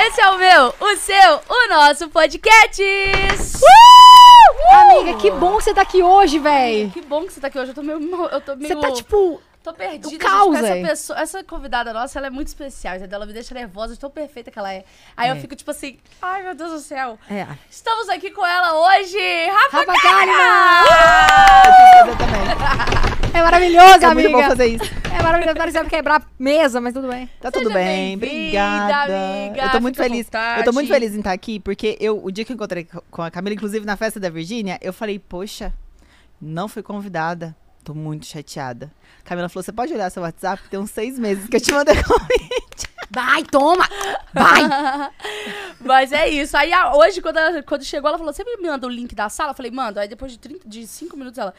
Esse é o meu, o seu, o nosso podcast. Uh! Amiga, que bom que você tá aqui hoje, véi. Que bom que você tá aqui hoje. Eu tô meio. mal- Eu tô meio. Você tá tipo. Tô perdida. o gente, caos, com é. essa, pessoa, essa convidada nossa, ela é muito especial, entendeu? Ela me deixa nervosa, de tão perfeita que ela é. Aí eu É. fico tipo assim, ai meu Deus do céu. É. Estamos aqui com ela hoje, Rafa, Rafa Kalimann! É maravilhoso, É amiga. muito bom fazer isso. É maravilhoso. Parece que vai quebrar a mesa, mas tudo bem. Tá Seja tudo bem, bem-vinda, obrigada. amiga, Eu tô muito fica à feliz. vontade. Eu tô muito feliz em estar aqui, porque eu, o dia que eu encontrei co- com a Camila, inclusive na festa da Virgínia, eu falei, poxa, não fui convidada. Tô muito chateada. Camila falou: você pode olhar seu WhatsApp? Tem uns seis meses que eu te mandei convite. Vai, toma! Vai! Mas é isso. Aí a- hoje, quando, ela- quando chegou, ela falou: Você me manda o link da sala? Eu falei: Manda. Aí depois de, 30, de 5 minutos, ela.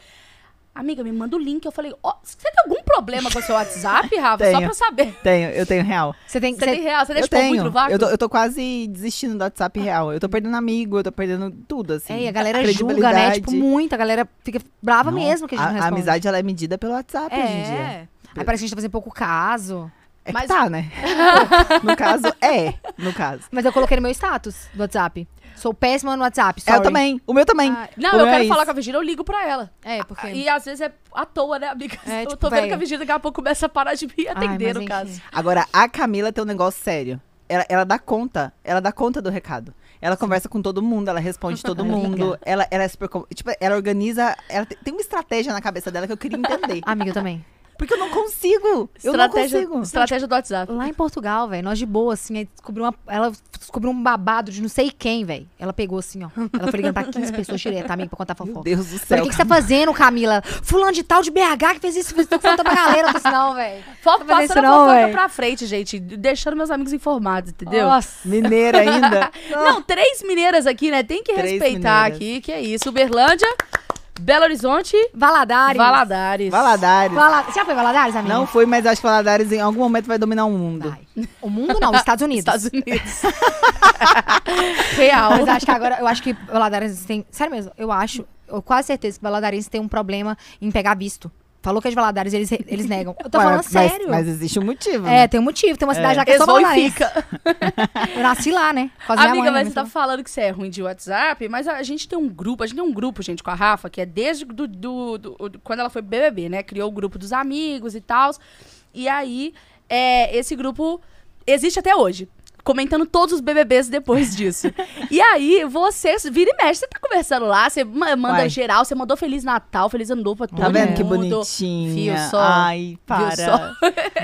Amiga, me manda o link. Eu falei: Ó, Você tem algum problema com o seu WhatsApp, Rafa? Só Tenho. pra eu saber. Tenho, eu tenho real. Você tem que. Você tem real? Você Eu deixa o povo muito no tenho. vácuo? Eu tô, eu tô quase desistindo do WhatsApp real. Eu tô perdendo amigo, eu tô perdendo tudo, assim. É, e a galera julga, né? Tipo, credibilidade. muita. A galera fica brava Não, mesmo que a gente a, não a responde. amizade ela é medida pelo WhatsApp hoje em dia. É. Aí parece que a gente tá fazendo pouco caso. É Mas- que tá, né? no caso, é. No caso. Mas eu coloquei no meu status do WhatsApp. Sou péssima no WhatsApp, É, sorry. Eu também. O meu também. Ah, Não, O eu meu quero é falar isso. com a Virgínia, eu ligo pra ela. É, porque... E às vezes é à toa, né, amiga? É, eu tipo, tô vendo véi. que a Virgínia daqui a pouco começa a parar de me atender, mas no enfim. caso. Agora, a Camila tem um negócio sério. Ela, ela dá conta. Ela dá conta do recado. Ela conversa com todo mundo, ela responde todo Ela mundo. liga. Ela, ela é super. com- Tipo, ela organiza. Ela te- tem uma estratégia na cabeça dela que eu queria entender. Amiga, eu também. Porque eu não consigo. Eu não estratégia, consigo. estratégia do WhatsApp. Lá em Portugal, velho, nós de boa, assim, aí descobriu uma. Ela descobriu um babado de não sei quem, velho. Ela pegou assim, ó. Ela foi ligando pra 15 pessoas direto, amigo, pra contar Meu fofoca. Deus do Falei, céu. o que, que você tá fazendo, Camila? Fulano de tal de BH que fez isso, fez isso, falando pra galera. Eu falei assim, não, velho. Fofa, Não vai fazer passando isso não, fofoca véi. pra frente, gente. Deixando meus amigos informados, entendeu? Nossa. Mineira ainda. Não, três mineiras aqui, né? Tem que Três respeitar mineiras. aqui, que é isso. Uberlândia, Belo Horizonte, Valadares. Valadares. Valadares. Vala- Você já foi em Valadares, amiga? Não foi, mas acho que Valadares em algum momento vai dominar o mundo. Vai. O mundo não, os Estados Unidos. Estados Unidos. Real. Mas eu acho que agora, eu acho que Valadares tem. Sério mesmo, eu acho, eu quase certeza que Valadares tem um problema em pegar visto. Falou que é de Valadares, eles, eles negam. Eu tô Ué, falando mas, sério. Mas existe um motivo. É, né? tem um motivo, tem uma cidade lá que é só Esvou e Valadares. fica. Eu nasci lá, né? Com as minha Amiga, mãe, mas né? você então. tá falando que você é ruim de WhatsApp, mas a gente tem um grupo, a gente tem um grupo, gente, com a Rafa, que é desde do, do- do- do- quando ela foi BBB, né? Criou o grupo dos amigos e tal. E aí, é, esse grupo existe até hoje. Comentando todos os BBBs depois disso. e aí, você vira e mexe, você tá conversando lá, você ma- manda Vai. geral, você mandou Feliz Natal, Feliz Ano Novo pra todo Tá vendo que mundo. bonitinha? Fio só. Ai, para.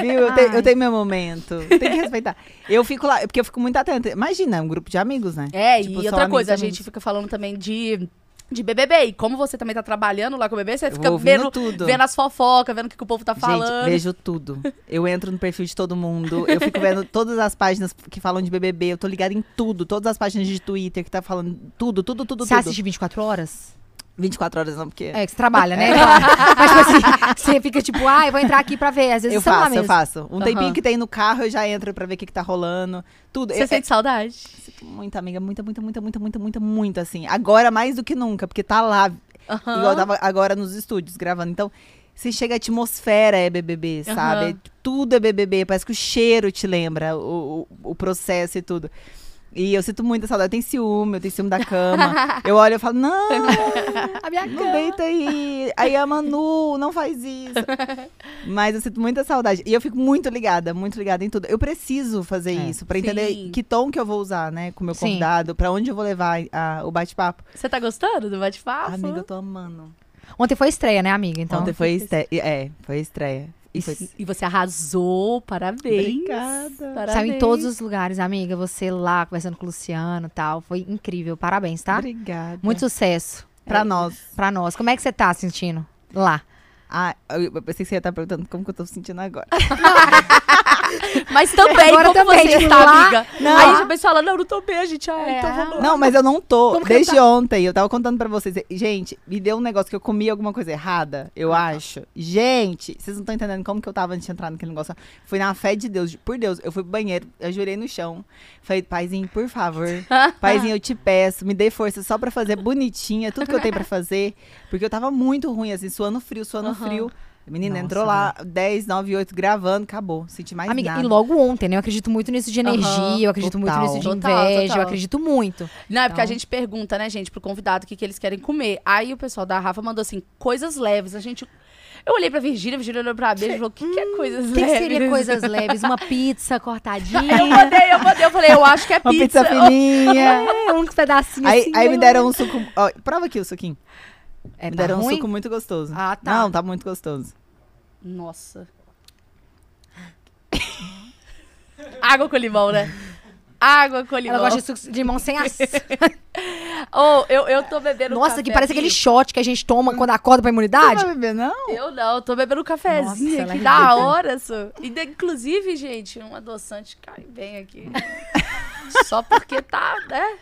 Viu? Eu, te- Ai. eu tenho meu momento. Tem que respeitar. Eu fico lá, porque eu fico muito atenta. Imagina, é um grupo de amigos, né? É, Tipo, e só outra amigos, coisa, a amigos. gente fica falando também de, de BBB. E como você também tá trabalhando lá com o BBB, você Eu fica vou ouvindo vendo, tudo. vendo as fofocas, vendo o que, que o povo tá Gente, É, falando. vejo tudo. Eu entro no perfil de todo mundo, eu fico vendo todas as páginas que falam de BBB, eu tô ligada em tudo, todas as páginas de Twitter que tá falando tudo, tudo, tudo, Você tudo. assiste 24 horas? 24 horas não, porque É, que você trabalha, né? Claro. Mas tipo assim, você fica tipo, ah, eu vou entrar aqui pra ver. Às vezes eu você tá lá faço, mesmo. eu faço. Um tempinho Aham. que tem no carro, eu já entro pra ver o que, que tá rolando. Tudo. É, Você Eu- sente saudade? Muita, amiga, muita, muita, muita, muita, muita, muita, muito, assim. Agora mais do que nunca, porque tá lá, Aham. igual eu tava agora nos estúdios gravando. Então, se chega a atmosfera é BBB, sabe? Aham. É- Tudo é BBB, parece que o cheiro te lembra, o, o, o processo e tudo. E eu sinto muita saudade, eu tenho ciúme, eu tenho ciúme da cama. eu olho e falo, não, A minha não deita aí. Aí a Manu, não faz isso. Mas eu sinto muita saudade. E eu fico muito ligada, muito ligada em tudo. Eu preciso fazer É. isso pra Sim. entender que tom que eu vou usar, né? Com o meu Sim. convidado, pra onde eu vou levar a- o bate-papo. Você tá gostando do bate-papo? Amiga, eu tô amando. Ontem foi estreia, né, amiga? Então. Ontem foi estreia. É, foi estreia. E E, foi... e você arrasou, parabéns. Obrigada. parabéns. Saiu em todos os lugares, amiga. Você lá conversando com o Luciano e tal. Foi incrível. Parabéns, tá? Obrigada. Muito sucesso pra nós. pra nós. Como é que você tá sentindo lá? Ah, eu eu pensei que você ia estar perguntando como que eu tô sentindo agora. Mas também, Agora como também, você de está, lá, amiga? não. Aí a pessoa fala, não, eu não tô bem, a gente. Ah, É. então vamos lá. Não, mas eu não tô. Como que Desde tá? ontem, eu tava contando pra vocês. Gente, me deu um negócio que eu comi alguma coisa errada, eu Ah, tá. acho. Gente, vocês não estão entendendo como que eu tava antes de entrar naquele negócio. Fui na fé de Deus, por Deus. Eu fui pro banheiro, eu jurei no chão. Falei, paizinho, por favor. Paizinho, eu te peço, me dê força só pra fazer bonitinha tudo que eu tenho pra fazer. Porque eu tava muito ruim, assim, suando frio, suando Aham. frio. Menina, Nossa, né? entrou lá 10, 9, 8 gravando, acabou. Senti mais Amiga, nada. e logo ontem, né? Eu acredito muito nisso de energia, Aham, eu acredito muito total. nisso de Total, inveja, total. eu acredito muito. Não, é porque a Então- gente pergunta, né, gente, pro convidado o que, que eles querem comer. Aí o pessoal da Rafa mandou assim, coisas leves. A gente. Eu olhei pra Virgília, a Virgília olhou pra mim e falou: o que, que é coisas O hum, que, leves? que seria coisas leves? Uma pizza Eu cortadinha, mandei, eu mandei, eu falei, eu acho que é Uma pizza. pizza fininha. é, um pedacinho aí, assim. aí me né? deram um suco. ó, prova aqui o suquinho. É, me tá deram um ruim? suco muito gostoso. Ah, tá. Não, tá muito gostoso. Nossa. Água com limão, né? Água com limão. Ela gosta de suco de limão sem açúcar. Ou eu, eu tô bebendo um Nossa, que café parece aqui. aquele shot que a gente toma quando acorda pra Não imunidade. vai beber, não? Eu não, eu tô bebendo um cafezinho Nossa, ela é aqui, da ridícula. hora, isso. E, de- inclusive, gente, um adoçante cai bem aqui. Só porque tá, né?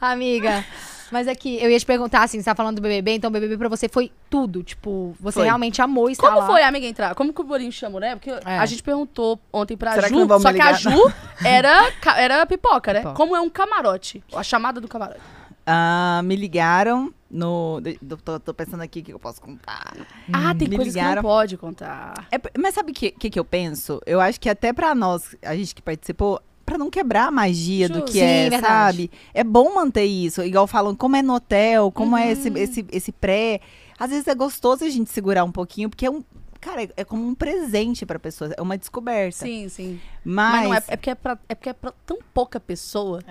Amiga, mas aqui, eu ia te perguntar, assim, você tá falando do BBB, então o BBB pra você foi tudo. Tipo, você Foi. realmente amou estar Como Tá lá. É. foi, amiga, entrar? Como que o Bolinho chamou, né? Porque a gente perguntou ontem pra Será que Ju, não vão me só que a ligar? Ju era, ca- era pipoca, né? Pipoca. Como é um camarote, a chamada do camarote. Ah, me ligaram no. de- do- Tô, tô pensando aqui o que eu posso contar. Ah, tem me coisas que ligaram. não pode contar. É, p- mas sabe o que, que, que eu penso? Eu acho que até pra nós, a gente que participou, pra não quebrar a magia do Justo. que Sim, é, verdade. sabe? É bom manter isso. Igual falam, como é no hotel, como é esse, esse, esse pré. Às vezes é gostoso a gente segurar um pouquinho, porque é um. Cara, é- é como um presente pra pessoa, é uma descoberta. Sim, sim. Mas. é, Mas não é, é porque é, pra, é porque é pra tão pouca pessoa,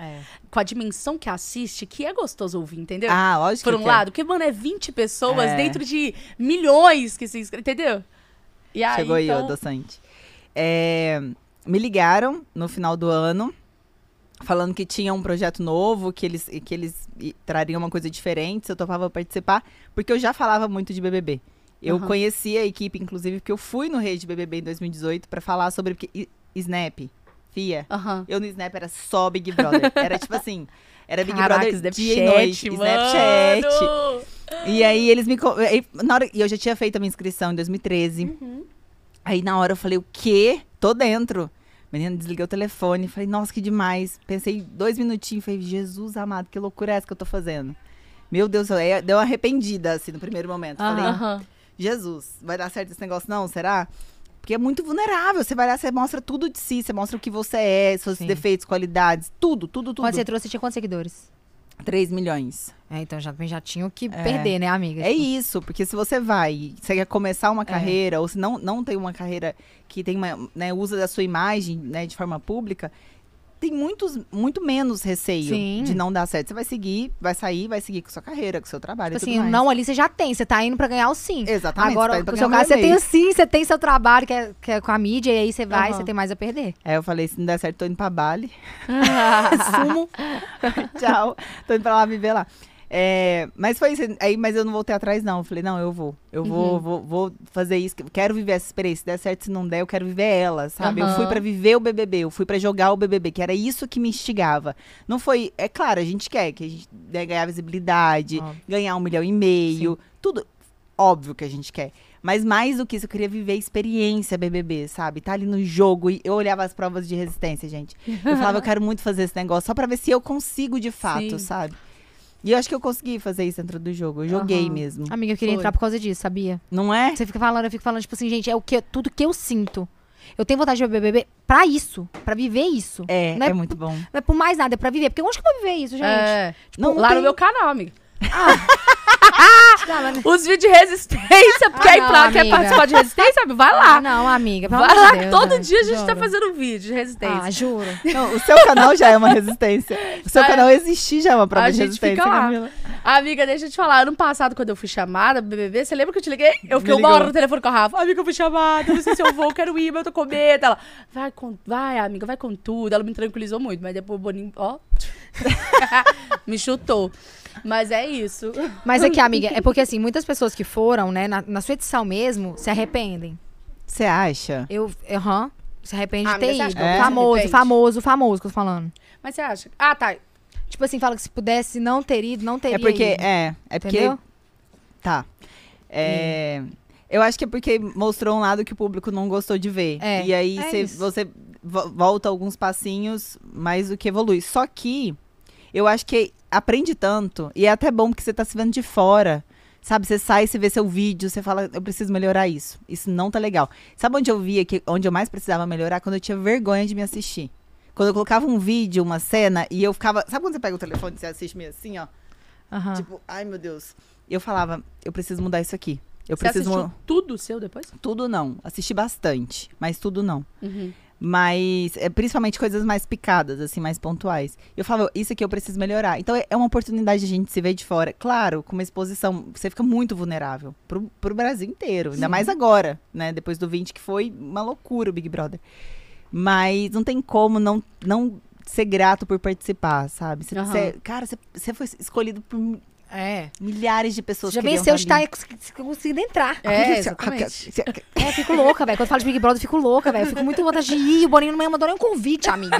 com a dimensão que assiste, que é gostoso ouvir, entendeu? Ah, lógico Por um que é. lado, porque, mano, é 20 pessoas É. dentro de milhões que se inscrevem, entendeu? E aí, Chegou aí, o então, adoçante. É, me ligaram no final do ano, falando que tinha um projeto novo, que eles, que eles i- trariam uma coisa diferente, se eu topava participar, porque eu já falava muito de BBB. Eu Aham. conhecia a equipe, inclusive, porque eu fui no Rede BBB em 2018 pra falar sobre porque- i- Snap, Fia. Aham. Eu no Snap era só Big Brother. Era tipo assim, era Big Caraca, Brother dia e noite, Snapchat, mano. Snapchat. E aí eles me. co- aí, na hora, e eu já tinha feito a minha inscrição em 2013. Aí na hora eu falei, o quê? Tô dentro. Menina, desliguei o telefone. Falei, nossa, que demais. Pensei dois minutinhos. Falei, Jesus amado, que loucura é essa que eu tô fazendo? Meu Deus, eu é, deu uma arrependida, assim, no primeiro momento. Falei, Aham. Jesus, vai dar certo esse negócio não? Será? Porque é muito vulnerável. Você vai lá, você mostra tudo de si. Você mostra o que você é, seus Sim. defeitos, qualidades. Tudo, tudo, tudo. Quando você trouxe, tinha quantos seguidores? 3 milhões. É, então já, já tinha o que perder, né, amiga? É isso, porque se você vai, e você quer começar É. uma carreira, ou se não, não tem uma carreira que tem uma, né, usa da sua imagem né, de forma pública, tem muitos, muito menos receio Sim. de não dar certo. Você vai seguir, vai sair, vai seguir com sua carreira, com seu trabalho. Tipo e tudo assim, o mais. não ali você já tem, você tá indo pra ganhar o sim. Exatamente. Agora, você tá indo no pra seu ganhar um caso, você tem o e-mail. sim, você tem seu trabalho, que é, que é com a mídia, e aí você vai, Aham. você tem mais a perder. Aí eu falei, se não der certo, tô indo pra Bali. Sumo. Tchau. Tô indo pra lá viver lá. É, mas foi isso. Aí, mas eu não voltei atrás, não. Eu falei, não, eu vou. Eu vou, vou, vou fazer isso. que eu Quero viver essa experiência. Se der certo, se não der, eu quero viver ela, sabe? Eu fui Aham. pra viver o BBB. Eu fui pra jogar o BBB, que era isso que me instigava. Não foi... É claro, a gente quer que a gente né, ganhar visibilidade, Óbvio. ganhar um milhão e meio. Tudo óbvio que a gente quer. Mas mais do que isso, eu queria viver a experiência BBB, sabe? Tá ali no jogo e eu olhava as provas de resistência, gente. Eu falava, eu quero muito fazer esse negócio só pra ver se eu consigo de fato, Sim. sabe? E eu acho que eu consegui fazer isso dentro do jogo. Eu joguei Aham. mesmo. Amiga, eu queria Foi. entrar por causa disso, sabia? Não é? Você fica falando, eu fico falando, tipo assim, gente, é o que, tudo que eu sinto. Eu tenho vontade de ver BBB pra isso, pra viver isso. É, Não é é muito bom. Não é por mais nada, é pra viver. Porque onde que eu vou viver isso, gente? É. Não, não lá tem- no meu canal, amiga. Não, mas- Os vídeos de resistência, porque Ah, aí não, pra, quer amiga. participar de resistência, amiga, vai lá. Ah, não, amiga. Pelo vai amor lá, de que Deus, todo né? dia a gente tá Juro. fazendo um vídeo de resistência. Ah, juro. Não, o seu canal já é uma resistência. O seu É. canal existir já é uma prova A de gente resistência, fica lá. Camila. Amiga, deixa eu te falar. Ano passado, quando eu fui chamada pro BBB, você lembra que eu te liguei? Eu fiquei Me uma ligou. hora no telefone com a Rafa. Amiga, eu fui chamada, não sei se eu vou, eu quero ir, mas eu tô com medo. Ela, vai, com, vai, amiga, vai com tudo. Ela me tranquilizou muito, mas depois o Boninho, ó, me chutou. Mas é isso. Mas aqui, amiga, é porque assim, muitas pessoas que foram, né, na, na sua edição mesmo, se arrependem. Você acha? Eu, aham, se arrepende de Amiga, você ter acha ido. que eu Famoso, arrepende? famoso, famoso que eu tô falando. Mas você acha? Ah, tá. Tipo assim, fala que se pudesse não ter ido, não teria É porque. ido. É, é porque. Entendeu? Tá. É, Eu acho que é porque mostrou um lado que o público não gostou de ver. É, e aí é cê- isso. você vo- volta alguns passinhos, mais do que evolui. Só que eu acho que aprende tanto, e é até bom porque você tá se vendo de fora. Sabe, você sai, você vê seu vídeo, você fala, eu preciso melhorar isso. Isso não tá legal. Sabe onde eu via que onde eu mais precisava melhorar? Quando eu tinha vergonha de me assistir. Quando eu colocava um vídeo, uma cena, e eu ficava. Sabe quando você pega o telefone e você assiste meio assim, ó? Ah. Aham. Tipo, ai meu Deus. Eu falava, eu preciso mudar isso aqui. Eu Você preciso. assistiu mu- tudo seu depois? Tudo não. Assisti bastante, mas tudo não. Mas é, principalmente coisas mais picadas, assim, mais pontuais. Eu falo, isso aqui eu preciso melhorar. Então é- é uma oportunidade de a gente se ver de fora. Claro, com uma exposição, você fica muito vulnerável pro, pro Brasil inteiro. Ainda mais agora, né? Depois do 20, que foi uma loucura o Big Brother. Mas não tem como não, não ser grato por participar, sabe? Você- Aham. você- cara, você, você foi escolhido por mi- É. milhares de pessoas Já que queriam venceu de tá ali. estar cons- conseguindo entrar. É, exatamente. É, fico louca, velho. Quando falo de Big Brother, eu fico louca, velho. Eu Fico muito em vontade de ir. O Boninho não me mandou nem um convite, amiga.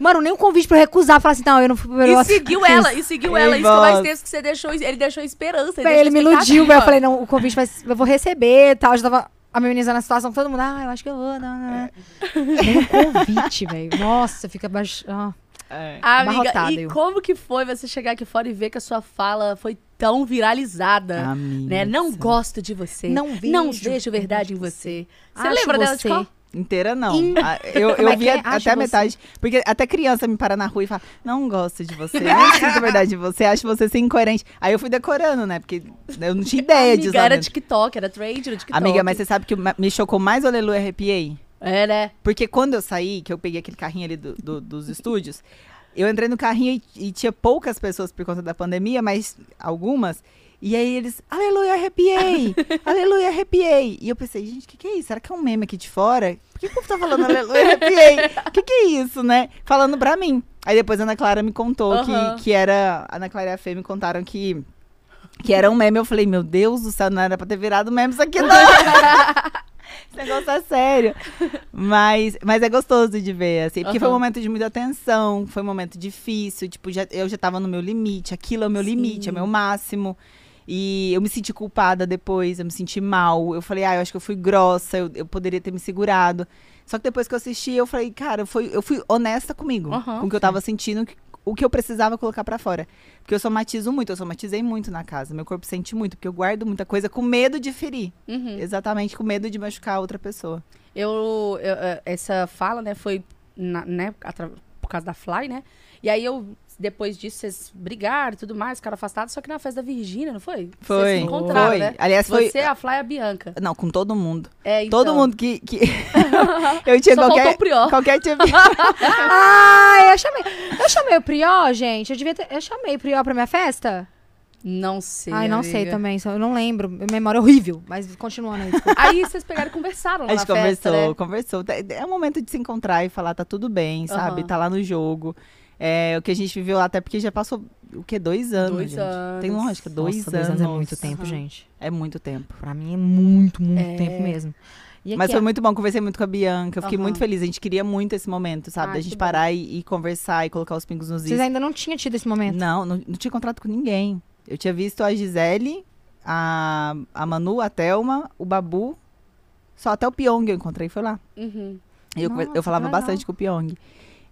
Mano, nem um convite pra eu recusar. Falar assim, não, eu não fui pro Big E Brother. seguiu ela, e seguiu Ei, ela. Isso que eu mais Bob. tenso que você deixou. Ele deixou esperança. Véi, ele me deixou iludiu, velho. Eu expectativa. falei, não, o convite vai, eu vou receber e tal. Eu já tava amenizando a situação com todo mundo. Ah, eu acho que eu vou. Não, É. não, não. Nem um convite, velho. Nossa, fica baixo. ó. É. Amiga, Abarrotada, e eu. como que foi você chegar aqui fora e ver que a sua fala foi tão viralizada? Amiga né? Não do céu. gosto de você. Não Não vejo vejo verdade em você. Você Acho lembra dela você- de qual? Inteira não. In- Ah, Eu, Como é eu que vi é? a- Acho até a você- metade. Porque até criança me para na rua e fala: Não gosto de você, não é sinto verdade de você, acho você ser incoerente. Aí eu fui decorando, né? Porque eu não tinha ideia de Amiga, usar. era mesmo. TikTok, era trade no TikTok. É, Amiga, mas você sabe que o ma- me chocou mais o Aleluia Arrepiei? É, né? Porque quando eu saí, que eu peguei aquele carrinho ali do- do- dos estúdios, eu entrei no carrinho e, e tinha poucas pessoas por conta da pandemia, mas algumas. E aí eles, aleluia, arrepiei! aleluia, arrepiei! E eu pensei, gente, o que, que é isso? Será que é um meme aqui de fora? Por que o povo tá falando aleluia, arrepiei? O que, que é isso, né? Falando pra mim. Aí depois a Ana Clara me contou Aham. que, que era. A Ana Clara e a Fê me contaram que. Que era um meme, eu falei, meu Deus do céu, não era pra ter virado meme isso aqui, não. Esse negócio é sério. Mas, mas é gostoso de ver, assim. Porque foi um Aham. momento de muita tensão, foi um momento difícil. Tipo, já, eu já tava no meu limite. Aquilo é o meu limite, é o meu máximo. E eu me senti culpada depois, eu me senti mal. Eu falei, ah, eu acho que eu fui grossa, eu, eu poderia ter me segurado. Só que depois que eu assisti, eu falei, cara, eu fui, eu fui honesta comigo. Aham. Com o que eu tava sentindo, que- o que eu precisava colocar pra fora. Porque eu somatizo muito, eu somatizei muito na casa. Meu corpo sente muito, porque eu guardo muita coisa com medo de ferir. Uhum. Exatamente, com medo de machucar a outra pessoa. Eu, eu- eh, essa fala, né, foi na- né, atra- por causa da Fly, né? E aí eu, depois disso, vocês brigaram e tudo mais, ficaram afastados, só que na festa da Virgínia, não foi? Vocês Foi. se encontraram, foi. né? Aliás, foi. Você, a Fly e a Bianca. Não, com todo mundo. É, Todo então. mundo que. que- eu tinha Só faltou qualquer. o Prior. Qualquer tipo. Ah, eu chamei. Eu chamei o Prió, gente. Eu devia ter. Eu chamei o Prió pra minha festa? Não sei. Ai, não amiga. sei também. só- Eu não lembro. Minha memória é horrível. Mas continuando aí. desculpa. Aí vocês pegaram e conversaram lá A na gente festa, conversou, né? conversou. Tá- É um momento de se encontrar e falar, tá tudo bem, sabe? Aham. Tá lá no jogo. É o que a gente viveu lá, até porque já passou o quê? Dois anos. Dois gente. anos. Tem um, lógica, dois Nossa, anos. dois anos é muito tempo, Aham. gente. É muito tempo. Pra mim é muito, muito tempo mesmo. E Mas aqui, foi muito bom, conversei muito com a Bianca, eu fiquei é Aham. muito feliz. A gente queria muito esse momento, sabe? Ai, da que gente bom. é parar e, e conversar e colocar os pingos nos is. Vocês ainda não tinham tido esse momento. Não, não, não tinha contrato com ninguém. Eu tinha visto a Gisele, a, a Manu, a Thelma, o Babu. Só até o Pyong eu encontrei, foi lá. Uhum. E Eu, conver- Nossa, eu falava que legal. bastante com o Pyong.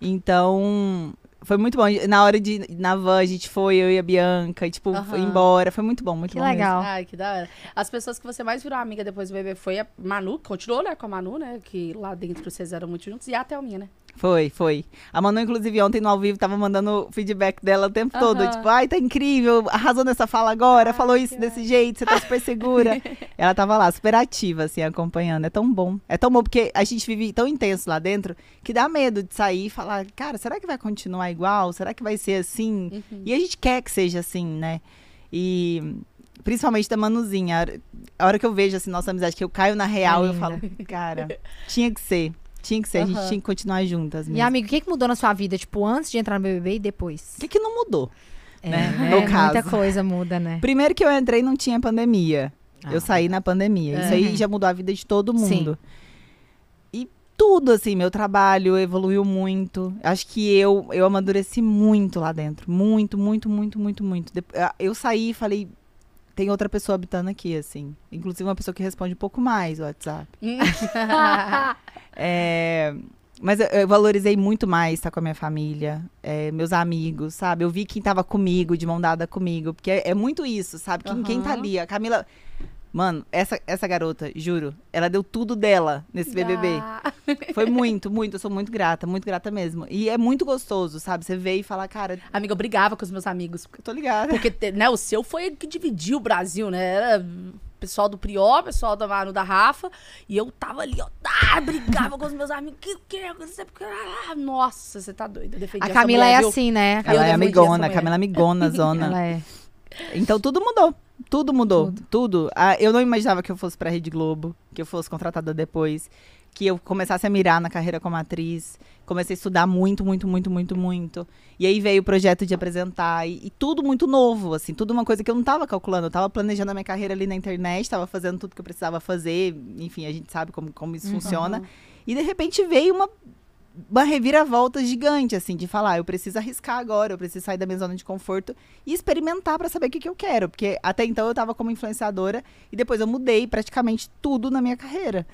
Então, foi muito bom. E Na hora de ir na van, a gente foi, eu e a Bianca, e, tipo, Aham. foi embora. Foi muito bom, muito Que bom. legal. Ai, que da hora. As pessoas que você mais virou amiga depois do bebê foi a Manu, que continuou, né, com a Manu, né? Que lá dentro vocês eram muito juntos, e a Thelminha, né? mesmo. Foi, foi. A Manu, inclusive, ontem no ao vivo, tava mandando o feedback dela o tempo todo. Aham. Tipo, ai, tá incrível, arrasou nessa fala agora, falou isso desse jeito, você tá super segura. Ela tava lá, super ativa, assim, acompanhando. É tão bom. É tão bom, porque a gente vive tão intenso lá dentro que dá medo de sair e falar, cara, será que vai continuar igual? Será que vai ser assim? E a gente quer que seja assim, né? E principalmente da Manuzinha. a hora- A hora que eu vejo assim, nossa amizade, que eu caio na real, eu Linda. falo, cara, tinha que ser. Tinha que ser, a gente Aham. tinha que continuar juntas E, mesmo. amigo, o que, que mudou na sua vida, tipo, antes de entrar no BBB e depois? O que, que não mudou? É, né? né? No Muita caso. coisa muda, né? Primeiro que eu entrei não tinha pandemia. Ah. Eu saí na pandemia. Isso aí já mudou a vida de todo Sim. mundo. E tudo, assim, meu trabalho evoluiu muito. Acho que eu, eu amadureci muito lá dentro. Muito, muito, muito, muito, muito. Dep- ah, Eu saí e falei, tem outra pessoa habitando aqui, assim. Hum, Inclusive uma pessoa que responde um pouco mais o WhatsApp. É, Mas eu, eu valorizei muito mais estar com a minha família, é, meus amigos, sabe? Eu vi quem tava comigo, de mão dada comigo. Porque é, é muito isso, sabe? Quem, quem tá Aham. ali, a Camila. Mano, essa, essa garota, juro, ela deu tudo dela nesse BBB. Ah, Foi muito, muito. Eu sou muito grata, muito grata mesmo. E é muito gostoso, sabe? Você vê e fala, cara, Amiga, eu brigava com os meus amigos. eu tô ligada. Porque, te- né, o seu foi que dividiu o Brasil, né? Era o pessoal do Prió, o pessoal da Manu da Rafa. E eu tava ali, ó, tá, brigava com os meus amigos. Que que é isso? Porque- ah, Nossa, você tá doida. eu defendi A essa Camila mulher, é viu? assim, né? A Eu Ela é defendi essa amigona, mulher. Camila é amigona, zona. Camila é. Então tudo mudou. Tudo mudou. Tudo. Ah, eu não imaginava que eu fosse pra Rede Globo, que eu fosse contratada depois, que eu começasse a mirar na carreira como atriz. Comecei a estudar muito, muito, muito, muito, muito. E aí veio o projeto de apresentar. E, e tudo muito novo, assim, tudo uma coisa que eu não tava calculando. Eu tava planejando a minha carreira ali na internet, tava fazendo tudo que eu precisava fazer. Enfim, a gente sabe como, como isso funciona. Uhum. E de repente veio uma, uma reviravolta gigante, assim, de falar, eu preciso arriscar agora, eu preciso sair da minha zona de conforto e experimentar pra saber o que, que eu quero. Porque até então eu tava como influenciadora e depois eu mudei praticamente tudo na minha carreira.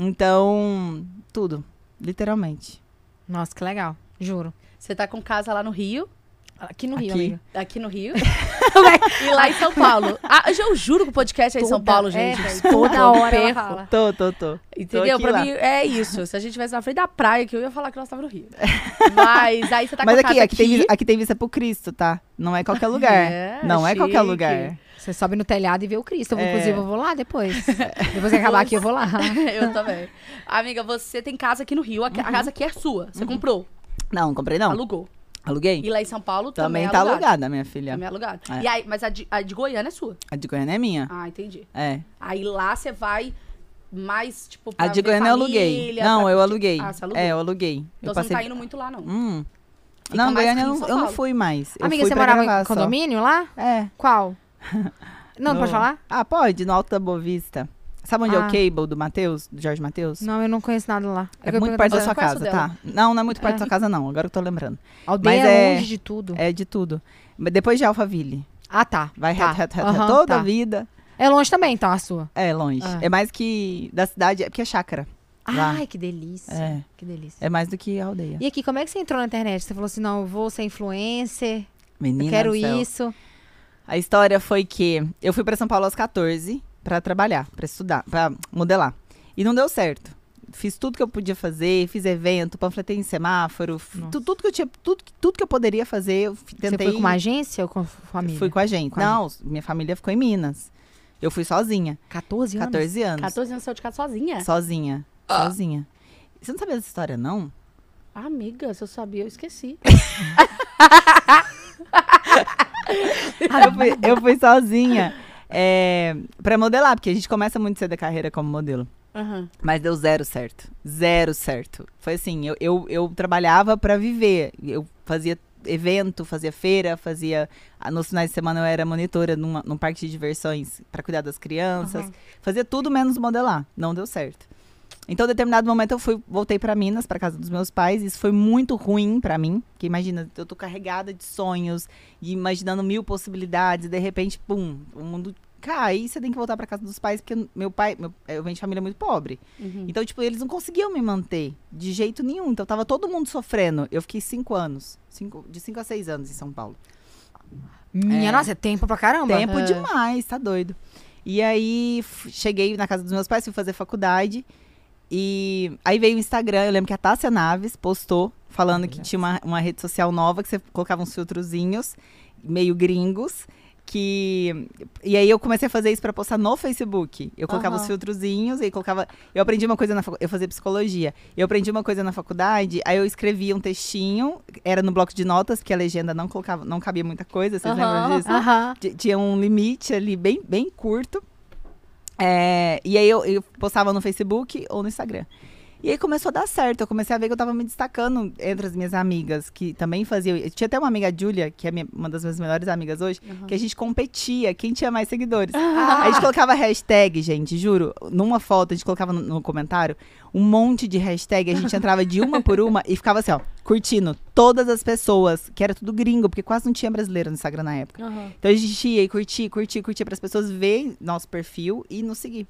Então, tudo, literalmente. Nossa, que legal. Juro. Você tá com casa lá no Rio, Aqui é? no Rio, Aqui. amiga. aqui no Rio. e lá em São Paulo. Ah, eu juro que o podcast é em São Toda- Paulo, é, gente. velho, Desculpa, toda hora ela perco. fala. Tô, tô, tô. Entendeu? aqui Pra lá. mim é isso. Se a gente tivesse na frente da praia, que eu ia falar que nós tava no Rio. Mas aí você tá Mas com a aqui, casa aqui, Tem, vi- aqui tem vista pro Cristo, tá? Não é qualquer lugar. É, não é qualquer chique. lugar. Você sobe no telhado e vê o Cristo. Eu, É. Inclusive, eu vou lá depois. depois que acabar aqui, eu vou lá. Eu também. Amiga, você tem casa aqui no Rio. A, a casa aqui é sua. Você comprou, Não, comprei Uhum. não. alugou. Aluguei. E lá em São Paulo também, Também é tá alugado. alugada, minha filha. Também é alugado. É. E aí, mas a de, a de Goiânia é sua. A de Goiânia é minha. Ah, entendi. É. Aí lá você vai mais, tipo, pra A de ver Goiânia Ah, eu família, aluguei. Não, pra- eu aluguei. Ah, você alugou. É, eu aluguei. Então eu você não tá passei. indo muito lá, não. Hum. Fica Não, mais Goiânia aqui eu em São não, eu não Paulo. fui mais. Eu Amiga, fui você pra morava gravar em só. condomínio lá? É. Qual? Não, não no- pode falar? Ah, pode, no Alto da Boa Vista. Sabe onde é o Ah. cable do Matheus, do Jorge Matheus? Não, eu não conheço nada lá. É Eu ia muito perguntar perto da pra sua conheço casa, dela. tá? Não, não é muito perto da sua casa, não. Agora eu tô lembrando. você. Aldeia Mas é- é longe de tudo. É de tudo. Mas Depois de Alphaville. Ah, tá. Vai tá. reto, reto, reto, Aham, reto. Toda tá. a vida. É longe também, então, a sua. É longe. Ah. É mais que da cidade, é porque é chácara. Lá. Ai, que delícia. É. Que delícia. É mais do que a aldeia. E aqui, como é que você entrou na internet? Você falou assim, não, eu vou ser influencer, eu Menina quero do céu. isso. A história foi que eu fui pra São Paulo aos 14 pra trabalhar, pra estudar, pra modelar. E não deu certo. Fiz tudo que eu podia fazer, fiz evento, panfletei em semáforo, f- Nossa. tu- tudo que eu tinha, tudo, que- tudo que eu poderia fazer, eu f- Você tentei. foi com uma agência ou com a família? Fui com a gente. Com a não, minha família ficou em Minas. Eu fui sozinha, 14 anos? 14 anos. 14 anos saiu de casa É. sozinha. Sozinha, sozinha. Você não sabia dessa história, não? Amiga, se eu sabia, eu esqueci. eu, fui, eu fui sozinha é, pra modelar, porque a gente começa muito cedo a carreira como modelo. Aham. Mas deu zero certo. Zero certo. Foi assim, eu, eu, eu trabalhava pra viver. Eu fazia evento, fazia feira, fazia. ah, Nos finais de semana eu era monitora numa, num parque de diversões pra cuidar das crianças. Fazia tudo menos modelar. Não deu certo. Então, em determinado momento, eu fui, voltei pra Minas, pra casa dos meus pais. Isso foi muito ruim pra mim. Porque imagina, eu tô carregada de sonhos e imaginando mil possibilidades. E de repente, pum, o mundo cai. E você tem que voltar pra casa dos pais, porque meu pai, meu, eu venho de família muito pobre. Uhum. Então, tipo, eles não conseguiam me manter de jeito nenhum. Então, tava todo mundo sofrendo. Eu fiquei cinco anos. cinco- de cinco a seis anos em São Paulo. Minha É. nossa, é tempo pra caramba. Tempo É. demais, tá doido. E aí, f- cheguei na casa dos meus pais, fui fazer faculdade. E aí veio o Instagram. Eu lembro que a Tássia Naves postou, falando que tinha uma, uma rede social nova, que você colocava uns filtrozinhos, meio gringos. Que. E aí eu comecei a fazer isso pra postar no Facebook. Eu colocava Aham. os filtrozinhos e aí colocava. Eu aprendi uma coisa na faculdade. Eu fazia psicologia. Eu aprendi uma coisa na faculdade, aí eu escrevia um textinho, era no bloco de notas, porque a legenda não colocava, não cabia muita coisa, vocês Aham. lembram disso? Aham. T- Tinha um limite ali bem, bem curto. É, e aí eu, eu postava no Facebook ou no Instagram. E aí começou a dar certo. Eu comecei a ver que eu tava me destacando entre as minhas amigas, que também faziam. Eu tinha até uma amiga, a Júlia, que é minha- uma das minhas melhores amigas hoje, que a gente competia quem tinha mais seguidores. A gente colocava hashtag, gente, juro. Numa foto, a gente colocava no, no comentário um monte de hashtag. A gente entrava de uma por uma e ficava assim, ó, curtindo todas as pessoas, que era tudo gringo, porque quase não tinha brasileiro no Instagram na época. Aham. Então a gente ia e curtia, curtia, curtia para as pessoas verem nosso perfil e nos seguir.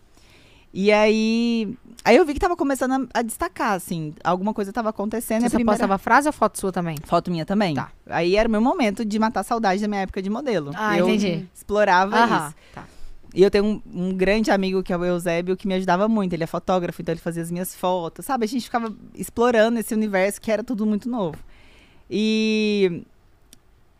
E aí, aí eu vi que tava começando a, a destacar, assim, alguma coisa tava acontecendo. e Você a só primeira... postava frase ou foto sua também? Foto minha também. Tá. Aí era o meu momento de matar a saudade da minha época de modelo. Ah, eu entendi. explorava Aham. isso. Tá. E eu tenho um, um grande amigo que é o Eusébio, que me ajudava muito. Ele é fotógrafo, então ele fazia as minhas fotos, sabe? A gente ficava explorando esse universo que era tudo muito novo. E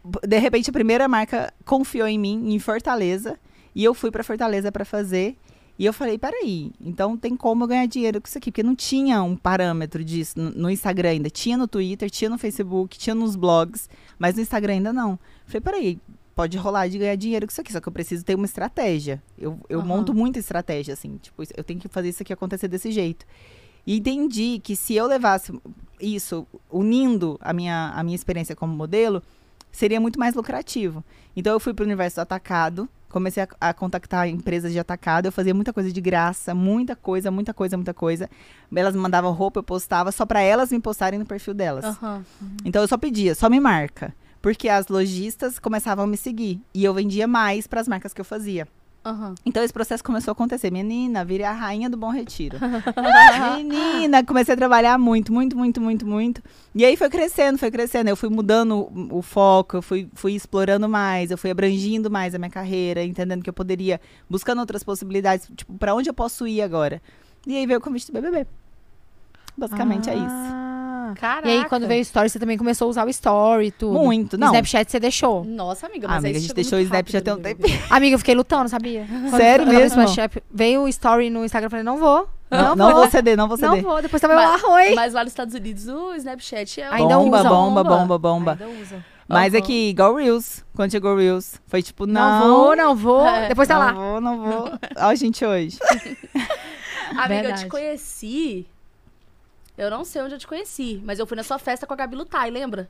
b- de repente a primeira marca confiou em mim, em Fortaleza, e eu fui pra Fortaleza pra fazer. E eu falei, peraí, então tem como eu ganhar dinheiro com isso aqui? Porque não tinha um parâmetro disso no, no Instagram ainda. Tinha no Twitter, tinha no Facebook, tinha nos blogs, mas no Instagram ainda não. Falei, peraí, pode rolar de ganhar dinheiro com isso aqui, só que eu preciso ter uma estratégia. Eu, eu Aham. monto muita estratégia, assim, tipo, isso- eu tenho que fazer isso aqui acontecer desse jeito. E entendi que se eu levasse isso, unindo a minha, a minha experiência como modelo, seria muito mais lucrativo. Então eu fui pro universo do atacado, comecei a, a contactar empresas de atacado, eu fazia muita coisa de graça, muita coisa, muita coisa, muita coisa. Elas me mandavam roupa, eu postava só pra elas me postarem no perfil delas. Aham. Então eu só pedia, só me marca. Porque as lojistas começavam a me seguir. E eu vendia mais pras marcas que eu fazia. Aham. Então esse processo começou a acontecer. Menina, virei a rainha do Bom Retiro. Menina, comecei a trabalhar muito, muito, muito, muito, muito. E aí foi crescendo, foi crescendo. Eu fui mudando o, o foco, eu fui, fui explorando mais, eu fui abrangindo mais a minha carreira, entendendo que eu poderia, buscando outras possibilidades, tipo, pra onde eu posso ir agora. E aí veio o convite do BBB. Basicamente é isso. Ah. Caraca. E aí, quando veio o Story, você também começou a usar o Story e tudo. Muito, não. Snapchat você deixou. Nossa, amiga, Ah, mas aí amiga, a isso gente chegou deixou muito o Snapchat rápido, até um bebê. Amiga, eu fiquei lutando, sabia? Quando Sério eu tava no mesmo? Snapchat, veio o Story no Instagram, eu falei, não vou. Não, Não, não vou. vou ceder, não vou Não ceder. vou. Depois também Mas- o arroz. Mas lá nos Estados Unidos o Snapchat é o- Ainda bomba, usa, bomba, bomba, bomba, Ainda usa. Mas é Aham. que igual Reels, quando chegou o Reels, foi tipo, não, Não, vou, não vou. É. Depois tá não lá. vou, não vou. Ó, a gente hoje. um- Amiga, eu Verdade. te conheci. Eu não sei onde eu te conheci, mas eu fui na sua festa com a Gabi Lutai, lembra?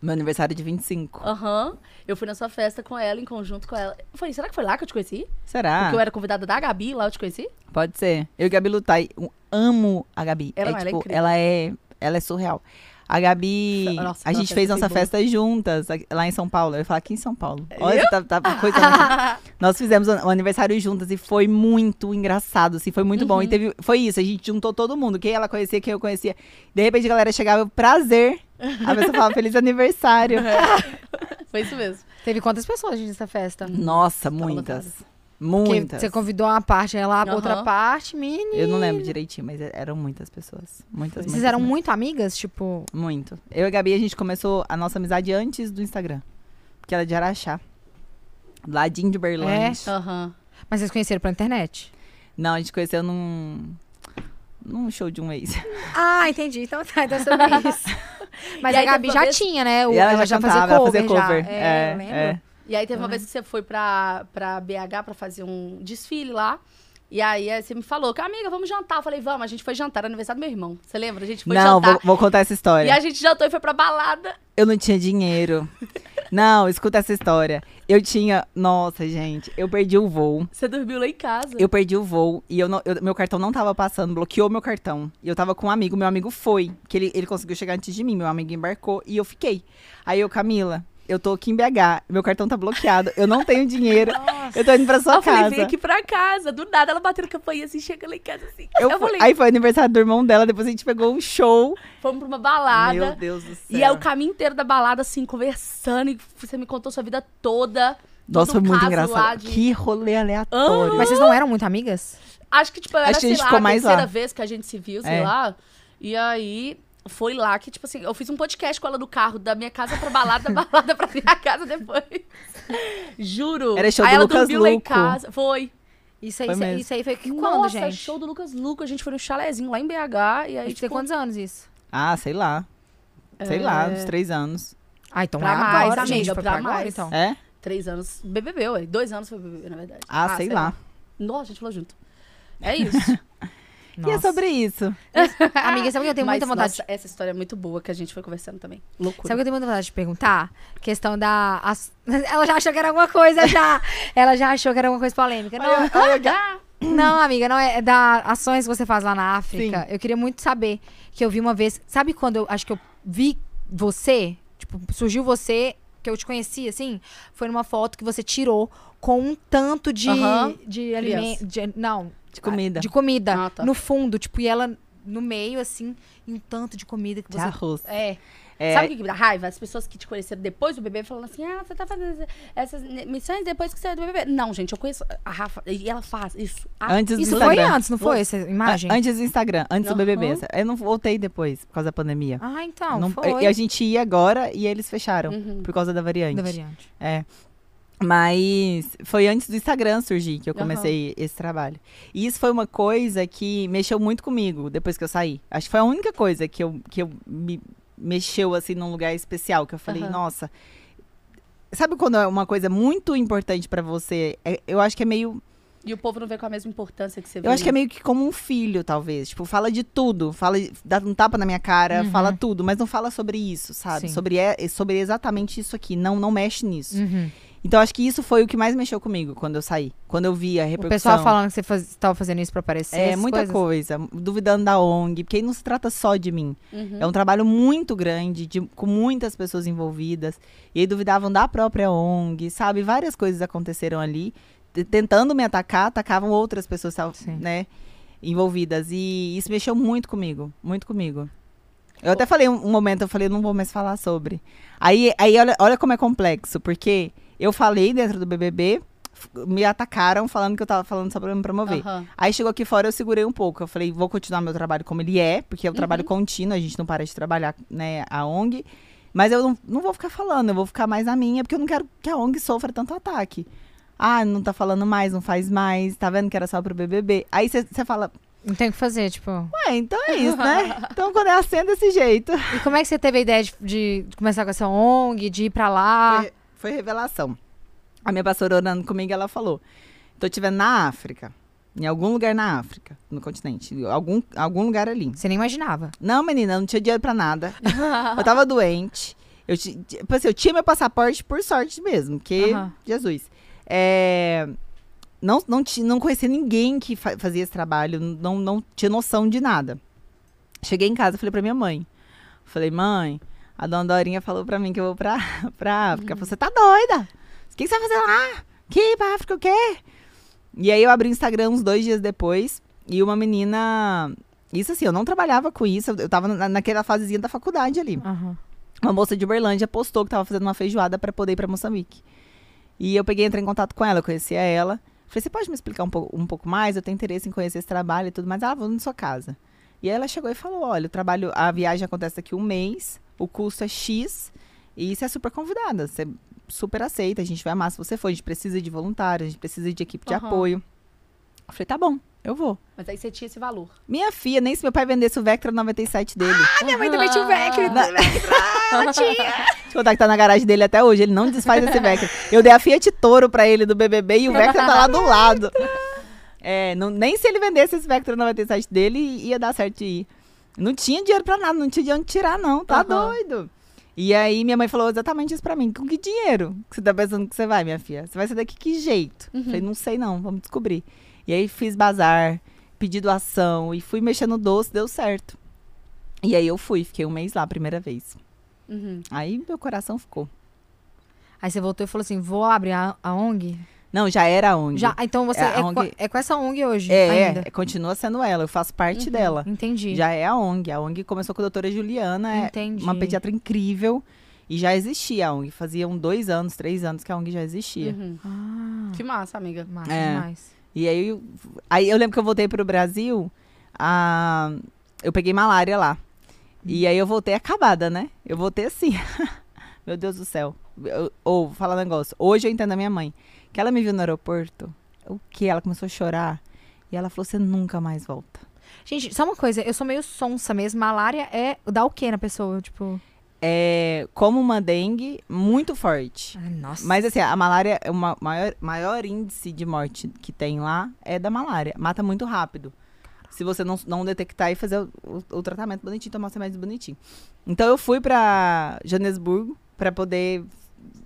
Meu aniversário é de 25. Aham. Eu fui na sua festa com ela, em conjunto com ela. Eu falei, será que foi lá que eu te conheci? Será? Porque eu era convidada da Gabi, lá eu te conheci? Pode ser. Eu e Gabi Lutai, eu amo a Gabi. Ela- é, ela é tipo, incrível. ela é, ela é surreal. A Gabi, Nossa, nossa, a gente festa fez foi nossa boa. festa juntas aqui- lá em São Paulo. Eu ia falar aqui em São Paulo. Olha, tá, tá coisa. Nós fizemos o o aniversário juntas e foi muito engraçado, assim, foi muito Uhum. bom. E teve, foi isso, a gente juntou todo mundo, quem ela conhecia, quem eu conhecia. De repente a galera chegava, prazer. A pessoa falava, feliz aniversário. Uhum. Foi isso mesmo. Teve quantas pessoas, gente, nessa festa? Nossa, lotado. muitas. Porque Muitas. Você convidou uma parte, ela, Aham. outra parte, mini. Eu não lembro direitinho, mas er- eram muitas pessoas. Muitas, Vocês muitas, eram muitas. muito amigas, tipo... Muito. Eu e a Gabi, a gente começou a nossa amizade antes do Instagram. Porque ela é de Araxá. Ladinho de Berlândia. Então Aham. Mas vocês conheceram pela internet? Não, a gente conheceu num... Num show de um ex. Ah, entendi. Então tá, então é sobre isso. Mas E a aí, Gabi teve uma já vez- tinha, né? O- E ela já cantava, ela fazia cover. já. É, eu lembro. é. E aí teve uma vez que você foi pra, pra BH pra fazer um desfile lá. E aí aí você me falou, que, amiga, vamos jantar. Eu falei, vamos, a gente foi jantar, era aniversário do meu irmão. Você lembra? A gente foi não, jantar. vou, vou contar essa história. E a gente jantou e foi pra balada. Eu não tinha dinheiro. não, escuta essa história. Eu tinha. Nossa, gente, eu perdi o voo. Você dormiu lá em casa. Eu perdi o voo e eu não- eu- meu cartão não tava passando, bloqueou meu cartão. E eu tava com um amigo, meu amigo foi, que ele, ele conseguiu chegar antes de mim, meu amigo embarcou e eu fiquei. Aí eu, Camila, eu tô aqui em BH, meu cartão tá bloqueado, eu não tenho dinheiro, eu tô indo pra sua Aí eu falei, casa. vem aqui pra casa. Do nada ela bateu na campainha assim, chega lá em casa assim. Eu Eu, fui- falei, Aí foi aniversário do irmão dela, depois a gente pegou um show. fomos pra uma Meu balada. Deus do céu. E aí o caminho inteiro da balada, assim, conversando. E você me contou sua vida toda. todo Nossa, foi o muito caso lá engraçado. de- Que rolê aleatório. Mas vocês não eram muito amigas? Acho que, tipo, era, Acho que a sei gente lá, ficou a mais terceira lá. vez que a gente se viu, sei É. lá. E aí, foi lá que, tipo assim, eu fiz um podcast com ela no carro, da minha casa pra balada, da balada pra minha casa depois. Juro. Era show aí do ela Lucas dormiu lá em Luco. casa. Foi. Isso aí, Foi isso, aí- mesmo. isso aí foi que quando, Nossa, gente? show do Lucas Luco. A gente foi no chalezinho lá em BH. E A aí, gente tem tipo, quantos anos isso? Ah, sei lá. Sei lá, É. uns três anos. Ah, então Pra é mais, agora, amiga, gente. Foi pra pra agora, mais. então. É? três anos BBB, ué. Dois anos foi BBB, na verdade. Ah, sei, lá. Nossa, a gente falou junto. É isso. E é sobre isso. Amiga, sabe o que eu tenho Mas, muita vontade nossa, essa história é muito boa que a gente foi conversando também. Loucura. Sabe o que eu tenho muita vontade de perguntar? Questão da. as- Ela já achou que era alguma coisa já. Ela já achou que era alguma coisa polêmica. Não, Ah, não amiga, não é, é da ações que você faz lá na África. Sim. Eu queria muito saber que eu vi uma vez. Sabe quando eu acho que eu vi você? Tipo, surgiu você que eu te conheci, assim? Foi numa foto que você tirou com um tanto de, Aham. de Criança. alimento. de- Não, De comida. De comida. Ah, tá. No fundo, tipo, e ela no meio, assim, e um tanto de comida que De você. arroz. É. É, Sabe o que que me dá raiva? As pessoas que te conheceram depois do bebê falando assim: ah, você tá fazendo essas ne- missões depois que saiu do bebê. Não, gente, eu conheço a Rafa e ela faz Ah, isso. A- Antes Isso do foi Instagram. antes, Ah, não foi? Essa imagem? A- é Antes do Instagram, antes do Aham. BBB. essa- Eu não voltei depois, por causa da pandemia. Ah, então. Não- foi. E a gente ia agora e eles fecharam, Uhum. por causa da variante. Da variante. É. Mas foi antes do Instagram surgir que eu Aham. comecei esse trabalho. E isso foi uma coisa que mexeu muito comigo depois que eu saí. Acho que foi a única coisa que eu, que eu me mexeu assim num lugar especial, que eu falei, Aham. nossa. Sabe quando é uma coisa muito importante pra você? É- eu acho que é meio E o povo não vê com a mesma importância que você vê. eu acho que é né? meio que como um filho, talvez. Tipo, fala de tudo. Fala, dá um tapa na minha cara, Uhum. fala tudo, mas não fala sobre isso, sabe? Sim. Sobre, é- sobre exatamente isso aqui. Não, não mexe nisso. Uhum. Então, acho que isso foi o que mais mexeu comigo quando eu saí. Quando eu vi a O repercussão. pessoal falando que você faz, tava fazendo isso pra aparecer. É, essas muita coisas. coisa. Duvidando da ONG, porque aí não se trata só de mim. Uhum. É um trabalho muito grande, de- com muitas pessoas envolvidas. E aí duvidavam da própria ONG, sabe? Várias coisas aconteceram ali. T- Tentando me atacar, atacavam outras pessoas, tal- Sim. né? Envolvidas. E isso mexeu muito comigo, muito comigo. Eu até falei um, um momento, eu falei, não vou mais falar sobre. Aí, aí olha, olha como é complexo, porque eu falei dentro do BBB, f- me atacaram falando que eu tava falando só pra me promover. Aham. Aí chegou aqui fora, eu segurei um pouco. Eu falei, vou continuar meu trabalho como ele é, porque é um Uhum. trabalho contínuo, a gente não para de trabalhar, né, a ONG. Mas eu não, não vou ficar falando, eu vou ficar mais na minha, porque eu não quero que a ONG sofra tanto ataque. Ah, não tá falando mais, não faz mais, tá vendo que era só pro BBB. Aí você fala, Não tem o que fazer, tipo. ué, então é isso, né? Então quando é assim, é desse jeito. E como é que você teve a ideia de, de começar com essa ONG, de ir pra lá? Foi, foi revelação. A minha pastora orando comigo, ela falou: tô te vendo na África, em algum lugar na África, no continente, algum, algum lugar ali. Você nem imaginava. Não, menina, eu não tinha dinheiro pra nada. eu tava doente. Eu, ti- ti- tipo assim, eu tinha meu passaporte por sorte mesmo, porque Aham. Jesus. É, não, não, ti- não conhecia ninguém que fa- fazia esse trabalho, não, não tinha noção de nada. Cheguei em casa, falei pra minha mãe. Falei, mãe, a dona Dorinha falou pra mim que eu vou pra, pra África. Ela falou, Você tá doida? O que que você vai fazer lá? Que ir pra África o quê? E aí eu abri o Instagram uns dois dias depois e uma menina isso assim, eu não trabalhava com isso, eu- eu tava na- naquela fasezinha da faculdade ali. Aham. Uma moça de Uberlândia postou que tava fazendo uma feijoada pra poder ir pra Moçambique. E eu peguei, entrei em contato com ela, eu conhecia ela. Falei, você pode me explicar um pouco, um pouco mais? Eu tenho interesse em conhecer esse trabalho e tudo mais. Ah, vou na sua casa. E aí ela chegou e falou, olha, o trabalho, a viagem acontece daqui a um mês, o custo é X e você é super convidada, você super aceita, a gente vai amar se você for, a gente precisa de voluntários, a gente precisa de equipe de Aham. apoio. Eu falei, tá bom, eu vou. Mas aí você tinha esse valor. Minha filha, nem se meu pai vendesse o Vectra 97 dele. Minha mãe também tinha o Vectra. Ah. Deixa eu contar que tá na garagem dele até hoje. Ele não desfaz esse Vectra. Eu dei a Fiat Toro pra ele do BBB e o Vectra tá lá do lado. É, não- nem se ele vendesse esse Vectra 97 dele, ia dar certo de ir. Não tinha dinheiro pra nada, não tinha de onde tirar, não. Tá Aham. doido. E aí minha mãe falou exatamente isso pra mim. Com que dinheiro que você tá pensando que você vai, minha filha? Você vai sair daqui que jeito? Falei, não sei não, vamos descobrir. E aí fiz bazar, pedi doação e fui mexendo no doce, deu certo. E aí eu fui, fiquei um mês lá, a primeira vez. Uhum. Aí meu coração ficou. Aí você voltou e falou assim: vou abrir a, a ONG? Não, já era a ONG. Já, ah, então você É, é, a com, ONG é com essa ONG hoje é, ainda. Uhum. é, continua sendo ela, eu faço parte dela. Entendi. Já é a ONG. A ONG começou com a doutora Juliana, é Entendi. uma pediatra incrível. E já existia a ONG. Faziam um, dois anos, três anos que a ONG já existia. Uhum. Ah, Que massa, amiga. massa É. demais. E aí, eu- aí eu lembro que eu voltei pro Brasil, a- eu peguei malária lá. E aí eu voltei acabada, né? Eu voltei assim. Meu Deus do céu. Eu- Ou, fala um negócio. Hoje eu entendo a minha mãe. Que ela me viu no aeroporto, o que? Ela começou a chorar. E ela falou: você nunca mais volta. Gente, só uma coisa, eu sou meio sonsa mesmo. Malária é dá o quê na pessoa? Tipo. É como uma dengue muito forte. Ai, nossa. Mas assim, a malária é o ma- maior, maior índice de morte que tem lá é da malária. Mata muito rápido. Se você não, não detectar e fazer o, o- o tratamento bonitinho, tomar os remédios bonitinho. Então eu fui pra Joanesburgo pra poder,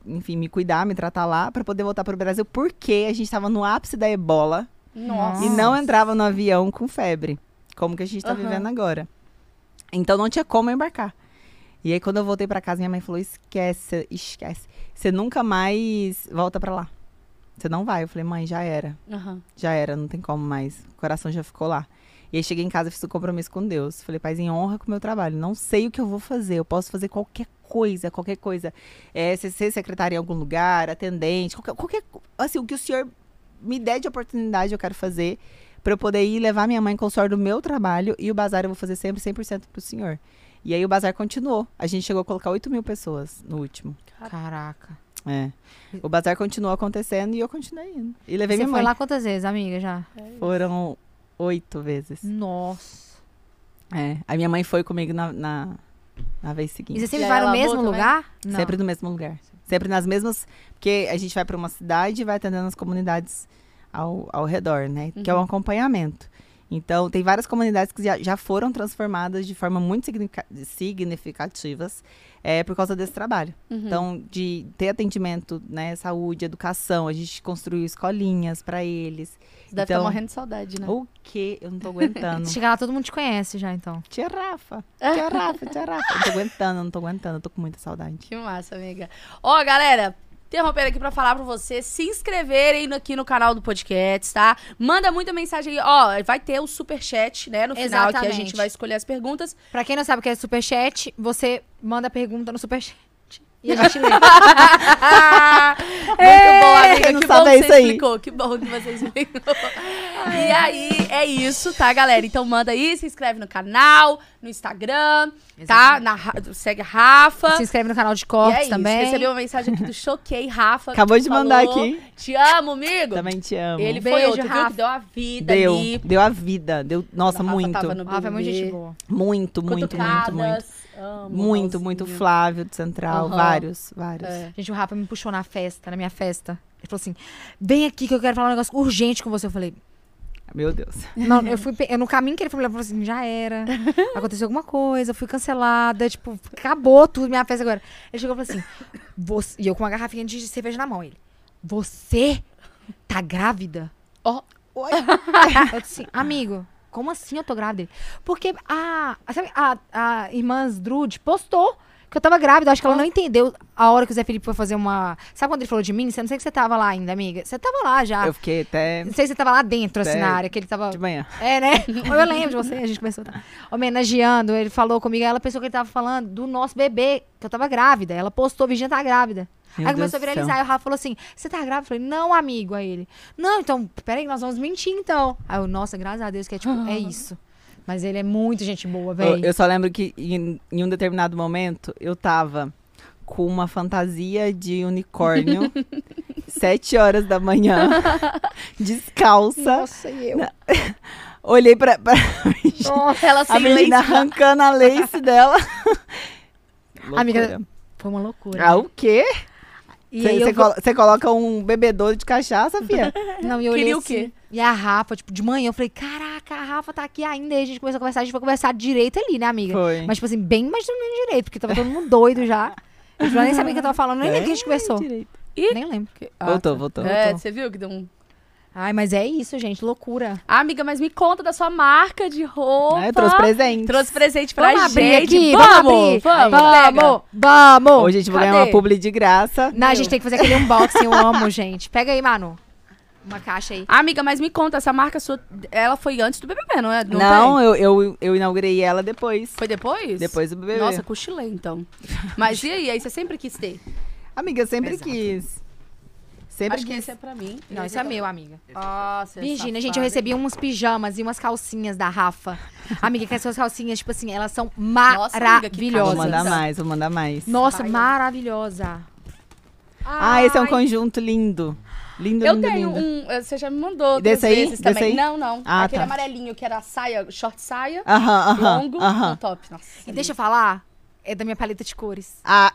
enfim, me cuidar, me tratar lá, pra poder voltar pro Brasil, porque a gente tava no ápice da ebola Nossa. e não entrava no avião com febre, como que a gente tá Aham. vivendo agora. Então não tinha como embarcar. E aí quando eu voltei pra casa, minha mãe falou: "Esquece, esquece. Você nunca mais volta pra lá." Você não vai. Eu falei, mãe, já era. Aham. Já era, não tem como mais. O coração já ficou lá. E aí cheguei em casa, fiz um compromisso com Deus. Falei, paz, em honra com o meu trabalho. Não sei o que eu vou fazer. Eu posso fazer qualquer coisa, qualquer coisa. É, ser- ser secretária em algum lugar, atendente, qualquer, qualquer. co- Assim, o que o senhor me der de oportunidade, eu quero fazer. Pra eu poder ir levar minha mãe com o suor do meu trabalho. E o bazar eu vou fazer sempre 100% pro senhor. E aí o bazar continuou. A gente chegou a colocar 8 mil pessoas no último. Caraca. É. O bazar continuou acontecendo e eu continuei indo. E levei Você minha foi mãe. lá quantas vezes, amiga, já? Foram oito vezes. Nossa. É. A minha mãe foi comigo na, na, na vez E seguinte. você sempre E vai aí no ela mesmo amou também? lugar? Não. Sempre no mesmo lugar. Sempre nas mesmas. Porque a gente vai para uma cidade e vai atendendo as comunidades ao, ao redor, né? Que é Uhum. um acompanhamento. Então, tem várias comunidades que já, já foram transformadas de forma muito significa- significativas é, por causa desse trabalho. Uhum. Então, de ter atendimento, né, saúde, educação, a gente construiu escolinhas para eles. Você deve estar Então- morrendo de saudade, né? O que? Eu não tô aguentando. Chegar lá, todo mundo te conhece já, então. Tia Rafa, tia Rafa, tia Rafa. Eu não tô aguentando, eu não tô aguentando, eu tô com muita saudade. Que massa, amiga. Ó, galera, interrompendo aqui pra falar pra vocês se inscreverem no- aqui no canal do podcast, tá? Manda muita mensagem aí. Ó, vai ter o superchat, né? No final que a Exatamente. gente vai escolher as perguntas. Pra quem não sabe o que é superchat, você manda pergunta no superchat. E a gente lê. Muito bom, amiga. eu não que bom sabia que isso você aí. explicou. Que bom que você explicou. e aí, é isso, tá, galera? Então manda aí, se inscreve no canal, no Instagram, tá? Na Ra- segue a Rafa. Se inscreve no canal de E cortes é isso. também. Recebi uma mensagem aqui do Choquei Rafa. Acabou de falou, mandar aqui. Te amo, amigo. Também te amo. Ele Beijo, foi outro, viu? Rafa. Que deu a vida deu, ali. deu a vida, deu, nossa, Rafa muito, tava no Ah, foi muito BBB. gente boa. muito, muito, muito, muito, muito. Cutucadas. Amo, Muito, Raulzinho. Flávio do Central, Aham. vários, vários. É. Gente, o Rafa me puxou na festa, na minha festa. Ele falou assim: vem aqui que eu quero falar um negócio urgente com você. Eu falei, Meu Deus. não, eu fui. pe- Eu, no caminho que ele foi me levar, eu falei assim: já era. Aconteceu alguma coisa, eu fui cancelada, tipo, acabou tudo, minha festa agora. Ele chegou e falou assim: "Você-" e eu com uma garrafinha de cerveja na mão. Ele, você tá grávida? Ó, Eu disse assim, amigo, como assim eu tô grávida? Ele, Porque a, sabe, a, a irmã Drud postou que eu tava grávida. Acho que ela não entendeu a hora que o Zé Felipe foi fazer uma... Sabe quando ele falou de mim? Você não sei que você tava lá ainda, amiga. Você tava lá já. Ah. Eu fiquei até Não sei se você tava lá dentro, assim, É. na área, que ele tava... de manhã. É, né? Eu lembro de você, a gente começou tá? homenageando. Ele falou comigo, aí ela pensou que ele tava falando do nosso bebê, que eu tava grávida. Ela postou, Virginia tá grávida. Meu Ah, aí Deus começou a do céu. viralizar. Aí o Rafa falou assim: Você tá grávida? Eu falei: Não, amigo. Aí ele: Não, então, peraí, nós vamos mentir então. Aí eu: Nossa, graças a Deus que é tipo, é isso. Mas ele é muito gente boa, Eu, velho. Ah. eu só lembro que em, em um determinado momento eu tava com uma fantasia de unicórnio, sete horas da manhã, descalça. Nossa, e eu. Olhei pra, pra ela a sem leite. menina arrancando a lace dela. Amiga, Loucura. Foi uma loucura. Ah, o quê? e aí eu Você vou- coloca um bebedouro de cachaça, fia? Não, e eu olhei Queria o assim, quê? E a Rafa, tipo, de manhã eu falei, caraca, a Rafa tá aqui ainda. E a gente começou a conversar, a gente foi conversar direito ali, né, amiga? Foi. Mas, tipo assim, bem mais ou menos direito, porque tava todo mundo doido já. A gente nem sabia o que eu tava falando, nem lembro o que a gente É, conversou. Direito. Ih. Nem lembro. Voltou, voltou. É, Voltou. você viu que deu um... Ai, mas é isso, gente, loucura. Ah, amiga, mas me conta da sua marca de roupa. É, trouxe presente. Trouxe presente pra vamos gente. abrir aqui, vamos, vamos, abrir. vamos, vamos, vamos. Hoje a gente vai Cadê? ganhar uma publi de graça. Não, a gente tem que fazer aquele unboxing, eu amo, gente. Pega aí, Manu. Uma caixa aí. Amiga, mas me conta, essa marca sua, ela foi antes do BBB, não é? Não, tem? eu, eu, eu inaugurei ela depois. Foi depois? Depois do BBB. Nossa, cochilei então. Mas e aí? Aí você sempre quis ter? Amiga, eu sempre Exato. quis. Sempre Acho que quis. Ah, esse é pra mim. Não, isso é meu, amiga. Nossa, Virgínia, gente, eu recebi uns pijamas e umas calcinhas da Rafa. Amiga, que essas calcinhas, tipo assim, elas são Nossa, amiga, que Vou maravilhosas. calça. mandar Exato. mais, vou mandar mais. Nossa, Vai. maravilhosa. Ah, esse é um Ai, conjunto lindo. Lindo, Eu lindo, tenho lindo. um, eh, você já me mandou outras Desse aí? vezes Desse também. aí? Não, não. Ah, Aquele tá. amarelinho que era saia, short saia, Aham, aham. longo, aham. no top. Nossa. E deixa eu falar, é da minha paleta de cores. Ah,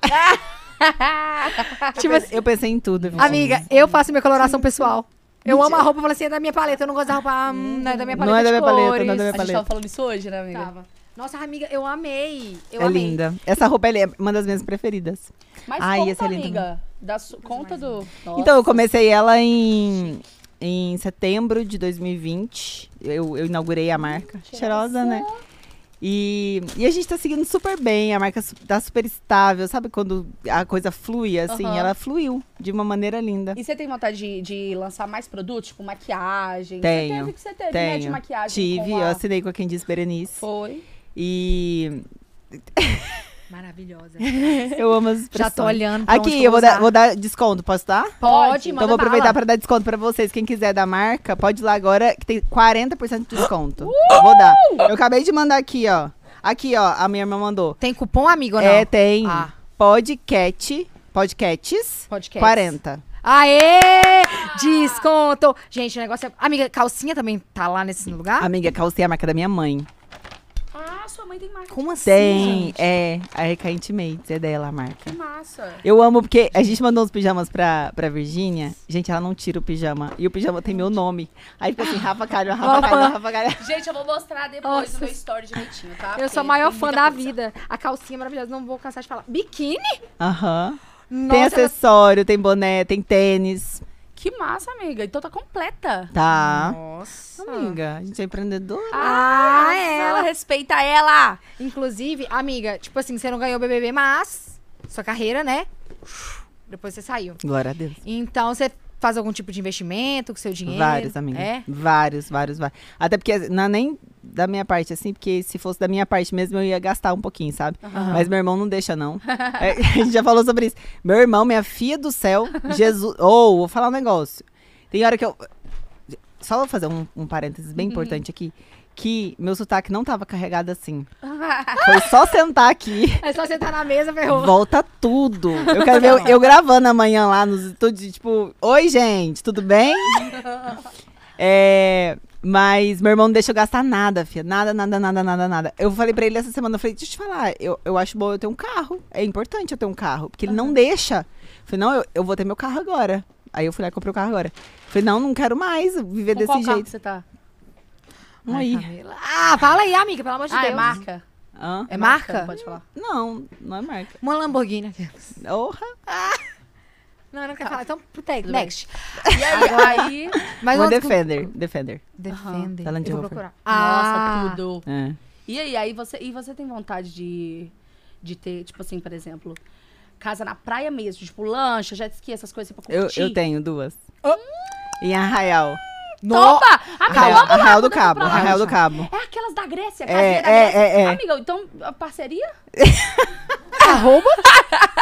tipo assim, eu pensei em tudo. Virgínia. amiga, eu faço minha coloração pessoal. Eu amo a roupa, eu falo assim, é da minha paleta. Eu não gosto da roupa, ah, hum, não é da minha Não paleta é da de minha paleta, cores. não é da a minha gente paleta. tava falando isso hoje, né, amiga? Tava. Nossa, amiga, eu amei. Eu é amei. linda. Essa roupa é li- uma das minhas preferidas. Mas Ai, conta, esse é lindo amiga, da su- conta do... Nossa. Então, eu comecei ela em, em setembro de 2020. Eu, eu inaugurei a marca. Cheirosa, né? E, e a gente tá seguindo super bem, a marca su- tá super estável. Sabe quando a coisa flui, assim? Aham. Ela fluiu de uma maneira linda. E você tem vontade de, de lançar mais produtos, tipo maquiagem? Tenho, Você teve que você teve, né? De tenho. tá maquiagem. Tive, assim, com eu a... assinei com a Candice Berenice. Foi. E Maravilhosa. eu amo as Já expressões. tô olhando. pra onde que Aqui, eu vou usar. dar, vou dar desconto, posso dar? Pode, Então manda então vou aproveitar bala. pra dar desconto pra vocês. Quem quiser da marca, pode ir lá agora que tem 40% de desconto. Vou dar. Eu acabei de mandar aqui, ó. Aqui, ó, a minha irmã mandou. Tem cupom, amigo, ou não? É, tem. Ah. Podcast. Podcasts. Podcast. 40. Aê! Desconto! Gente, o negócio é. Amiga, calcinha também tá lá nesse lugar? Amiga, calcei a marca da minha mãe. Ah, sua mãe tem marca. Como assim? Tem, gente? é. A Recaente Mates é dela a marca. Que massa. Eu amo porque a gente mandou uns pijamas pra, pra Virgínia. Gente, ela não tira o pijama. E o pijama tem meu nome. Aí fica assim, Rafa Calho, Rafa Calho, Rafa Calho. Gente, eu vou mostrar depois Nossa. no meu story direitinho, Ah, tá? Eu Porque sou a maior tem fã muita da coisa. vida. A calcinha é maravilhosa, não vou cansar de falar. Biquíni? Aham. Tem Nossa, acessório, tem boné, tem tênis. Que massa, amiga. Então tá completa. Tá. Nossa. Amiga, a gente é empreendedora. Ah, Nossa, ela. Respeita ela. Inclusive, amiga, tipo assim, você não ganhou o BBB, mas sua carreira, né? Depois você saiu. Glória a Deus. Então, você faz algum tipo de investimento com seu dinheiro? Vários, amiga. É? Vários, vários, vários. Até porque não é nem da minha parte, assim, porque se fosse da minha parte mesmo, eu ia gastar um pouquinho, sabe? Mas meu irmão não deixa, não. É, a gente já falou sobre isso. Meu irmão, minha filha do céu, Jesus. Ou, vou falar um negócio. Tem hora que eu. Só vou fazer um, um parênteses Uhum. bem importante aqui. Que meu sotaque não tava carregado assim. Foi só sentar aqui. É só sentar na mesa, ferrou. Volta tudo. Eu quero ver eu, eu gravando amanhã lá nos estúdios, tipo, oi, gente, tudo bem? É, mas meu irmão não deixa eu gastar nada, filha. Nada, nada, nada, nada, nada. Eu falei pra ele essa semana, eu falei, deixa eu te falar, eu, eu acho bom eu ter um carro. É importante eu ter um carro, porque ele não deixa. Eu falei, não, eu, eu vou ter meu carro agora. Aí eu fui lá e comprei o carro agora. Eu falei, não, não quero mais Com viver É desse qual carro que jeito. você tá? Não Ai, aí. Camila. Ah, fala aí, amiga, pelo amor de ah, Deus. é marca? Hã? É marca? Não pode falar. Não, não é marca. Uma Lamborghini. Orra. Não, eu não quero falar. Então, pro tag, bem. next. E aí? aí... Mas Uma onde- Defender, Defender. Defender. Tá lá de Eu vou roupa. procurar. Nossa, Ah, tudo. É. E aí, aí você, e você tem vontade de, de ter, tipo assim, por exemplo, casa na praia mesmo, tipo lancha, jet ski, essas coisas pra Eu, curtir? eu tenho duas. Em Arraial. No- Opa! Amiga, Arraial, Oh. vamos lá, Arraial do mudando pra Cabo. lá. Arraial do Cabo. É aquelas da Grécia, casinha É, da é, Grécia. é, é. Amiga, então, a parceria? Arroba?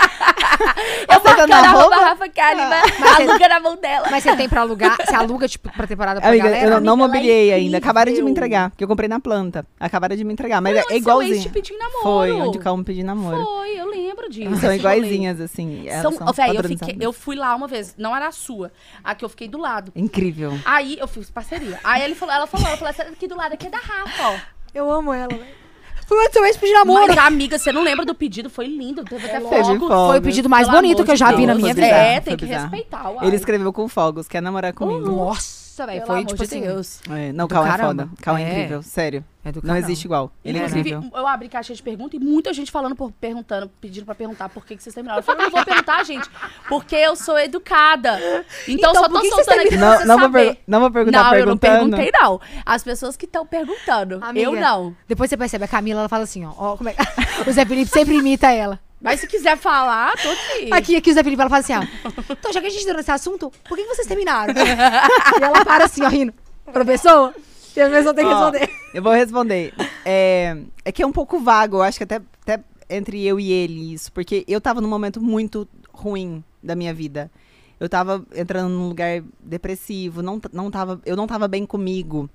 Você tá Marcando na arroba roupa? Ah. é- Rafa Kalimann, aluga na mão dela. Mas você tem pra alugar? Você aluga, tipo, pra temporada pra Amiga, galera? eu não, amiga, ela não é mobiliei ainda. Acabaram de me incrível. entregar. Porque eu comprei na planta. Acabaram de me entregar. Mas é Onde seu ex te igualzinho. pediu em um namoro. Foi, onde o Calma pediu namoro. Foi, eu lembro disso. São esse rolê. iguaizinhas, assim. Elas São, são Ó, véi, eu, padronizadas. fiquei- eu fui lá uma vez, não era a sua, a que eu fiquei do lado. Incrível. Aí eu fiz parceria. Aí ele falou, ela falou, ela falou, essa aqui do lado aqui é da Rafa, ó. Eu amo ela, velho. Foi o seu ex-pedir namoro. Mas, amiga, você não lembra do pedido? Foi lindo. Teve até Teve fogo. fogo. Foi o pedido mais Pelo bonito amor que eu de já vi na Deus. minha Foi vida. bizarro, É, tem foi que bizarro. respeitar. uai. Ele escreveu com fogos, quer Oh. namorar comigo. Nossa, Pelo velho. Foi, amor tipo de assim... Deus. É, não, Do Cal é caramba. foda. Cal é, É. incrível, sério. É do não caramba. existe igual. Ele é Inclusive, incrível. eu abri caixa de pergunta e muita gente falando, por, perguntando, pedindo pra perguntar por que, que vocês terminaram. Eu falei, eu não vou perguntar, gente, porque eu sou educada. Então, Então, só por tô que que vocês soltando aqui pra Não, você não, vou saber. pergu- não vou perguntar não, eu não perguntando. perguntei, não. As pessoas que estão perguntando. Amiga, Eu não. Depois você percebe, a Camila, ela fala assim, ó. ó como é... o Zé Felipe sempre imita ela. Mas se quiser falar, tô aqui. Aqui, aqui o Zé Felipe, ela fala assim, ó. Então, já que a gente entrou nesse assunto, por que que vocês terminaram? e ela para assim, ó, rindo. Professor, e a pessoa tem que Ó, responder. Eu vou responder. É, é que é um pouco vago, eu acho que até, até entre eu e ele isso, porque eu tava num momento muito ruim da minha vida. Eu tava entrando num lugar depressivo, não, t- não tava, eu não tava bem comigo.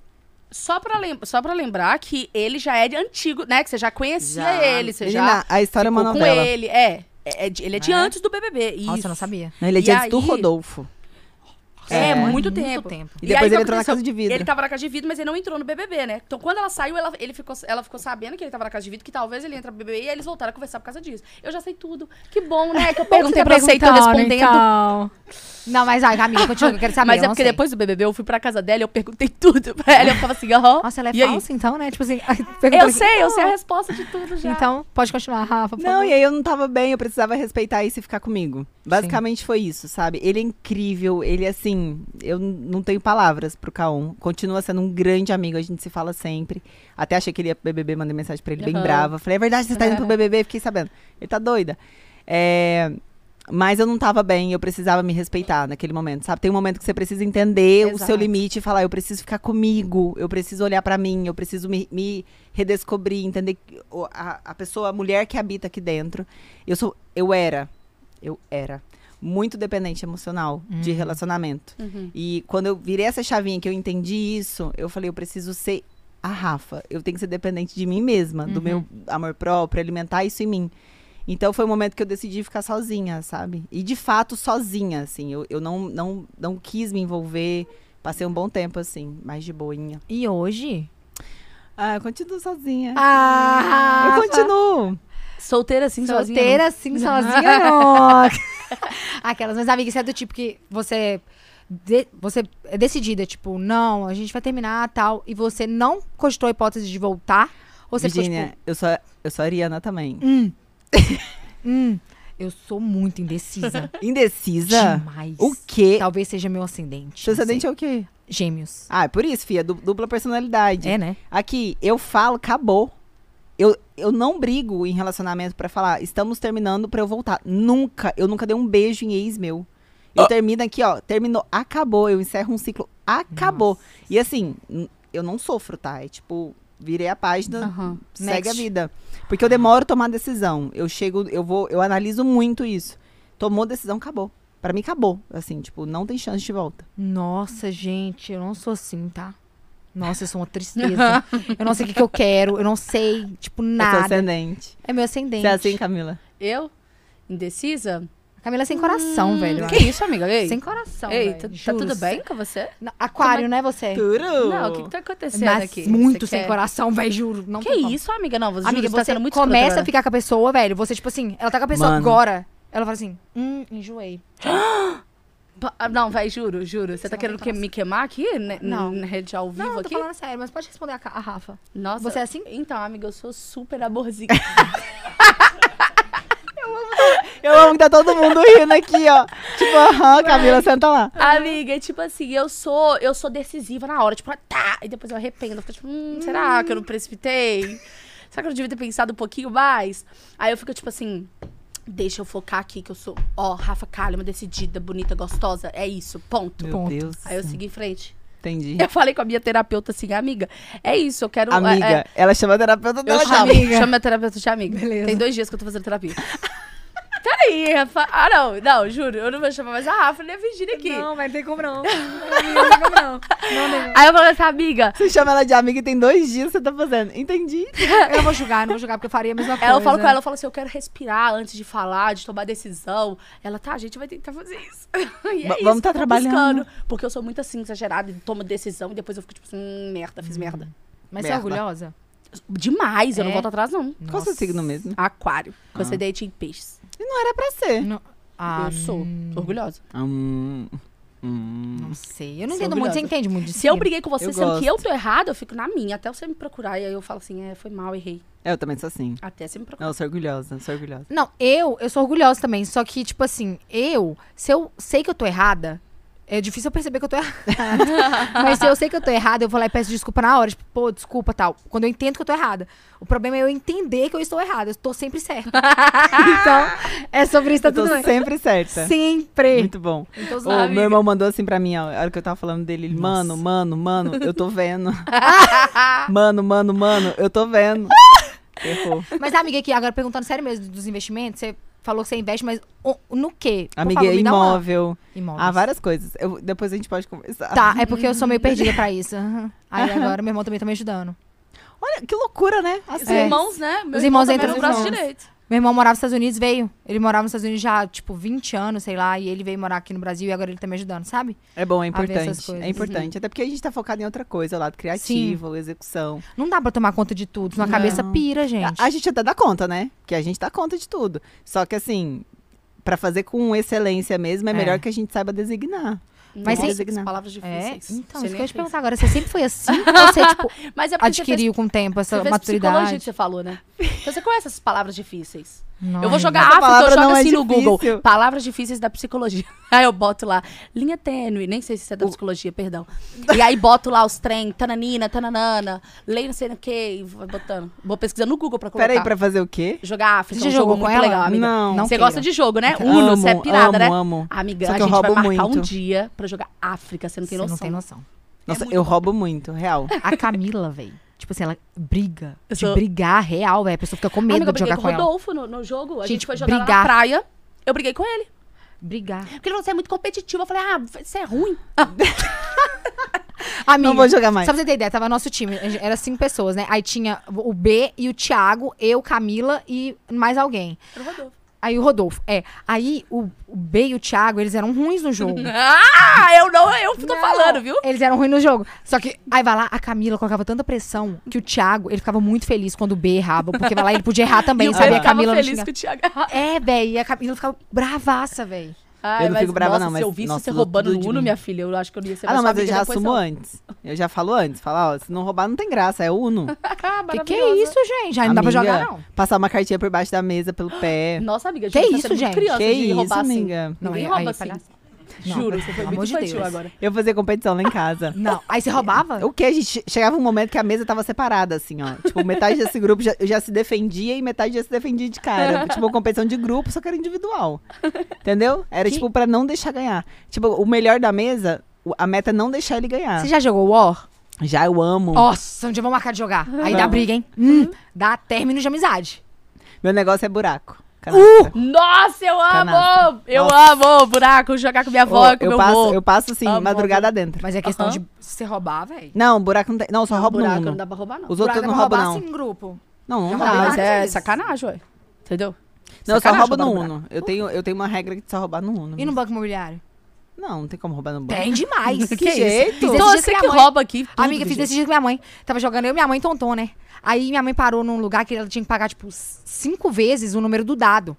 Só pra, lem- só pra lembrar que ele já é de antigo, né? Que você já conhecia Já. ele, você já Menina, a história é uma ficou com novela. ele. É, é, é de- ele é de É? antes do BBB. Isso. Nossa, eu não sabia. Não, Ele é E diante do aí- Rodolfo. É, É, muito, muito tempo. tempo. E depois aí, ele o que entrou na aconteceu? casa de vidro. Ele tava na casa de vidro, mas ele não entrou no BBB, né? Então, quando ela saiu, ela, ele ficou, ela ficou sabendo que ele tava na casa de vidro, que talvez ele entra no BBB, e aí eles voltaram a conversar por causa disso. Eu já sei tudo. Que bom, né? Que eu perguntei pra você e tô respondendo. Então. Não, mas ai, Camila, continua que eu quero saber. Mas eu é não porque sei. depois do BBB eu fui pra casa dela e eu perguntei tudo pra ela. Eu ficava assim, aham. Nossa, ela é e aí? falsa, então, né? Tipo assim. Eu sei, eu sei a resposta de tudo já. Então, pode continuar, Rafa. por Não, favor. e aí eu não tava bem, eu precisava respeitar isso e ficar comigo. Basicamente foi isso, sabe? Ele é incrível, ele assim, assim, eu n- não tenho palavras pro Kaon. Continua sendo um grande amigo, a gente se fala sempre. Até achei que ele ia pro BBB, mandei mensagem pra ele bem Aham. brava. Falei, é verdade, você tá indo pro BBB? Fiquei sabendo. Ele tá doida. É, Mas eu não tava bem, eu precisava me respeitar naquele momento, sabe? Tem um momento que você precisa entender o seu Exato. limite e falar, eu preciso ficar comigo, eu preciso olhar pra mim, eu preciso me, me redescobrir, entender que o- a, a pessoa, a mulher que habita aqui dentro. Eu sou, eu era, eu era muito dependente emocional de relacionamento. Uhum. E quando eu virei essa chavinha que eu entendi isso, eu falei, eu preciso ser a Rafa. Eu tenho que ser dependente de mim mesma, do meu amor próprio, alimentar isso em mim. Então foi o momento que eu decidi ficar sozinha, sabe? E de fato sozinha, assim. Eu, eu não, não, não quis me envolver. Passei um bom tempo, assim, mais de boinha. E hoje? Ah, eu continuo sozinha. Ah, eu continuo. Solteira assim, sozinha. Solteira assim, sozinha não. Aquelas, mas amiga, isso é do tipo que você, de- você é decidida, tipo, não, a gente vai terminar tal, e você não cogitou a hipótese de voltar, ou você Virginia, ficou tipo, eu, sou, eu sou a Ariana também. hum, eu sou muito indecisa. Indecisa? demais. Tá O quê? Talvez seja meu ascendente. Seu não sei. ascendente é o quê? Gêmeos. Ah, é por isso, fia, du- dupla personalidade. É, né? Aqui, eu falo, acabou. Eu, eu não brigo em relacionamento pra falar, estamos terminando pra eu voltar. Nunca, eu nunca dei um beijo em ex meu. Eu termino aqui, ó, terminou, acabou, eu encerro um ciclo, acabou. E assim, n- eu não sofro, tá? É tipo, virei a página, Aham. segue Next. a vida. Porque eu demoro a tomar decisão. Eu chego, eu vou, eu analiso muito isso. Tomou decisão, acabou. Pra mim acabou, assim, tipo, não tem chance de volta. Nossa, gente, eu não sou assim, tá? Nossa, eu sou uma tristeza. eu não sei o que, que eu quero, eu não sei, tipo, É seu nada. ascendente. É meu ascendente. Você é assim, Camila? Eu? Indecisa? A Camila é sem coração, velho. eu Que isso, amiga? Ei, acho. Sem coração, Ei velho. tá, tá Juro. tudo bem com você? Não, Aquário, né, você? é Turu! Não, o que, que tá acontecendo Mas aqui? muito Você sem quer- coração, velho, juro. Não Que tem como. isso, amiga? Não, juro, Amiga, você tá você sendo muito começa escrota, a né? ficar com a pessoa, velho. Você, tipo assim, ela tá com a pessoa Mano. agora. Ela fala assim, hum, enjoei. Pa- ah, Não, vai, juro, juro. Você, tá não querendo tem que- coração. me queimar aqui? né? Não. Na rede ao vivo Não, eu tô aqui? falando sério, mas pode responder a, Ca- a Rafa. Nossa. Você é assim? Então, amiga, eu sou super amorzinha. Eu amo que tá todo mundo rindo aqui, ó. Tipo, aham, Camila, senta lá. Amiga, tipo assim, eu sou, eu sou decisiva na hora, tipo, ah, tá, e depois eu arrependo, eu fico tipo, hum, será que eu não precipitei? Será que eu devia ter pensado um pouquinho mais? Aí eu fico tipo assim, deixa eu focar aqui que eu sou, ó, Rafa Kalima, decidida, bonita, gostosa, é isso, ponto. Ponto. Deus. Aí eu segui em frente. Entendi. Eu falei com a minha terapeuta assim, amiga, é isso, eu quero... é- Amiga, é, ela chama a terapeuta eu dela, chamo, Camila. chamo minha terapeuta de amiga. Beleza. Tem dois dias que eu tô fazendo terapia. Peraí, Rafa. Ah, não, não, juro, eu não vou chamar mais a Rafa nem a Virgínia aqui. mas não tem como não. Não tem como não. Não, não. Aí eu falei assim, amiga, Você chama ela de amiga e tem dois dias que você tá fazendo. Entendi. Eu não vou julgar, não vou julgar, porque eu faria a mesma coisa. Ela fala com ela, eu falo assim, eu quero respirar antes de falar, de tomar decisão. Ela, tá, a gente vai tentar fazer isso. E é Va- isso vamos que eu tô tá trabalhando. buscando. porque eu sou muito assim, exagerada, e tomo decisão e depois eu fico tipo assim, hum, merda, fiz merda. Mas você é Merda. orgulhosa? Demais, eu não É? volto atrás, não. Qual o seu Nossa. signo mesmo? Aquário, com acidente em peixes. Era pra ser. Não- Ah, eu sou orgulhosa. Hum. Hum. Não sei. Eu não Sou entendo muito. Você orgulhosa. entende muito de Se eu signo? briguei com você, Eu sendo que eu gosto. tô errada, eu fico na minha, até você me procurar. E aí eu falo assim, é, foi mal, errei. É, Eu também sou assim. Até você me procurar. Não, eu sou orgulhosa, sou orgulhosa. Não, eu, eu sou orgulhosa também. Só que, tipo assim, eu, se eu sei que eu tô errada, é difícil eu perceber que eu tô errada. Mas se eu sei que eu tô errada, eu vou lá e peço desculpa na hora. Tipo, pô, desculpa tal. Quando eu entendo que eu tô errada. O problema é eu entender que eu estou errada. Eu tô sempre certa. então, é sobre isso, tá Eu tô tudo bem. sempre certa. Sempre. Então, Muito bom. Em todos os Ô, lados. meu irmão mandou assim pra mim, ó, a hora que eu tava falando dele, ele, mano, mano, mano, eu tô vendo. mano, mano, mano, eu tô vendo. Errou. Mas, amiga, aqui, agora perguntando sério mesmo dos investimentos, você falou que você investe, mas o- no quê? Por Amiga, é favor, me dá uma- imóvel. Imóveis. Ah, várias coisas. Eu- depois a gente pode conversar. Tá, é porque eu sou meio perdida pra isso. Aham. Aí agora meu irmão também tá me ajudando. Olha, que loucura, né? Os Assim, É. irmãos, né? Meu Os irmãos irmão também entram não nos braço irmãos. direito. Meu irmão morava nos Estados Unidos, veio. Ele morava nos Estados Unidos já, tipo, 20 anos, sei lá, e ele veio morar aqui no Brasil e agora ele tá me ajudando, sabe? É bom, é ver essas importante. coisas. É importante. Até porque a gente tá focado em outra coisa, o lado criativo, execução. Não dá pra tomar conta de tudo, senão a Não. cabeça pira, A, gente. a gente até dá conta, né? Porque a gente dá conta de tudo. Só que assim, pra fazer com excelência mesmo, é, É. melhor que a gente saiba designar. Mas Nossa, sem- essas palavras É, então, difíceis. Você isso nem que eu ia te pensa. perguntar agora. Você sempre foi assim? ou você, tipo, Mas é porque você fez adquiriu com o tempo Você essa fez psicologia que maturidade? você falou, né? Então você conhece essas palavras difíceis. Eu vou jogar Essa afta, eu palavra jogo não é assim no Google. difícil. Palavras difíceis da psicologia. Aí eu boto lá, linha tênue, nem sei se isso é da psicologia, perdão. E aí boto lá os trem, tananina, tananana, leio não sei no que, e vou botando. Vou pesquisando no Google pra colocar. Peraí, pra fazer o quê? Jogar afta, Você é um já jogou jogo com muito ela? legal, amiga. Não. Você queira. gosta de jogo, né? Uno, você é Amo, pirada, amo, né? Amo. Amiga, Só a que eu gente vai roubo marcar muito. um dia pra jogar África, você não tem Você noção. não tem noção. Nossa, muito eu bom. roubo muito, real. A Camila, velho. Tipo assim, ela briga. Eu De sou- brigar real, velho. A pessoa fica com medo Amiga, de eu briguei jogar com o com ela. Rodolfo no, no jogo, a gente, Gente, foi jogar lá na brigar. praia. Eu briguei com ele. Brigar. Porque ele falou, você é muito competitivo. Eu falei, ah, você é ruim. Amiga, Não vou jogar mais. Só pra você ter ideia, tava nosso time, a gente- era cinco pessoas, né? Aí tinha o B e o Thiago, eu, Camila e mais alguém. Era o Rodolfo. Aí o Rodolfo. É, aí o, o B e o Thiago, eles eram ruins no jogo. Ah, eu não, eu tô Não, falando, viu? Eles eram ruins no jogo. Só que, aí vai lá, a Camila colocava tanta pressão que o Thiago, ele ficava muito feliz quando o B errava. Porque vai lá, ele podia errar também, E o sabe? Pedro A Camila tava não feliz xingava. que o Thiago. É, velho, e a Camila ficava bravaça, velho. Ai, não fico brava, nossa, não, mas, se eu visse nossa, você louco roubando tudo no de Uno, mim. minha filha, eu acho que eu não ia ser Ah, mais não, sua mas eu amiga já depois, assumo não. antes. Eu já falo antes. Falar, ó, se não roubar, não tem graça, é Uno. Ah, Que que maravilhosa. é isso, gente? Aí não dá pra Amiga, jogar, não. Passar uma cartinha por baixo da mesa, pelo pé. Nossa, amiga, Que juro, você isso, é muito gente? criança Que de isso, roubar assim. amiga? Não, Ninguém aí- rouba aí é assim. palhaçada. Não, Juro, você foi pelo muito amor de infantil Deus. agora. Eu fazia competição lá em casa. Não, aí você roubava? O que a gente chegava um momento que a mesa tava separada, assim, ó. Tipo, metade desse grupo já, já se defendia e metade já se defendia de cara. Tipo, uma competição de grupo, só que era individual. Entendeu? Era, Que- tipo, pra não deixar ganhar. Tipo, o melhor da mesa, o- a meta é não deixar ele ganhar. Você já jogou War? Hum. Já eu amo. Nossa, um dia vamos marcar de jogar. Aí dá briga, hein? Uhum. Hum, dá término de amizade. Meu negócio é buraco. Canastra. Nossa, eu amo! Canastra. Eu Nossa. amo o buraco, jogar com minha Ô, avó, com eu, meu passo, avô. eu passo, assim, um Amo, madrugada dentro. Mas é questão Aham. de se roubar, velho. Não, buraco não tem. Não, só roubo buraco no não Uno. dá pra roubar, não. Os outros eu não roubam, não. assim em grupo. Não, não Não, Ah, dá. mas é vezes. sacanagem, ué. Entendeu? Não, eu só sacanagem roubo no roubar no Uno. Eu tenho, eu tenho uma regra de só roubar no Uno. E no banco imobiliário? Não, não tem como roubar no banco. Tem demais. Que isso? jeito? Fiz Então esse dia você com que minha mãe. rouba aqui. tudo, Amiga, fiz gente. esse dia com minha mãe. Tava jogando eu e minha mãe tonton, né? Aí minha mãe parou num lugar que ela tinha que pagar, tipo, cinco vezes o número do dado.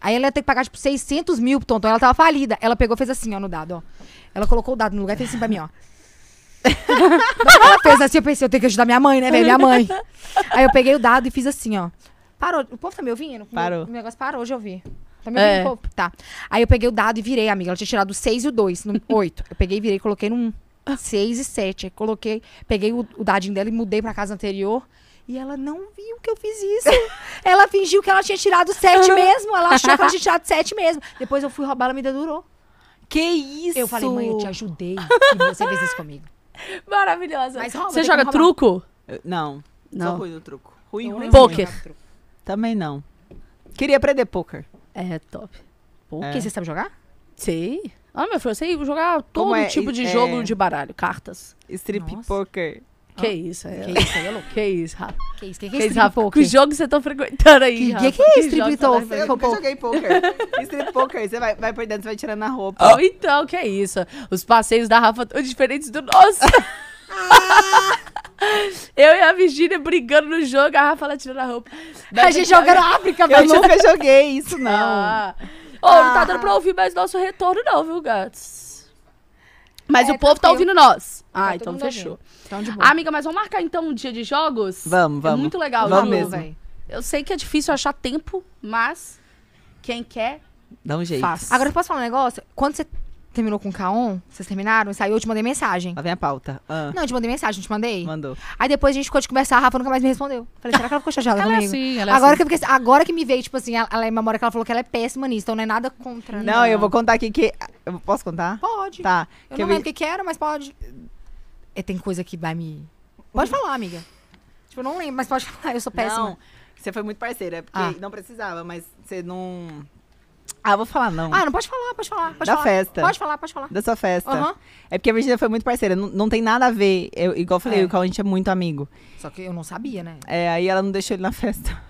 Aí ela ia ter que pagar, tipo, 600 mil pro tonton. Ela tava falida. Ela pegou e fez assim, ó, no dado, ó. Ela colocou o dado no lugar e fez assim pra mim, ó. ela fez assim, eu pensei, eu tenho que ajudar minha mãe, né, velho? Minha mãe. Aí eu peguei o dado e fiz assim, ó. Parou. O povo tá me ouvindo? Parou. O negócio parou de ouvir. Tá me ouvindo, É. povo? Tá. Aí eu peguei o dado e virei, amiga. Ela tinha tirado o 6 e o 2, no 8. Eu peguei e virei, coloquei no 1. 6 e 7. Aí coloquei, peguei o, o dadinho dela e mudei pra casa anterior. E ela não viu que eu fiz isso. ela fingiu que ela tinha tirado 7 mesmo. Ela achou que ela tinha tirado 7 mesmo. Depois eu fui roubar, ela me dedurou. Que isso? Eu falei, mãe, eu te ajudei. E você fez isso comigo. Maravilhosa. Mas rouba, você tem joga como roubar. truco? Eu- Não. Não. Sou ruim no truco. Ruim, Eu ruim. nem Pouco. ruim. Poker. lembro. Também não. Queria aprender poker. É, top. O que? Você sabe jogar? Sei. Ah, meu filho, eu sei jogar todo Como é? tipo de É- jogo de baralho, cartas. Strip Nossa. poker. Que isso, é. Ah, Que isso, aí é louco. Que isso, Rafa. Que isso, que, que Que, é isso, strip Rafa. poker? Que jogo você tá frequentando aí, Que- Rafa? que- que é jogo strip você tá poker? frequentando? nunca joguei poker. Ah. Strip poker, você vai, vai perdendo, você vai tirando a roupa. Oh, então, que isso. Os passeios da Rafa estão diferentes do nosso. Eu e a Virgínia brigando no jogo, a Rafa lá tirando a roupa. então, A gente joga na África, Eu velho. nunca joguei isso, não. Ah. Ô, não tá dando Ah. pra ouvir mais nosso retorno, não, viu, Gats? Mas É, o povo tá tranquilo. ouvindo nós. Ah, todo então mundo fechou. Então, de boa. Então, Ah, amiga, mas vamos marcar então um dia de jogos? Vamos, É vamos. muito legal, Vamos viu? mesmo. velho. Eu sei que é difícil achar tempo, mas quem quer, Dá um jeito. faz. Agora, eu posso falar um negócio? Quando você terminou com o Kaon, vocês terminaram, saiu, eu te mandei mensagem. Lá vem a pauta. Ah, Não, eu te mandei mensagem, não te mandei? mandou. Aí depois a gente ficou de conversar, a Rafa nunca mais me respondeu. Falei, será que ela ficou chateada ela é comigo? assim, ela é agora, assim. que eu fiquei, agora que me veio, tipo assim, ela, ela é memória que ela falou que ela é péssima nisso, então não é nada contra. né? Não, eu vou contar aqui que. Eu posso contar? Pode. Tá. Eu que não vi- lembro o que que era, mas pode. É, tem coisa que vai me... Pode falar, amiga. Tipo, eu não lembro, mas pode falar, eu sou péssima. Não, você foi muito parceira, é porque Ah. não precisava, mas você não. Ah, vou falar não. Ah, não, pode falar, pode falar, pode Da falar. festa. Pode falar, pode falar. Da sua festa. Aham. É porque a Virginia foi muito parceira. Não, não tem nada a ver. Eu, igual eu falei, É. o Cauã, a gente é muito amigo. Só que eu não sabia, né? É, aí ela não deixou ele na festa.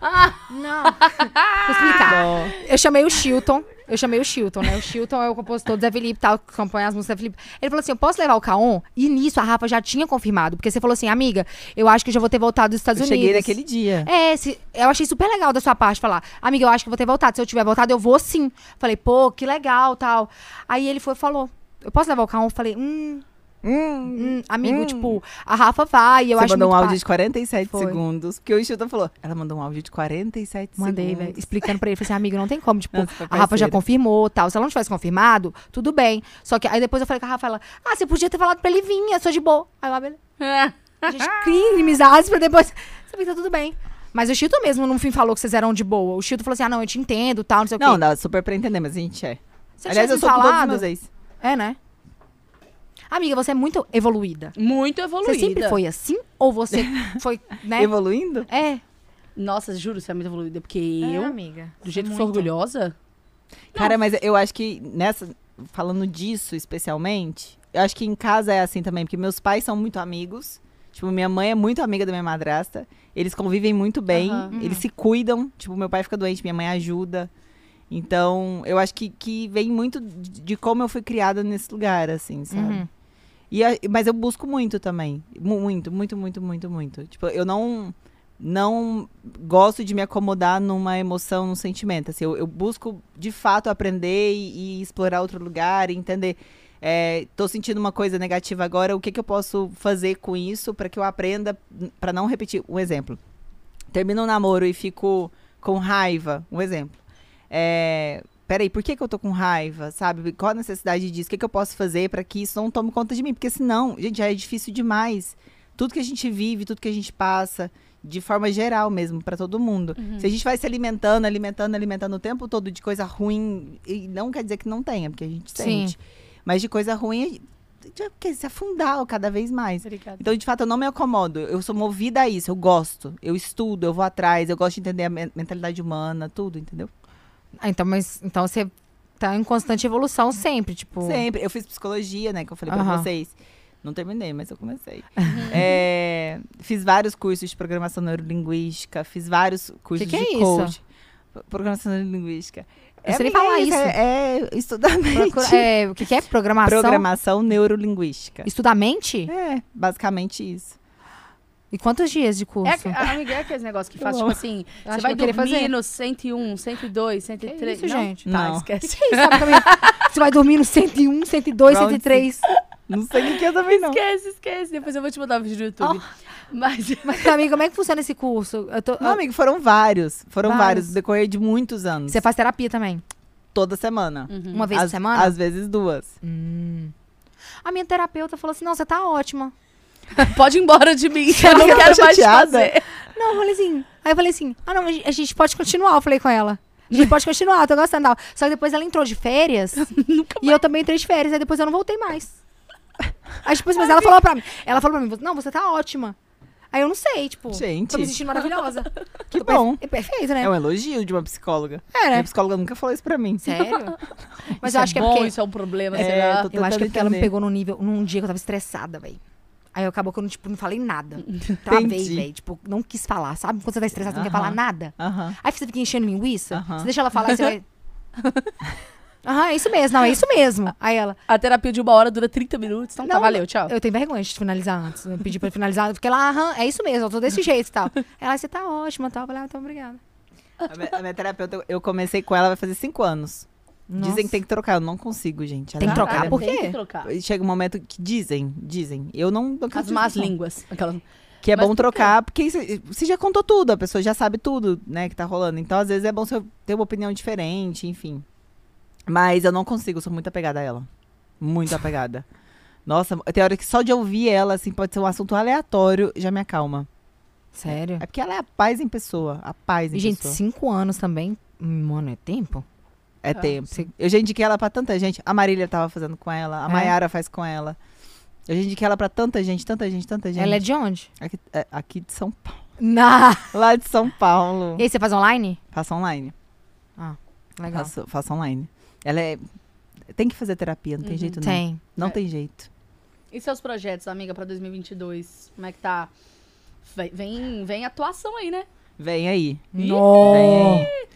Não. Vou explicar. Dó. Eu chamei o Chilton. Eu chamei o Chilton, né? O Chilton é o compositor do Zé Felipe e tal, que compõe as músicas do Zé Felipe. Ele falou assim: eu posso levar o Caon? E nisso a Rafa já tinha confirmado. Porque você falou assim, amiga, eu acho que eu já vou ter voltado dos Estados Eu Unidos. cheguei naquele dia. É, se- eu achei super legal da sua parte falar, amiga, eu acho que eu vou ter voltado. Se eu tiver voltado, eu vou sim. um?" Falei, pô, que legal, tal. Aí ele foi e falou, eu posso levar o carro? Eu Falei, hum, Hum. Hum, amigo, tipo, a Rafa vai, eu Você acho mandou um muito áudio pa- de 47 Foi. segundos. Porque o Instituto falou. Ela mandou um áudio de 47 Mandei, segundos. velho, explicando pra ele. Falei assim, amigo, não tem como. Tipo, Nossa, foi a Rafa já parceira. confirmou, tal. Se ela não tivesse confirmado, tudo bem. Só que aí depois eu falei com a Rafa, ela, ah, você podia ter falado pra ele vir, eu sou de boa. Aí ela, beleza. É, A gente cria inimizades pra depois. Sabe que tá tudo bem. Mas o Chito mesmo, no fim, falou que vocês eram de boa. O Chito falou assim, ah, não, eu te entendo, tal, não sei o Não, quê. dá super pra entender, mas a gente é. Se ele Aliás, eu tivesse sou com todos os meus falado... ex. É, né? Amiga, você é muito evoluída. Muito evoluída. Você sempre foi assim? Ou você foi, né? Evoluindo? É. Nossa, juro, você é muito evoluída. Porque É, eu, amiga. do jeito que Muito. sou orgulhosa... Cara, mas eu acho que nessa. Falando disso especialmente, eu acho que em casa é assim também, porque meus pais são muito amigos. Tipo, minha mãe é muito amiga da minha madrasta. Eles convivem muito bem, Aham. eles se cuidam. Tipo, meu pai fica doente, minha mãe ajuda. Então, eu acho que, que vem muito de de como eu fui criada nesse lugar, assim, sabe? Uhum. E a- mas eu busco muito também. Mu- Muito, muito, muito, muito, muito. Tipo, eu não não gosto de me acomodar numa emoção, num sentimento. Assim, eu, eu busco, de fato, aprender e, e explorar outro lugar e entender. É, tô sentindo uma coisa negativa agora, o que, que eu posso fazer com isso para que eu aprenda, para não repetir? Um exemplo. Termino um namoro e fico com raiva. Um exemplo. É, peraí, por que, que eu tô com raiva, sabe? Qual a necessidade disso? O que, que eu posso fazer pra que isso não tome conta de mim? Porque senão, gente, já é difícil demais. Tudo que a gente vive, tudo que a gente passa, de forma geral mesmo, pra todo mundo. Se a gente vai se alimentando, alimentando, alimentando o tempo todo de coisa ruim, e não quer dizer que não tenha, porque a gente Sim. sente. Mas de coisa ruim, a gente já quer se afundar cada vez mais. Obrigada. Então, de fato, eu não me acomodo. Eu sou movida a isso. Eu gosto. Eu estudo, eu vou atrás, eu gosto de entender a men- mentalidade humana, tudo, entendeu? Ah, então, mas então você tá em constante evolução sempre, tipo. Sempre. Eu fiz psicologia, né? Que eu falei pra Aham. Uhum. vocês. Não terminei, mas eu comecei. É, fiz vários cursos de programação neurolinguística, fiz vários cursos que é de isso? coach. P- Programação neurolinguística. Eu sei nem amiga, falar é isso. É, é estudar mente. Procura- é, o que, que é? Programação? Programação neurolinguística. Estudar mente? É, basicamente isso. E quantos dias de curso? É, que- ah, amiga, é aqueles negócios que faz, Eu tipo amo. assim, acho você que vai eu queria dormir fazer. no 101, 102, 103. isso, não? gente? Tá, Não. esquece. Que é isso, sabe, também? Você vai dormir no 101, 102, Round 103. Não sei o que que eu também não. Esquece, esquece. Depois eu vou te mandar um vídeo do YouTube. Mas Mas, amiga, como é que funciona esse curso? Eu tô- Não, amigo, foram vários. Foram Vários. vários, no decorrer de muitos anos. você faz terapia também? Toda semana. Uma vez por Às- semana? Hum. Às vezes duas. A minha terapeuta falou assim: não, você tá ótima. pode ir embora de mim, eu não não tá quero mais te chateada? fazer. Não, eu falei assim. Aí eu falei assim: ah, não, a gente- a gente pode continuar. Eu falei com ela. A gente pode continuar, eu tô gostando. tal. Só que depois ela entrou de férias. Nunca E eu também entrei de férias, aí depois eu não voltei mais. Aí, tipo, assim, mas ela falou pra mim. Ela falou pra mim, não, você tá ótima. Aí eu não sei, tipo, Gente. tô me sentindo maravilhosa. Que Tô perfe- bom. É perfeito, né? É um elogio de uma psicóloga. É, né? Minha psicóloga nunca falou isso pra mim. Sério? Mas Isso eu acho que é bom, porque. isso é um problema, É, será? tô- Eu acho que é porque ela me entender. pegou num nível, num dia que eu tava estressada, velho. Aí acabou que eu não, tipo, não falei nada. Travei, Entendi. velho. Tipo, não quis falar. Sabe? Quando você tá estressada, você não quer Aham. falar nada. Aham. Aí você fica enchendo linguiça. Aham. Você deixa ela falar e você vai. Aham, é isso mesmo. Não, é isso Ah. mesmo. Aí ela. A terapia de uma hora dura 30 minutos, então tá, Não, valeu, tchau. Eu tenho vergonha de finalizar antes. Eu pedi pra ele finalizar, porque ela, aham, é isso mesmo, eu tô desse jeito e tal. Ela, você tá ótima e tal. Eu falei, ah, então obrigada. A minha, a minha terapeuta, eu- eu comecei com ela, vai fazer cinco anos. Dizem que tem que trocar. Eu não consigo, gente. Tem que Ela- trocar, ela é Caralho, por tem quê? que trocar. muito- Chega um momento que dizem, dizem. Eu não. não As acredito más nisso, não. línguas. Aquela... Que é Mas bom por quê? trocar, porque isso- você já contou tudo, a pessoa já sabe tudo, né, que tá rolando. Então, às vezes, é bom você ter uma opinião diferente, enfim. Mas eu não consigo, eu sou muito apegada a ela. Muito apegada. Nossa, tem hora que só de ouvir ela, assim, pode ser um assunto aleatório, já me acalma. Sério? É porque ela é a paz em pessoa. A paz em E, gente, pessoa. cinco anos também, mano, é tempo? Ah, É tempo. Você- Eu já indiquei ela pra tanta gente. A Marília tava fazendo com ela, a É? Mayara faz com ela. Eu já indiquei ela pra tanta gente, tanta gente, tanta gente. Ela é de onde? aqui, é, aqui de São Paulo. Na... Lá de São Paulo. E aí, você faz online? Faça online. Legal. Faça, faça online. Ela é. Tem que fazer terapia, não tem Uhum. jeito não. Tem. Não É. tem jeito. E seus projetos, amiga, pra 2022? Como é que tá? Vem, vem, vem atuação aí, né? Vem aí. Ih, No! Vem aí.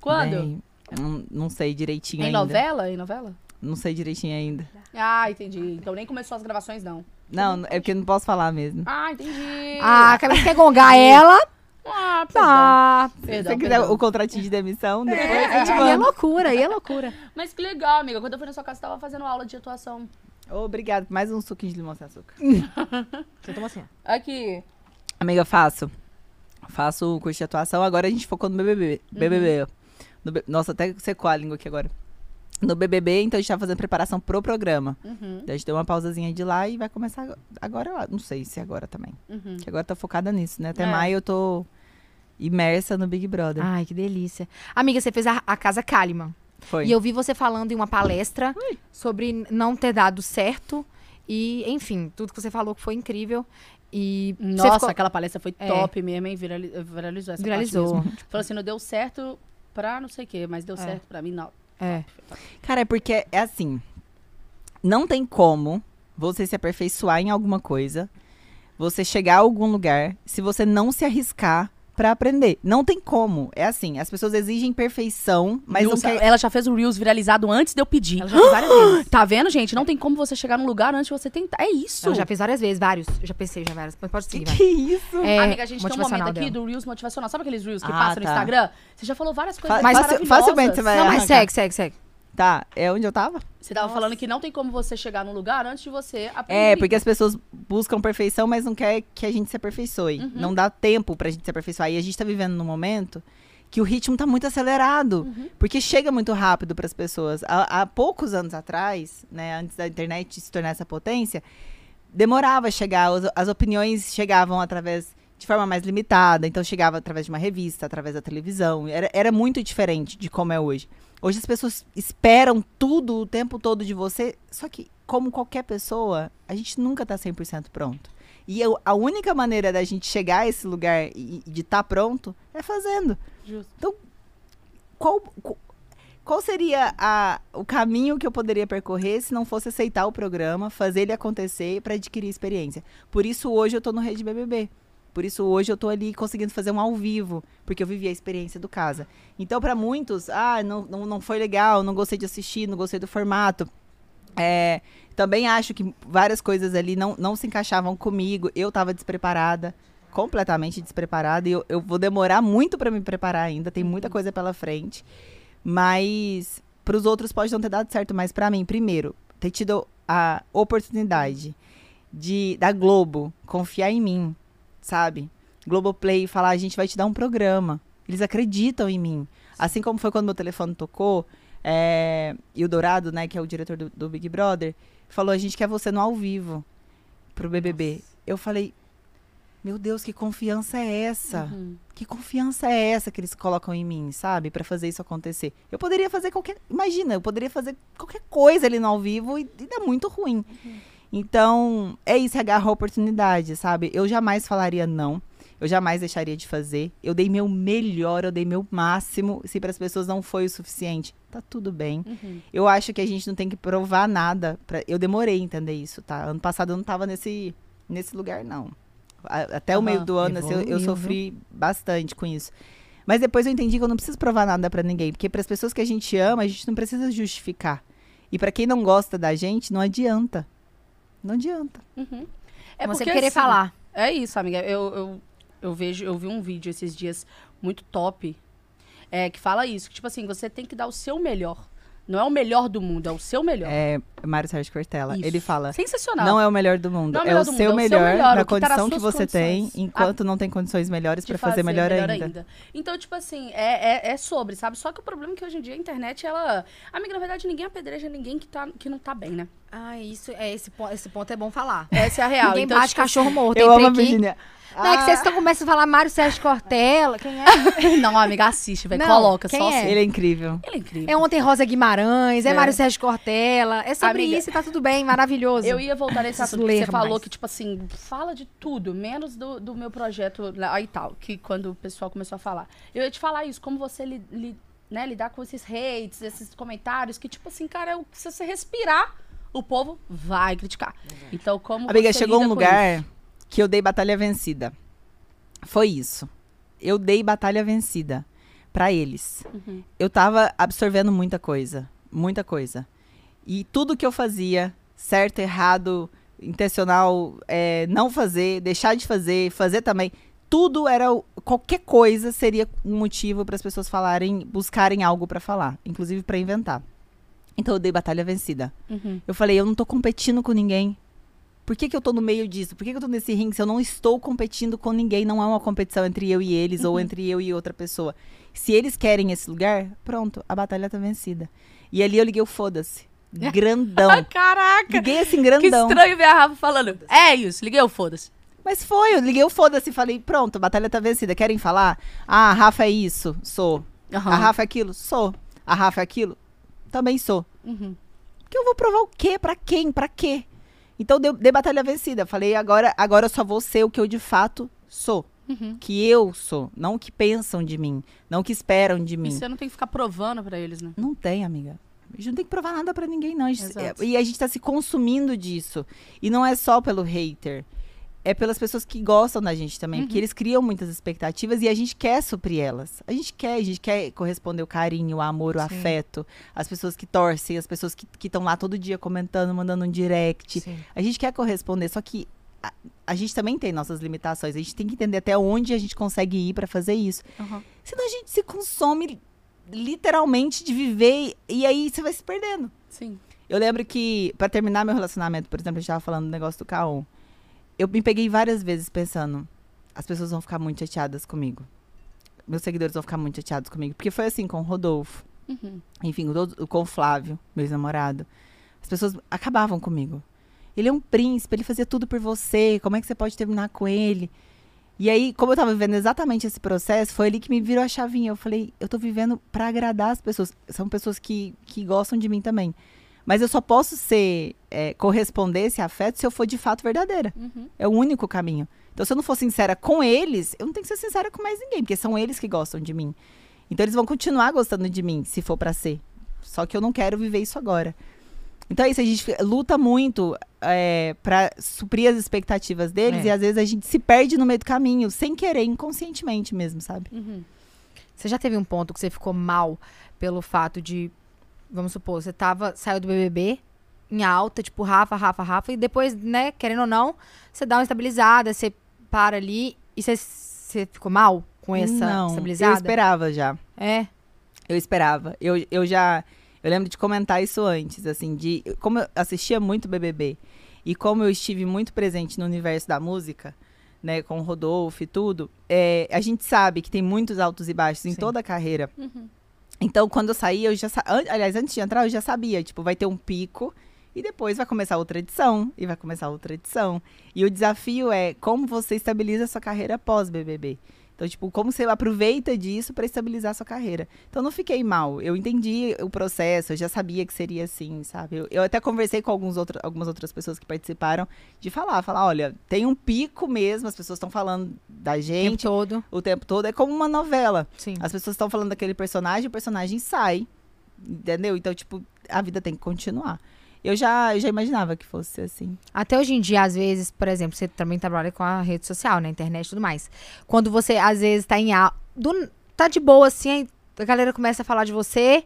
Quando? Vem aí. Não, não sei direitinho Em ainda. novela? Em novela? Não sei direitinho ainda. Ah, entendi. Então nem começou as gravações, não. Não, é porque eu não posso falar mesmo. Ah, entendi. Ah, a cabeça quer gongar ela. Ah, perdão. Tá. Se Perdão, você quiser perdão. o contratinho de demissão, depois Aí a gente é manda. loucura, aí é loucura. Mas que legal, amiga. Quando eu fui na sua casa, você tava fazendo aula de atuação. Obrigada. Mais um suquinho de limão sem açúcar. Você toma assim, ó. Aqui. Amiga, faço. Faço o curso de atuação. Agora a gente focou no BBB. Uhum. BBB. No B- Nossa, até secou a língua aqui agora. No BBB, então a gente tá fazendo preparação pro programa. Uhum, Daí a gente deu uma pausazinha de lá e vai começar ag- agora. eu Não sei se agora também. uhum. Que agora tá focada nisso, né? Até É. maio eu tô imersa no Big Brother. Ai, que delícia. Amiga, você fez a, a Casa Kalimann. Foi. E eu vi você falando em uma palestra sobre não ter dado certo. E, enfim, tudo que você falou que foi incrível. E você Nossa, ficou- aquela palestra foi É. top mesmo, hein? Virali- Viralizou essa parte viralizou. mesmo. Falou assim, não deu certo pra não sei o quê, mas deu É. certo pra mim, não. É. Cara, é porque é assim. Não tem como você se aperfeiçoar em alguma coisa, você chegar a algum lugar, se você não se arriscar pra aprender. Não tem como. É assim, as pessoas exigem perfeição, mas Nossa, não quer... Ela já fez o Reels viralizado antes de eu pedir. Ela já fez várias vezes. Tá vendo, gente? Não tem como você chegar num lugar antes de você tentar. É isso. Ela já fez várias vezes, vários. Eu Já pensei já várias. Mas pode seguir, vai. isso? É, Amiga, a gente tem um momento motivacional aqui dela. do Reels motivacional. Sabe aqueles Reels que Ah, passam no tá. Instagram? Você já falou várias coisas Fa- Mas maravilhosas. facilmente você vai- Não, mas arrancar. segue, segue, segue. Tá, é onde eu tava? Você tava Nossa. falando que não tem como você chegar num lugar antes de você aprender. É, porque as pessoas buscam perfeição, mas não quer que a gente se aperfeiçoe. Não dá tempo pra gente se aperfeiçoar. E a gente tá vivendo num momento que o ritmo tá muito acelerado. Porque chega muito rápido pras pessoas. Há, há poucos anos atrás, né, antes da internet se tornar essa potência, demorava a chegar, as, as opiniões chegavam através de forma mais limitada, então chegava através de uma revista, através da televisão. Era, era muito diferente de como é hoje. Hoje as pessoas esperam tudo o tempo todo de você, só que, como qualquer pessoa, a gente nunca tá 100% pronto. E eu- a única maneira da gente chegar a esse lugar e, e de estar pronto é fazendo. Justo. Qual, qu- qual seria a- o caminho que eu poderia percorrer se não fosse aceitar o programa, fazer ele acontecer para adquirir experiência? Por isso hoje eu tô no Rede BBB. Por isso hoje eu tô ali conseguindo fazer um ao vivo, porque eu vivi a experiência do casa. Então, para muitos, ah, não, não, não foi legal, não gostei de assistir, não gostei do formato. É, também acho que várias coisas ali não, não se encaixavam comigo, eu tava despreparada, completamente despreparada, e eu, eu vou demorar muito para me preparar ainda, tem muita coisa pela frente. Mas para os outros pode não ter dado certo, mas para mim, primeiro, ter tido a oportunidade de da Globo confiar em mim, sabe? Globoplay falar, a gente vai te dar um programa. Eles acreditam em mim. Assim como foi quando meu telefone tocou, é, e o Dourado, né, que é o diretor do, do Big Brother, falou, a gente quer você no ao vivo pro BBB. Eu falei, meu Deus, que confiança é essa? Uhum. que confiança é essa que eles colocam em mim, sabe? Pra fazer isso acontecer. Eu poderia fazer qualquer. Imagina, eu poderia fazer qualquer coisa ali no ao vivo e, e dá muito ruim. Então, é isso, é agarrar a oportunidade, sabe? Eu jamais falaria não. Eu jamais deixaria de fazer. Eu dei meu melhor, eu dei meu máximo. Se para as pessoas não foi o suficiente, tá tudo bem. Uhum. Eu acho que a gente não tem que provar nada. pra- Eu demorei a entender isso, tá? Ano passado eu não tava nesse, nesse lugar, não. A- Até o Aham, meio do ano, assim, eu, eu evoluiu, viu? sofri bastante com isso. Mas depois eu entendi que eu não preciso provar nada pra ninguém. Porque para as pessoas que a gente ama, a gente não precisa justificar. E pra quem não gosta da gente, não adianta. Não adianta. Uhum. É você porque, querer assim, falar. É isso, amiga. Eu, eu, eu vejo, eu vi um vídeo esses dias muito top é, que fala isso. Que, tipo assim, você tem que dar o seu melhor. Não é o melhor do mundo, é o seu melhor. É, Mário Sérgio Cortella, Isso. ele fala. Sensacional. Não é o melhor do mundo, Não é o é, melhor o do mundo, seu é o seu melhor, melhor, na o que tá nas condição que suas você tem, condições. enquanto não tem condições melhores pra fazer, melhor, ainda. Então, tipo assim, é, é, é sobre, sabe? Só que o problema é que hoje em dia a internet, ela. Amiga, na verdade, ninguém apedreja ninguém que, tá, que não tá bem, né? Ah, isso, é, esse, ponto, esse ponto é bom falar. Essa é a real. Ninguém então, bate tipo, cachorro morto. Eu entrei amo a aqui. Virginia. Não, é que vocês tão- começam a falar Mário Sérgio Cortella. Quem é? Não, amiga, assiste, velho. Não, Coloca, quem só é? assim. Ele é incrível. Ele é incrível. É ontem Rosa Guimarães, é, É. Mário Sérgio Cortella. É sobre Amiga. isso e tá tudo bem, maravilhoso. Eu ia voltar nesse Preciso assunto que você ler falou mais. que, tipo assim, fala de tudo, menos do, do meu projeto lá e tal, que quando o pessoal começou a falar. Eu ia te falar isso, como você li- li- né, lidar com esses hates, esses comentários, que, tipo assim, cara, é o- se você respirar, o povo vai criticar. Então, como. Amiga, você chegou um lida com lugar isso? que eu dei batalha vencida. Foi isso. Eu dei batalha vencida pra eles. Uhum. Eu tava absorvendo muita coisa, muita coisa. E tudo que eu fazia, certo, errado, intencional, é, não fazer, deixar de fazer, fazer também, tudo era o- qualquer coisa seria um motivo para as pessoas falarem, buscarem algo pra falar, inclusive pra inventar. Então eu dei batalha vencida. Uhum. Eu falei, eu não tô competindo com ninguém. Por que, que eu tô no meio disso? Por que, que eu tô nesse ringue se eu não estou competindo com ninguém? Não há uma competição entre eu e eles Uhum. ou entre eu e outra pessoa. Se eles querem esse lugar, pronto, a batalha tá vencida. E ali eu liguei o foda-se. Ai, Grandão. Ah, caraca! liguei assim, É. Que grandão. estranho ver a Rafa falando. É isso, liguei o foda-se. Mas foi, eu liguei o foda-se e falei, pronto, a batalha tá vencida. Querem falar? Ah, a Rafa é isso, sou. Aham. A Rafa é aquilo, sou. A Rafa é aquilo, também sou. Uhum. Porque eu vou provar o quê? Pra quem? Pra quê? Então deu, dei batalha vencida. Falei, agora, agora eu só vou ser o que eu de fato sou. Uhum. Que eu sou. Não o que pensam de mim. Não o que esperam de E mim. você não tem que ficar provando pra eles, né? Não tem, amiga. A gente não tem que provar nada pra ninguém, não. A gente- Exato. e a gente tá se consumindo disso. E não é só pelo hater. É pelas pessoas que gostam da gente também. Porque eles criam muitas expectativas e a gente quer suprir elas. A gente quer, a gente quer corresponder o carinho, o amor, o Sim. afeto. As pessoas que torcem, as pessoas que estão lá todo dia comentando, mandando um direct. Sim. A gente quer corresponder, só que a, a gente também tem nossas limitações. A gente tem que entender até onde a gente consegue ir pra fazer isso. Aham. Senão a gente se consome literalmente de viver e aí você vai se perdendo. Sim. Eu lembro que, pra terminar meu relacionamento, por exemplo, a gente tava falando do negócio do K1. Eu me peguei várias vezes pensando, as pessoas vão ficar muito chateadas comigo. Meus seguidores vão ficar muito chateados comigo. Porque foi assim com o Rodolfo, Uhum. enfim, com todo- com o Flávio, meu ex-namorado. As pessoas acabavam comigo. Ele é um príncipe, ele fazia tudo por você. Como é que você pode terminar com ele? E aí, como eu tava vivendo exatamente esse processo, foi ali que me virou a chavinha. Eu falei, eu tô vivendo pra agradar as pessoas. São pessoas que, que gostam de mim também. Mas eu só posso ser, é, corresponder esse afeto se eu for de fato verdadeira. Uhum. É o único caminho. Então, se eu não for sincera com eles, eu não tenho que ser sincera com mais ninguém, porque são eles que gostam de mim. Então, eles vão continuar gostando de mim, se for pra ser. Só que eu não quero viver isso agora. Então, é isso. A gente fi- luta muito é, para suprir as expectativas deles É. e, às vezes, a gente se perde no meio do caminho, sem querer, inconscientemente mesmo, sabe? Uhum. Você já teve um ponto que você ficou mal pelo fato de, vamos supor, você tava, saiu do BBB em alta, tipo Rafa, Rafa, Rafa, e depois, né, querendo ou não, você dá uma estabilizada, você para ali e você, você ficou mal com essa não, estabilizada? eu esperava já. É. Eu esperava. Eu, eu já. Eu lembro de comentar isso antes, assim, de. Como eu assistia muito BBB e como eu estive muito presente no universo da música, né, com o Rodolfo e tudo, é, a gente sabe que tem muitos altos e baixos em Sim. toda a carreira. Uhum. Então, quando eu saí, eu já. sa- an- Aliás, antes de entrar, eu já sabia, tipo, vai ter um pico. E depois vai começar outra edição, e vai começar outra edição. E o desafio é como você estabiliza a sua carreira pós-BBB. Então, tipo, como você aproveita disso para estabilizar a sua carreira. Então, eu não fiquei mal. Eu entendi o processo, eu já sabia que seria assim, sabe? Eu, eu até conversei com alguns outro, algumas outras pessoas que participaram de falar, falar, olha, tem um pico mesmo, as pessoas estão falando da O tempo gente todo. o tempo todo, é como uma novela. Sim. As pessoas estão falando daquele personagem, o personagem sai, entendeu? Então, tipo, a vida tem que continuar. Eu já, eu já imaginava que fosse assim. Até hoje em dia, às vezes, por exemplo, você também trabalha com a rede social, na internet e tudo mais. Quando você, às vezes, tá em a... do- tá de boa, assim, aí a galera começa a falar de você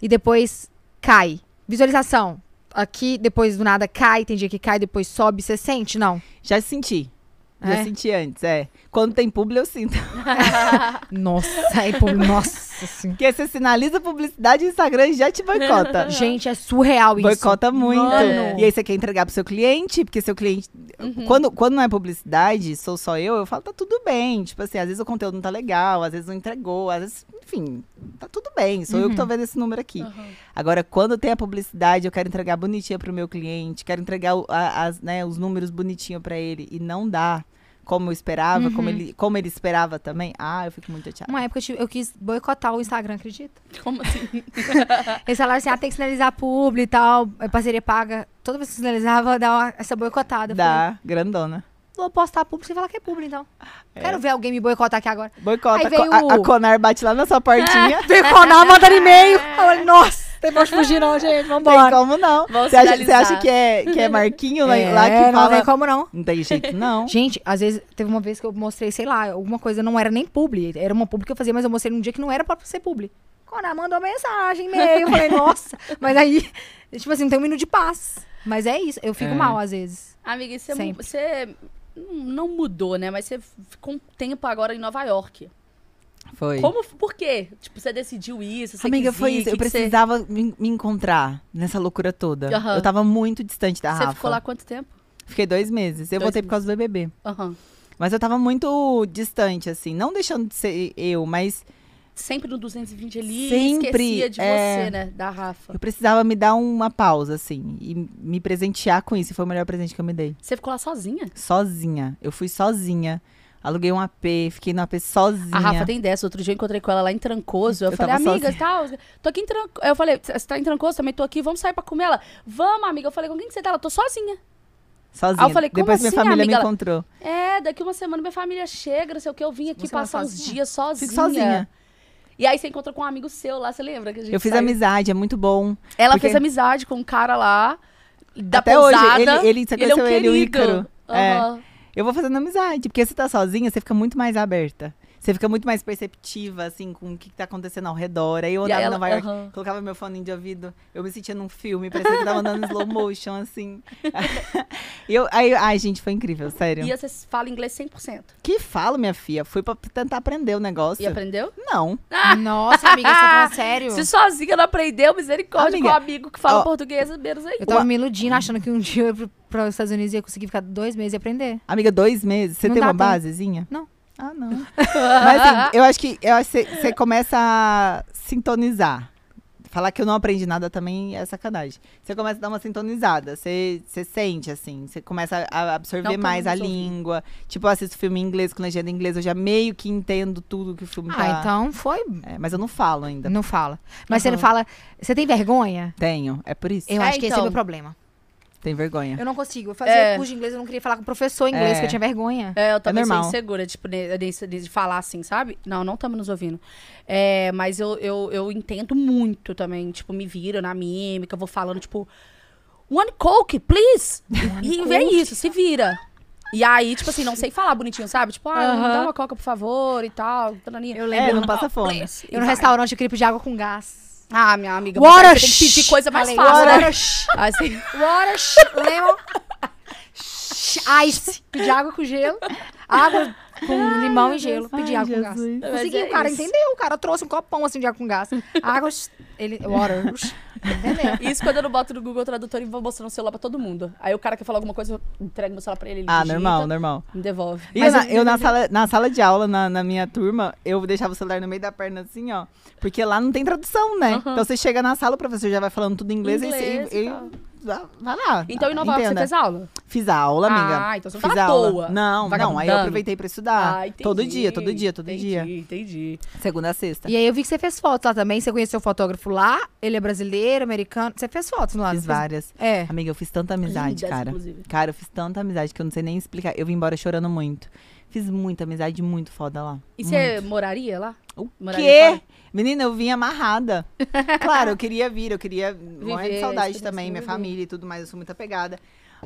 e depois cai. Visualização. Aqui, depois do nada cai, tem dia que cai, depois sobe. Você sente? Não. Já senti. Já É? senti antes, é. Quando tem público, eu sinto. Nossa, aí, pô, nossa senhora. Porque você sinaliza publicidade, o Instagram já te boicota. Gente, é surreal isso. Boicota muito. Mano. E aí você quer entregar pro seu cliente, porque seu cliente. Uhum. Quando, quando não é publicidade, sou só eu, eu falo, tá tudo bem. Tipo assim, às vezes o conteúdo não tá legal, às vezes não entregou, às vezes, enfim, tá tudo bem. Sou eu Uhum. que tô vendo esse número aqui. Aham. Agora, quando tem a publicidade, eu quero entregar bonitinha pro meu cliente, quero entregar o- a- as, né, os números bonitinho pra ele. E não dá como eu esperava, como, Uhum. ele, como ele esperava também. Ah, eu fico muito chateada. Uma época eu tive- eu quis boicotar o Instagram, acredita? Como assim? Eles falaram assim, ah, tem que sinalizar publi e tal, é parceria paga. Toda vez que sinalizava, dá uma- essa boicotada. Eu falei, Dá, grandona. Vou postar público, você fala que é público, então. Quero ver alguém me boicotar aqui agora. Boicota. Aí veio a, a o- Conar bate lá na sua portinha. Vem conar, mandando e-mail. Eu falei, nossa, tem mais fugir não, gente, Tem vambora. como não. Vamos Você acha, você sinalizar. acha que, é, que é Marquinho lá, É, lá que não fala... tem como não. Não tem jeito, não. Gente, às vezes, teve uma vez que eu mostrei, sei lá, alguma coisa, não era nem publi. Era uma publi que eu fazia, mas eu mostrei num dia que não era pra ser publi. Conar mandou mensagem, e-mail. Eu falei, nossa. Mas aí, tipo assim, não tem um minuto de paz. Mas é isso, eu fico É. mal às vezes. Amiga, e você, mu- Sempre. você não mudou, né? Mas você ficou um tempo agora em Nova York. Foi. Como, por quê? Tipo, você decidiu isso? Você Amiga, quis foi ir, isso. que eu que você- precisava me, me encontrar nessa loucura toda. Aham. Eu tava muito distante da Você Rafa. ficou lá quanto tempo? Fiquei dois meses. Eu Dois voltei por causa do BBB. Aham. Mas eu tava muito distante, assim. Não deixando de ser eu, mas Sempre no 220 ali, Sempre, esquecia de é. você, né? Da Rafa. eu precisava me dar uma pausa, assim. E me presentear com isso. E Foi o melhor presente que eu me dei. Você ficou lá sozinha? Sozinha. Eu fui sozinha. Aluguei um AP, fiquei no AP sozinha. A Ah, Rafa tem dessa. Outro dia eu encontrei com ela lá em Trancoso. Eu, Eu falei, tava amiga, tal, tô aqui em Trancoso. Eu falei, você tá em Trancoso? Também tô aqui, vamos sair pra comer ela. Vamos, amiga. Eu falei, com quem que você tá? Ela, tô sozinha. Sozinha. Ah, eu falei, como Depois minha assim, família amiga? me Ela- encontrou. É, daqui uma semana minha família chega, não sei o que. Eu vim aqui Você vai passar uns sozinha? dias sozinha. Fico sozinha. E aí você encontrou com um amigo seu lá, você lembra? Que a gente Eu fiz saiu? amizade, é muito bom. Ela porque- fez amizade com um cara lá, da Até pousada. hoje, ele, ele, você Ele é um conheceu ele, o querido. Ícaro. É. Aham. Eu vou fazendo amizade, porque você tá sozinha, você fica muito mais aberta. Você fica muito mais perceptiva, assim, com o que, que tá acontecendo ao redor. Aí eu E aí andava em ela- Nova York, aham. colocava meu fone de ouvido, eu me sentia num filme, parecia que eu tava andando em slow motion, assim. E eu, aí, ai, gente, foi incrível, sério. E você fala inglês 100%. Que falo, minha filha? Fui pra tentar aprender o negócio. E aprendeu? Não. Nossa, amiga, você tá falando sério? Ah! Se sozinha não aprendeu, misericórdia Amiga, com um amigo que fala ó, português, menos ainda. Eu tava me iludindo, achando que um dia eu ia pro- para os Estados Unidos e ia conseguir ficar dois meses e aprender. Amiga, dois meses. Você Não tem dá uma tempo. basezinha? Não. Ah, não. Mas assim, eu acho que eu acho que você você começa a sintonizar. Falar que eu não aprendi nada também é sacanagem. Você começa a dar uma sintonizada, você, você sente, assim, você começa a absorver Não, mais a pelo assim. menos ouvi. língua. Tipo, eu assisto filme em inglês com legenda em inglês, eu já meio que entendo tudo que o filme Ah, tá. então foi. É, mas eu não falo ainda. Não fala. Mas você não Aham. fala. Você tem vergonha? Tenho, é por isso. Eu Uhum. É, acho que esse é o então. meu problema. Tenho vergonha. Eu não consigo. Eu fazia É. curso de inglês, eu não queria falar com o professor em inglês, É. porque eu tinha vergonha. É, eu também sou normal. insegura, tipo, ne- nesse- de, falar assim, sabe? Não, não estamos nos ouvindo. É, mas eu, eu, eu entendo muito também, tipo, me viro na mímica, vou falando, tipo, one coke, please! E e é isso, se vira. E aí, tipo assim, não sei falar bonitinho, sabe? Tipo, ah, me dá Aham. uma coca, por favor, e tal. tananinha. Eu É, lembro. não passa fome. Please. E Eu no vai. um restaurante eu queria pedir água com gás. Ah, minha amiga, mas Water! aí você tem que pedir coisa mais Falei, fácil, né? water! Aí você- Water, lemon, ice. Pedir água com gelo. Água com limão e gelo. Pedir Ai, água com gás. Jesus. Mas Consegui, é o cara isso. entendeu. O cara trouxe um copão assim de água com gás. Água, ele, water. Entendeu? Isso quando eu não boto no Google Tradutor e vou mostrando o celular pra todo mundo. Aí o cara quer falar alguma coisa, eu entrego meu celular pra ele, ele Ah, digita, normal, normal. me devolve. E eu, Mas na, eu- eu na, sala, na sala de aula, na, na minha turma, eu deixava o celular no meio da perna assim, ó. Porque lá não tem tradução, né? Então você chega na sala, o professor já vai falando tudo em inglês, aí você- Inglês e e, e, tal. vá- vai lá. Então, em Nova York, você entenda. fez aula? Fiz a aula, amiga. Ah, então você não Fiz tava à a aula. toa, Não, não. Aí eu vagabundando. aproveitei pra estudar. Ah, entendi, todo dia, todo dia, todo entendi, dia. Entendi, Segunda a sexta. E aí eu vi que você fez fotos lá também. Você conheceu o fotógrafo lá. Ele é brasileiro, americano. Você fez fotos lá. não Fiz fez? várias. É. Amiga, eu fiz tanta amizade, Lindas, cara. inclusive. Cara, eu fiz tanta amizade que eu não sei nem explicar. Eu vim embora chorando muito. Fiz muita amizade, muito foda lá. E você moraria lá? O Moraria quê? fora? Menina, eu vim amarrada. claro, eu queria vir, eu queria morrer Viver, de saudade também, experiência, minha viver. família e tudo mais, eu sou muito apegada.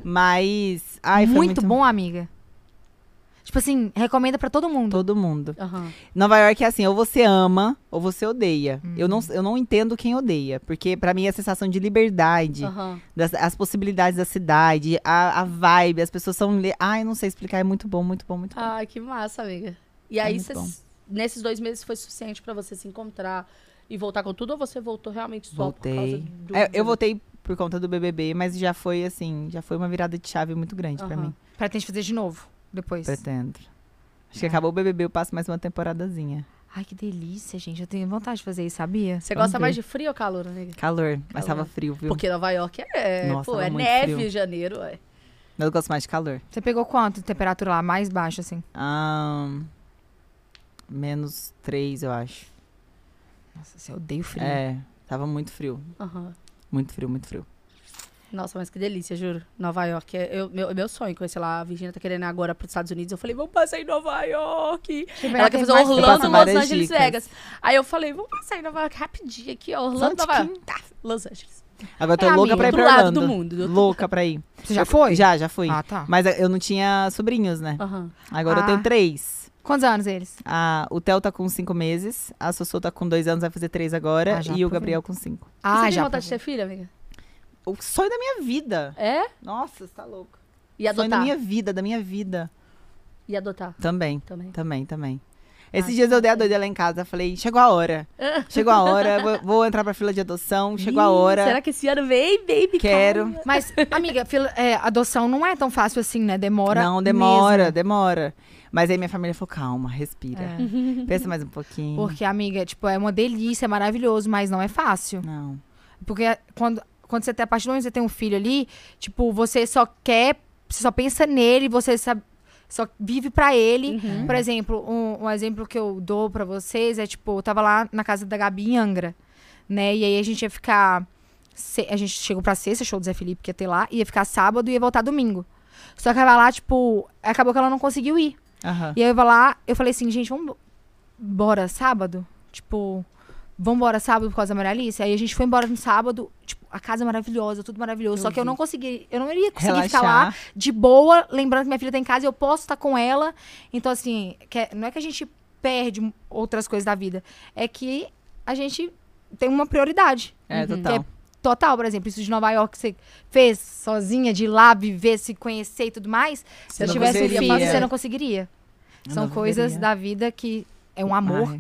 Mas, ai, foi muito, muito, bom, amiga. Tipo assim, recomenda pra todo mundo. Todo mundo. Aham. Nova York é assim, ou você ama ou você odeia. Eu, Uhum. não, eu não entendo quem odeia, porque pra mim é a sensação de liberdade, Aham. das, as possibilidades da cidade, a, a vibe, as pessoas são... le- Ai, não sei explicar, é muito bom, muito bom, muito bom. Ai, que massa, amiga. E aí, É muito cês- bom. nesses dois meses foi suficiente pra você se encontrar e voltar com tudo? Ou você voltou realmente só Voltei. por causa do... É, eu voltei por conta do BBB, mas já foi assim, já foi uma virada de chave muito grande pra Aham. mim. Pretende fazer de novo depois. Pretendo. Acho que acabou o BBB, eu passo mais uma temporadazinha. Ai, que delícia, gente. Eu tenho vontade de fazer isso, sabia? Você Vamos gosta ver. mais de frio ou calor, amiga? Calor, mas Calor. tava frio, viu? Porque Nova York é, Nossa, pô, tava é muito neve frio. janeiro, é. Eu gosto mais de calor. Você pegou quanto de temperatura lá? Mais baixa, assim? Ahn, menos 3, eu acho. Nossa, você odeia o frio. É, tava muito frio. Aham. Muito frio, muito frio. Nossa, mas que delícia, juro. Nova York é eu, meu, é meu sonho conhecer lá. A Virginia tá querendo ir agora pros Estados Unidos. Eu falei, vamos passar em Nova York. Ela quer fazer Eu Orlando, passo Los várias Angeles, dicas. Vegas. Aí eu falei, vamos passar em Nova York rapidinho aqui, ó. Orlando, Só um Nova York. Tá, Los Angeles. Agora eu tô É, louca pra ir Do pra lado Orlando. do mundo. do- Louca pra ir. Você já foi? Já, já fui. Ah, tá. Mas eu não tinha sobrinhos, né? Aham. Agora Ah. eu tenho três. Quantos anos eles? A, o Theo tá com cinco meses, a Sossô tá com dois anos, vai fazer três agora, Ah, já e o Gabriel com cinco. E Ah, você já. tem vontade de ter filha, amiga? O sonho da minha vida. É? Nossa, você tá louco. E Sonho da adotar? minha vida, da minha vida. E adotar Também. também. Também, também. Esses dias eu dei a doida lá em casa, falei, chegou a hora. Chegou a hora, vou, vou entrar pra fila de adoção, chegou a Ih, hora. Será que esse ano vem, baby? Quero. Mas, amiga, fila- é, adoção não é tão fácil assim, né? Demora. Não, demora, mesmo. demora. Mas aí minha família falou, calma, respira. É. Pensa mais um pouquinho. Porque, amiga, tipo, é uma delícia, é maravilhoso, mas não é fácil. Não. Porque quando, quando você tem, a partir do momento que você tem um filho ali, tipo, você só quer, você só pensa nele, você sabe- só vive pra ele. Por exemplo, um, um exemplo que eu dou pra vocês é, tipo, eu tava lá na casa da Gabi em Angra, né? E aí a gente ia ficar. se- A gente chegou pra sexta, show do Zé Felipe que ia ter lá, ia ficar sábado e ia voltar domingo. Só que ela lá, tipo, acabou que ela não conseguiu ir. Aham. E aí eu vou lá, eu falei assim, gente, vamos embora sábado? Tipo, vamos embora sábado por causa da Maria Alice? Aí a gente foi embora no sábado, tipo, a casa é maravilhosa, tudo maravilhoso. só que eu não consegui, eu não iria conseguir ficar lá Relaxar. de boa, lembrando que minha filha tá em casa e eu posso estar com ela. Então, assim, que é- não é que a gente perde outras coisas da vida, é que a gente tem uma prioridade. É, total. Total, por exemplo, isso de Nova York que você fez sozinha, de ir lá viver, se conhecer e tudo mais. Se Você eu não tivesse um filho, conseguiria. você não conseguiria. Eu São não coisas viveria. da vida que é um amor.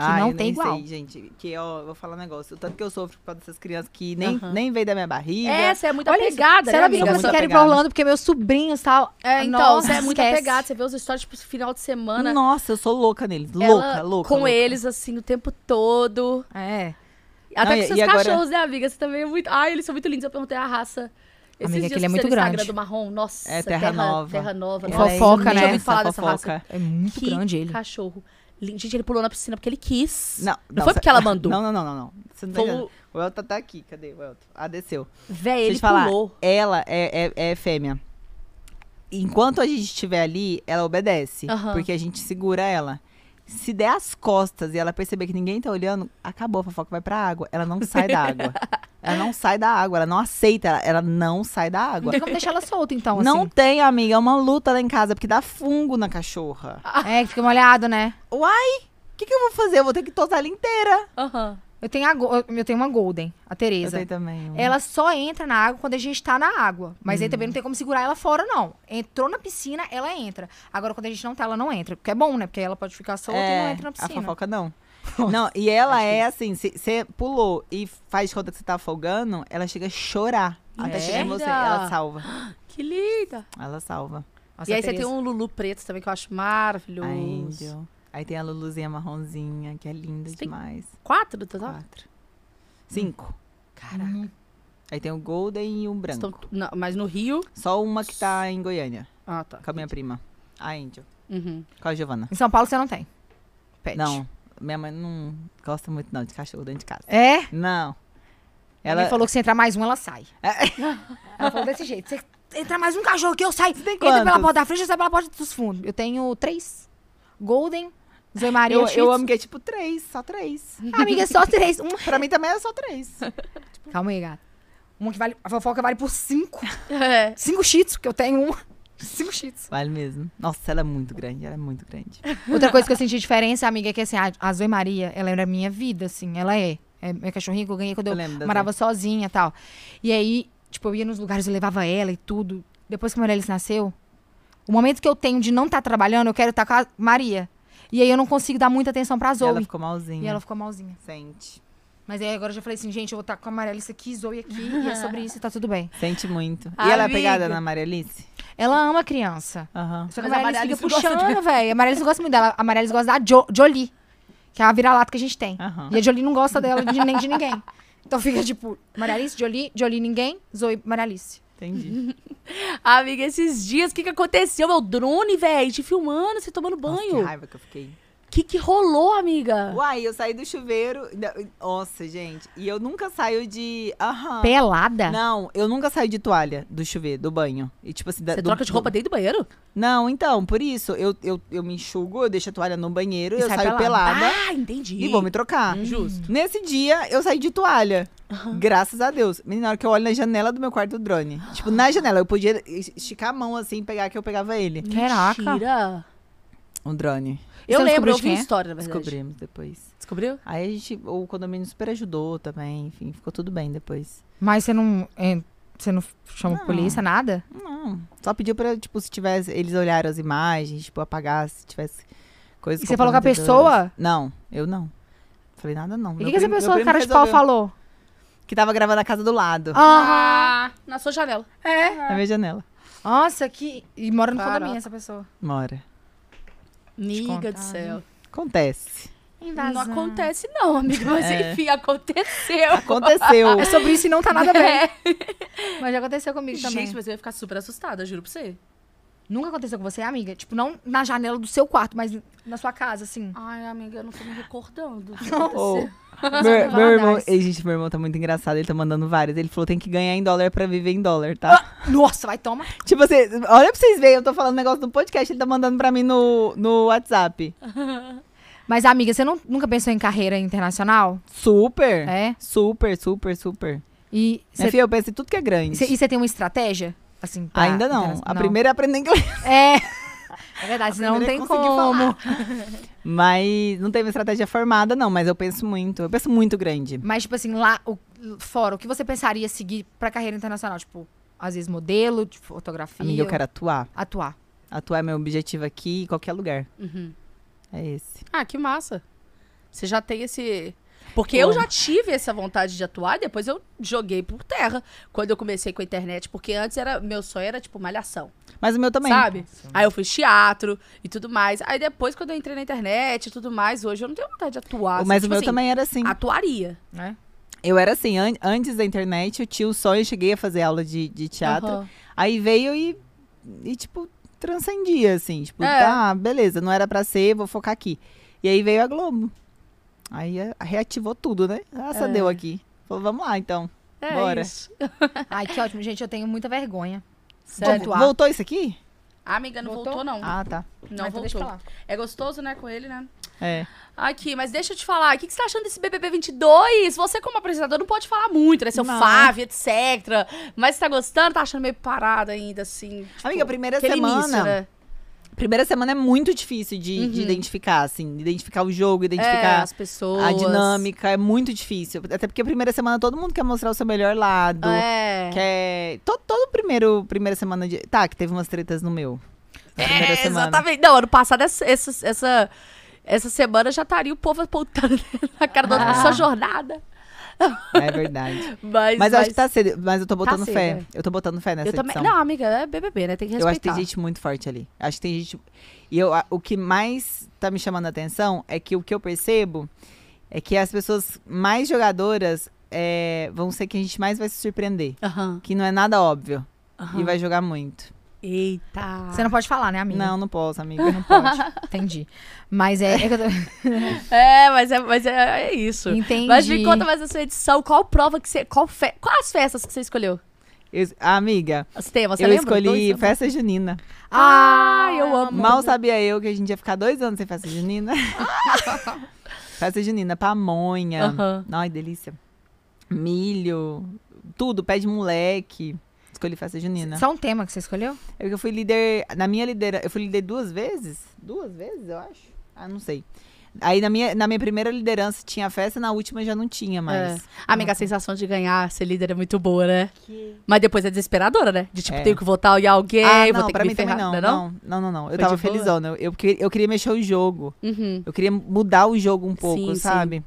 Ai. não eu tem nem igual. Sei, gente, que ó, eu vou falar um negócio. O tanto que eu sofro por causa dessas crianças que nem, Aham. nem veio da minha barriga. É, você é muito Olha isso, apegada, né, Será que amiga? eu Muito só quero ir pra apegada. Orlando porque meus sobrinhos e tal. É, então, Nossa, você é muito esquece. apegada. Você vê os stories, tipo, final de semana. Nossa, eu sou louca neles. Louca, ela louca. Com louca. eles, assim, o tempo todo. É. Até Não, com e- seus e agora- cachorros, né, amiga? Você também é muito. Ai, eles são muito lindos. Eu perguntei a raça. Esses Amiga, dias aquele é que muito você no Instagram grande. do marrom. Nossa, É, Terra Nova. Terra Nova. Ela nossa, é Fofoca, nunca né? tinha ouvido falar dessa Fofoca. raça. É muito Que grande ele. cachorro. lindo. Gente, ele pulou na piscina porque ele quis. Não, Não foi sa- porque ela mandou. Não, não, não, não. não. Você não tá Foi entendendo. o- O Elton tá aqui. Cadê o Elton? Ah, desceu. Véi, Deixa eu ele te falar, pulou. Ela é, é, é fêmea. Enquanto a gente estiver ali, ela obedece. Aham. Porque a gente segura ela. Se der as costas e ela perceber que ninguém tá olhando, acabou, a fofoca vai pra água. Ela não sai da água. Ela não sai da água, ela não aceita, ela, ela não sai da Não água. tem como deixar ela solta, então, não assim. tem, amiga, é uma luta lá em casa, porque dá fungo na cachorra. É, que fica molhado, né? Uai, o que, que eu vou fazer? Eu vou ter que tosar ela inteira. Aham. Eu tenho, a go- eu tenho uma Golden, a Tereza. também. um. Ela só entra na água quando a gente tá na água. Mas aí também não tem como segurar ela fora, não. Entrou na piscina, ela entra. Agora, quando a gente não tá, ela não entra. Porque é bom, né? Porque aí ela pode ficar solta e não entra na É, A piscina. fofoca não. Não, e ela é assim, você pulou e faz de conta que você tá afogando, ela chega a chorar. É? Até Merda! chegar em você. Ela salva. Que linda. Ela salva. Nossa, e a aí você tem Tereza. um Lulu preto também, que eu acho A maravilhoso. Angel. Aí tem a Luluzinha marronzinha, que é linda Você tem demais. Quatro tá? do total? Quatro. Cinco. Caraca. Hum. Aí tem o Golden e um branco. Estão- não, mas no Rio. Só uma que tá em Goiânia, Ah, tá. com a minha prima. A Angel. Uhum. Com a Giovana. Em São Paulo você não tem. Pet. Não, minha mãe não gosta muito não de cachorro dentro de casa. É? Não. Ela Ela falou que se entrar mais um, ela sai. ela falou desse jeito. Se entrar mais um cachorro aqui, eu saio. Entra pela quantos? porta da frente, eu saio pela porta dos fundos. Eu tenho três. Golden, Zé Maria, eu, Shih eu Tzu. amo que é tipo três, só três. Amiga, só três. Um... pra mim também é só três. Calma aí, gata. Uma que vale... A fofoca vale por cinco. É. Cinco cheats, que eu tenho uma. Cinco cheats. Vale mesmo. Nossa, ela é muito grande, ela é muito grande. Outra coisa que eu senti diferença, amiga, é que assim, a, a Zoe Maria, ela era minha vida, assim. Ela é. É minha cachorrinha que eu ganhei quando Eu eu, lembro da morava sozinha e tal. E aí, tipo, eu ia nos lugares, eu levava ela e tudo. Depois que a Maria Alice nasceu, o momento que eu tenho de não estar trabalhando, eu quero estar com a Maria. E aí eu não consigo dar muita atenção pra Zoe. Ela ficou malzinha. um. E ela ficou malzinha. Sente. Mas aí agora eu já falei assim, gente, eu vou estar com a Maria Alice aqui, Zoe aqui, e é sobre isso e tá tudo bem. Sente muito. E Amiga. ela é pegada na Maria Alice? Ela ama a criança. Aham. Só que a Mas a Maria Alice fica Maria Alice gosta puxando, velho. A Maria Alice gosta muito dela. A Maria Alice gosta da jo Jolie, que é a vira-lata que a gente tem. Aham. E a Jolie não gosta dela de- nem de ninguém. Então fica tipo, Maria Alice, Jolie, Jolie ninguém, Zoe, Maria Alice. Entendi. Amiga, esses dias, o que, que aconteceu? Meu drone, velho, te filmando, você tomando Nossa, banho. que raiva que eu fiquei. O que, que rolou, amiga? Uai, eu saí do chuveiro. da- Nossa, gente. E eu nunca saio de. Aham. Pelada? Não, eu nunca saio de toalha do chuveiro, do banho. E tipo assim, da- Você do- troca de roupa do- dentro do banheiro? Não, então, por isso, eu, eu, eu me enxugo, eu deixo a toalha no banheiro, E eu sai saio pelada. pelada Ah, entendi. Hum, e vou me trocar. Justo. Nesse dia, eu saí de toalha. Graças a Deus. Menina, na hora que eu olho na janela do meu quarto do drone. Tipo, na janela, eu podia es- esticar a mão assim e pegar que eu pegava ele. Caraca. Mentira. Um drone. Eu não lembro, descobriu eu de vi a quem é? história, na verdade. Descobrimos depois. Descobriu? Aí a gente, o condomínio super ajudou também, enfim, ficou tudo bem depois. Mas você não. é, você não chama a Não. polícia, nada? Não, só pediu pra, tipo, se tivesse, eles olharam as imagens, tipo, apagar se tivesse Coisa E você falou com a pessoa? Não, eu não. Falei nada, não. E o Meu que, que essa primo- meu pessoa, primo cara de pau, resolveu. falou? Que tava gravando a casa do lado, Ah, Ah, na sua janela. é. na minha janela. Nossa, que. E mora no Caraca. condomínio essa pessoa. Mora. Amiga do contar, céu. Acontece. Não acontece, não, amiga. Mas É. enfim, aconteceu. Aconteceu. É sobre isso e não tá nada bem. É. Mas já aconteceu comigo também. Gente, mas eu ia ficar super assustada, juro pra você. Nunca aconteceu com você, amiga? Tipo, não na janela do seu quarto, mas na sua casa, assim. Ai, amiga, eu não tô me recordando. Ou- Só Meu, meu irmão, Valadares. Ei, gente, meu irmão tá muito engraçado, ele tá mandando várias. Ele falou, tem que ganhar em dólar pra viver em dólar, tá? Nossa, vai, toma. tipo assim, olha pra vocês verem, eu tô falando um negócio do podcast, ele tá mandando pra mim no, no WhatsApp. Mas, amiga, você não- nunca pensou em carreira internacional? Super, É. super, super, super. E Minha você filha, eu penso em tudo que é grande. e você- e você tem uma estratégia? Assim, pra Ainda não, interna- a primeira é aprender inglês. É. É verdade, senão não tem primeira é como. conseguir Mas não teve estratégia formada, não, mas eu penso muito. Eu penso muito grande. Mas, tipo assim, lá o- fora, o que você pensaria seguir pra carreira internacional? Tipo, às vezes modelo, tipo, fotografia. Amiga, eu quero atuar. Atuar. Atuar é meu objetivo aqui, em qualquer lugar. É esse. Ah, que massa. Você já tem esse. Porque eu Bom. já tive essa vontade de atuar, e depois eu joguei por terra quando eu comecei com a internet. Porque antes era meu sonho era, tipo, malhação. Mas o meu também. Sabe? Aí eu fiz teatro e tudo mais. Aí depois, quando eu entrei na internet e tudo mais, hoje eu não tenho vontade de atuar. assim, Mas o tipo meu assim, também era assim. Atuaria. Né? Eu era assim, an- antes da internet, eu tinha o sonho, eu cheguei a fazer aula de, de teatro. Aham. Aí veio e, e, tipo, transcendia, assim. Tipo, É. tá, beleza, não era pra ser, vou focar aqui. E aí veio a Globo. Aí é, reativou tudo, né? Nossa, É. deu aqui. Falou, vamos lá, então. É Bora. isso. Ai, que ótimo, gente. Eu tenho muita vergonha. Sério. Atuar. Voltou isso aqui? A amiga não voltou, Voltou? não. Ah, tá. não Mas então deixa voltou. pra lá. É gostoso, né, com ele, né? É. Aqui, mas deixa eu te falar, o que, que você tá achando desse BBB 22? Você, como apresentador, não pode falar muito, né? Seu Não. Fábio, etc. Mas você tá gostando? Tá achando meio parado ainda, assim? tipo, Amiga, a primeira aquele semana. início, né? Primeira semana é muito difícil de, de Uhum. identificar, assim. Identificar o jogo, É, identificar as pessoas. a dinâmica. É muito difícil. Até porque a primeira semana todo mundo quer mostrar o seu melhor lado. É. Quer. Todo, todo primeiro, primeira semana de. Tá, que teve umas tretas no meu. Na Primeira É, semana. exatamente. Não, ano passado, essa, essa, essa, essa semana já estaria o povo apontando na cara do outro Ah. na sua jornada. É verdade. Mas, Mas eu acho que tá cedo. Mas eu tô botando cedo, fé. é. Eu tô botando fé nessa Eu também. edição. Não, amiga, é BBB, né? Tem que Eu acho que respeitar. tem gente muito forte ali. Acho que tem gente. E eu, a- o que mais tá me chamando a atenção é que o que eu percebo é que as pessoas mais jogadoras é, vão ser quem a gente mais vai se surpreender. Aham, Que não é nada óbvio. aham. E vai jogar muito. Eita. Você não pode falar, né, amiga? Ah. Não, não posso, amiga. Não pode. Entendi. Mas é. é que eu tô- É, mas é, mas é, é isso. Entendi. Mas me conta mais essa edição, qual prova que você. Qual fe... Quais festas que você escolheu? Eu- amiga, Os temas, você eu lembra? Então, escolhi Dois, festa junina. Ah, eu amo. Mal sabia eu que a gente ia ficar dois anos sem festa junina. festa junina, pamonha. Aham. Ai, delícia. Milho, tudo, pé de moleque. Escolhi festa junina. Só um tema que você escolheu? Eu, eu fui líder, na minha liderança, eu fui líder duas vezes? Duas vezes, eu acho. Ah, não sei. Aí na minha, na minha primeira liderança tinha festa, na última já não tinha mais. Amiga, a Uhum. sensação de ganhar, ser líder é muito boa, né? Mas depois é desesperadora, né? De tipo, É. tenho que votar em alguém, Ah, vou ter pra que me mim também ferrar. não, né, não. Não, não, não. Eu Foi tava de boa? felizona. Eu, eu, que- eu queria mexer o jogo. Uhum. Eu queria mudar o jogo um pouco, Sim, sim. sabe?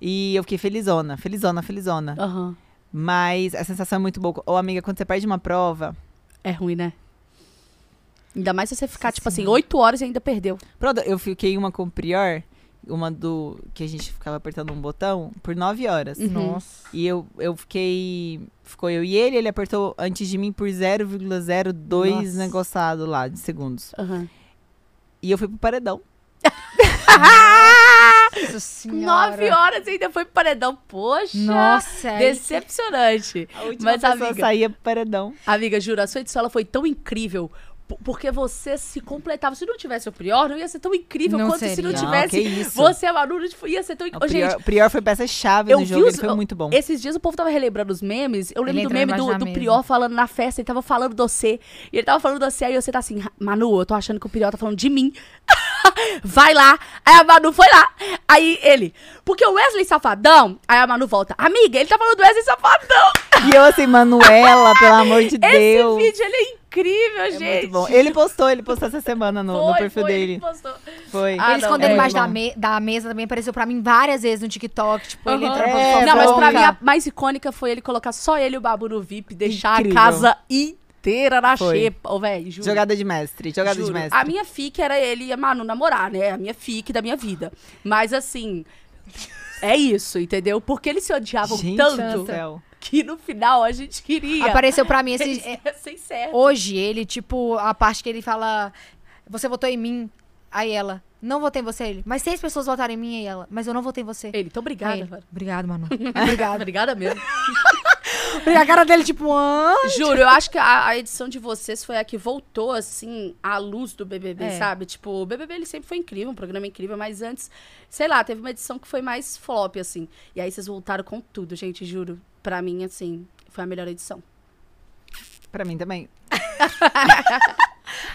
E eu fiquei felizona, felizona, felizona. Aham. Mas a sensação é muito boa. Ô, amiga, quando você perde uma prova. É ruim, né? Ainda mais se você ficar, tipo assim, oito horas e ainda perdeu. Pronto, eu fiquei uma com o Prior, uma do. que a gente ficava apertando um botão, por nove horas. Uhum. Nossa. E eu, eu fiquei. Ficou eu e ele, ele apertou antes de mim por 0,02 Nossa. negociado lá de segundos. Aham. E eu fui pro paredão. Nossa senhora. Nove horas e ainda foi pro paredão. Poxa! Nossa. é isso. Decepcionante. A última Mas, pessoa amiga- saía pro paredão. Amiga, juro, a sua edição ela foi tão incrível. po- Porque você se completava. Se não tivesse o Prior, não ia ser tão incrível Não quanto se não seria. Não, Ah, tivesse que isso. você, a Manu, não tipo, ia ser tão O incrível. Prior, Gente, Prior foi peça-chave eu no vi jogo, os- ele foi muito bom. esses dias o povo tava relembrando os memes. Eu lembro Ele do entrando meme do, embaixo da do mesa. Prior falando na festa, ele tava falando do você. E ele tava falando do você, aí você tá assim, Manu, eu tô achando que o Prior tá falando de mim. Vai lá. Aí a Manu foi lá. Aí ele, porque o Wesley Safadão, aí a Manu volta. Amiga, ele tá falando do Wesley Safadão. E eu assim, Manuela, pelo amor de Deus. Esse vídeo ele é incrível, É gente. muito bom. Ele postou, ele postou essa semana no, no Foi, perfil foi, dele. Ele postou. Foi. Ah, ele não, escondendo é embaixo muito da, me- da mesa também apareceu pra mim várias vezes no TikTok. Tipo, ele Aham. entrando pra É, não, mas pra fofoca. mim a mais icônica foi ele colocar só ele e o Babu no VIP, deixar Incrível. a casa inteira na Foi. xepa. Ô, velho, juro. Jogada de mestre, jogada de Juro. mestre. A minha fique era ele e a Manu namorar, né? A minha fique da minha vida. Mas assim. É isso, entendeu? Porque eles se odiavam Gente é. do tanto céu. que no final a gente queria. Apareceu pra mim Eles esse, é, iam sem certo. Hoje, ele, tipo, a parte que ele fala: Você votou em mim. Aí ela: Não votei em você. Ele: Mas seis pessoas votaram em mim. E ela: Mas eu não votei em você. Ele, tô Aí então, obrigada, ele, mano. Obrigado, Manu. Obrigada. obrigada mesmo. e a cara dele, tipo, ah. Juro, eu acho que a, a edição de vocês foi a que voltou, assim, à luz do BBB, É. sabe? Tipo, o BBB ele sempre foi incrível, um programa incrível, mas antes, sei lá, teve uma edição que foi mais flop, assim. E aí vocês voltaram com tudo, gente, juro. Pra mim, assim, foi a melhor edição. Pra mim também.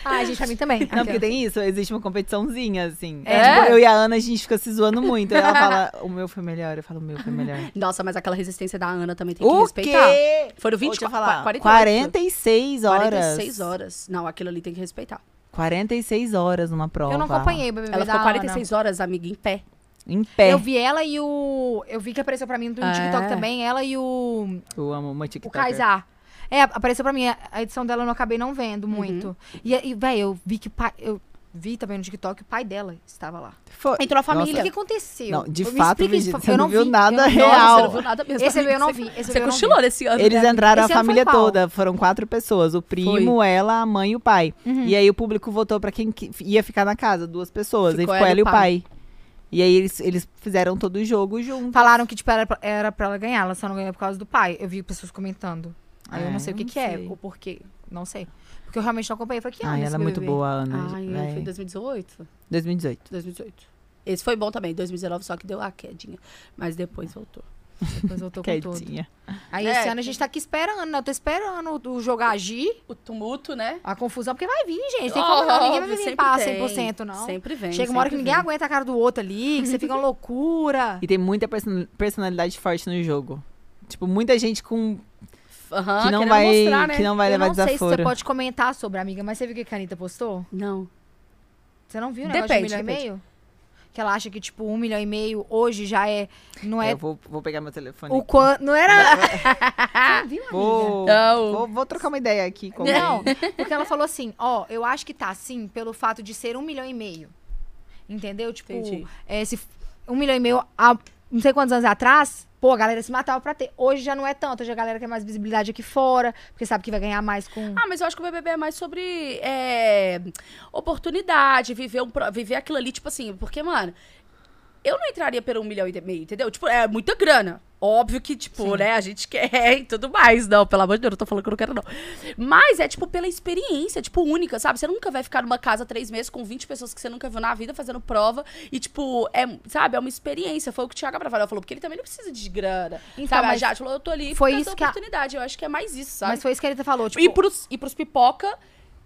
Ah, gente, pra mim também. Não, porque tem isso, existe uma competiçãozinha, assim. tá. É? Tipo, eu e a Ana, a gente fica se zoando muito. Ela fala, o meu foi melhor. Eu falo, o meu foi melhor. Nossa, mas aquela resistência da Ana também tem Ah, que o respeitar. quê? Foram Vou 20, te falar. 48. 46 horas. 46 horas. Não, aquilo ali tem que respeitar. 46 horas numa prova. Eu não acompanhei o BBB Ela da ficou Ana. 46 horas, amiga, em pé. Em pé. Eu vi ela e o. Eu vi que apareceu pra mim no É. TikTok também, ela e o. Eu amo uma O TikToker. Kaysar. É, apareceu pra mim. A edição dela eu não acabei não vendo muito. E, e velho, eu vi que o pai. Eu vi também no TikTok que o pai dela estava lá. Foi. Entrou a E o família. que aconteceu? Não, de Me fato, explica Virgínia, por você favor. Eu não viu vi, nada eu não- real. Nossa, você não viu nada mesmo. Esse é amiga, eu não você- vi, esse Você eu não vi. cochilou nesse ano. Eles né? entraram é Esse a ano família foi qual? toda, foram quatro pessoas: o primo, ela, a mãe e o pai. Uhum. E aí o público votou pra quem que- ia ficar na casa, duas pessoas. e Ficou ficou ela e o pai. E aí eles, eles fizeram todo o jogo junto. Falaram que, tipo, era pra, era pra ela ganhar, ela só não ganhou por causa do pai. Eu vi pessoas comentando. Aí eu Ah, não sei o eu que, não que é, sei. o porquê. Não sei. Porque eu realmente não acompanhei. Eu falei, que ano Ai, esse ela é muito BBB? boa, Ana. Ai, véi. foi em 2018? 2018. 2018. Esse foi bom também, 2019, só que deu a quedinha. Mas depois voltou. Depois eu tô é com tudo. Quietinha. Aí É, esse ano a gente tá aqui esperando, né? Eu tô esperando o jogo agir, O tumulto, né? a confusão, porque vai vir, gente. Tem como não, ninguém vai Óbvio, vir sempre limpar tem. 100%, não. Sempre vem. Chega uma hora que sempre ninguém vem. aguenta a cara do outro ali, que você fica uma loucura. E tem muita person- personalidade forte no jogo. Tipo, muita gente com Aham, que não querendo vai mostrar, né? que não vai eu levar não sei se desaforo. você pode comentar sobre, amiga, mas você viu o que que a Anitta postou? Não. Você não viu o negócio Depende, de um milhão depende. e meio? Que ela acha que, tipo, um milhão e meio hoje já é. Não é Eu vou, vou pegar meu telefone. o aqui. quanto. Não era. Você não viu, amiga? Vou, Não. vou, vou trocar uma ideia aqui com alguém. Não, porque ela falou assim: ó, eu acho que tá assim pelo fato de ser um milhão e meio. Entendeu? Tipo, Entendi. é, se f- um milhão e meio há não sei quantos anos atrás, pô, a galera se matava pra ter. Hoje já não é tanto, hoje a galera quer mais visibilidade aqui fora, porque sabe que vai ganhar mais com. Ah, mas eu acho que o BBB é mais sobre é, oportunidade, viver, um, pro- viver aquilo ali, tipo assim, porque, mano, eu não entraria pelo um milhão e meio, entendeu? Tipo, é muita grana. Óbvio que, tipo, né, a gente quer e tudo mais. Não, pelo amor de Deus, eu tô falando que eu não quero, não. Mas é, tipo, pela experiência, tipo, única, sabe? Você nunca vai ficar numa casa três meses com 20 pessoas que você nunca viu na vida fazendo prova. E, tipo, é, sabe, é uma experiência. Foi o que o Thiago Abravanel falou, porque ele também não precisa de grana. Então, sabe? mas a Jade falou, eu tô ali foi por causa isso da que a- oportunidade. Eu acho que é mais isso, sabe? Mas foi isso que a Anitta falou, tipo. e, pros, e pros pipoca,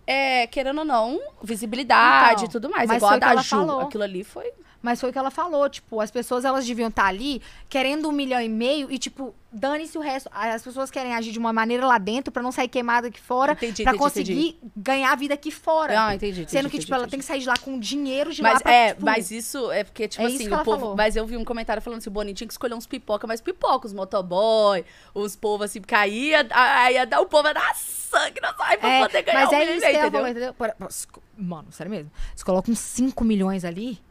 é, querendo ou não, visibilidade Então, e tudo mais. mas Igual foi a o que da ela Ju. falou. Aquilo ali foi. Mas foi o que ela falou, tipo, as pessoas elas deviam estar ali querendo um milhão e meio e, tipo, dane-se o resto. As pessoas querem agir de uma maneira lá dentro pra não sair queimada aqui fora, Entendi, pra entendi, conseguir ganhar a vida aqui fora. Ah, entendi. Sendo que, tipo, ela tem que sair de lá com dinheiro de lá Mas pra, é, tipo, mas isso é porque, tipo é isso assim, que o ela povo. falou. Mas eu vi um comentário falando assim: o Boninho tinha que escolher uns pipoca, mas pipoca, os motoboy, os povos assim, porque aí ia, aí ia dar o povo, ia dar sangue na saia pra é, poder ganhar mas um é milhão, isso que ela entendeu? falou, entendeu? Por- por- se co- Mano, sério mesmo. Se colocam 5 milhões ali,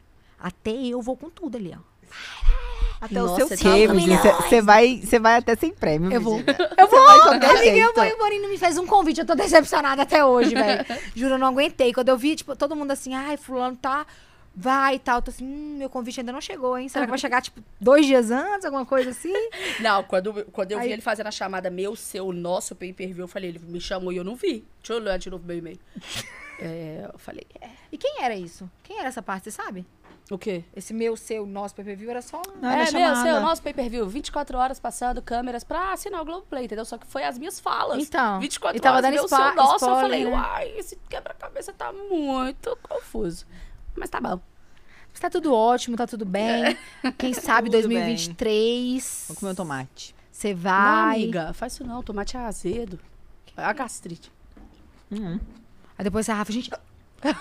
até eu vou com tudo ali, ó. Até Nossa, o seu tá quê, bom. Virgínia? Você vai, você vai até sem prêmio. Eu vou. Virgínia. Eu vou! vai então. de qualquer Amiga, eu jeito. vou e o Boninho não me fez um convite. Eu tô decepcionada até hoje, velho. Juro, eu não aguentei. Quando eu vi, tipo, todo mundo assim, ai, fulano tá. Vai e tal. Eu Tô assim, hum, meu convite ainda não chegou, hein? Será que vai chegar, tipo, dois dias antes, alguma coisa assim? Não, quando, quando eu Aí- vi ele fazendo a chamada meu, seu, nosso pay per view, eu falei, ele me chamou e eu não vi. Deixa eu olhar de novo meu e-mail. é, eu falei, é. E quem era isso? Quem era essa parte, você sabe? O quê? Esse meu, seu, nosso PPV era só. um- Não era É, meu, chamada. seu, nosso pay-per-view, 24 horas passando câmeras pra assinar o Globoplay, entendeu? Só que foi as minhas falas. Então, 24 e tava horas, dando meu, spa- seu, nosso, eu spoiler, falei, né? uai, esse quebra-cabeça tá muito confuso. Mas tá bom. Mas tá tudo ótimo, tá tudo bem. Quem sabe Tudo 2023. Vou comer um tomate. Você Não, vai. amiga, faz isso não. Tomate é azedo. É A gastrite. Aí depois você, Rafa, gente. Tô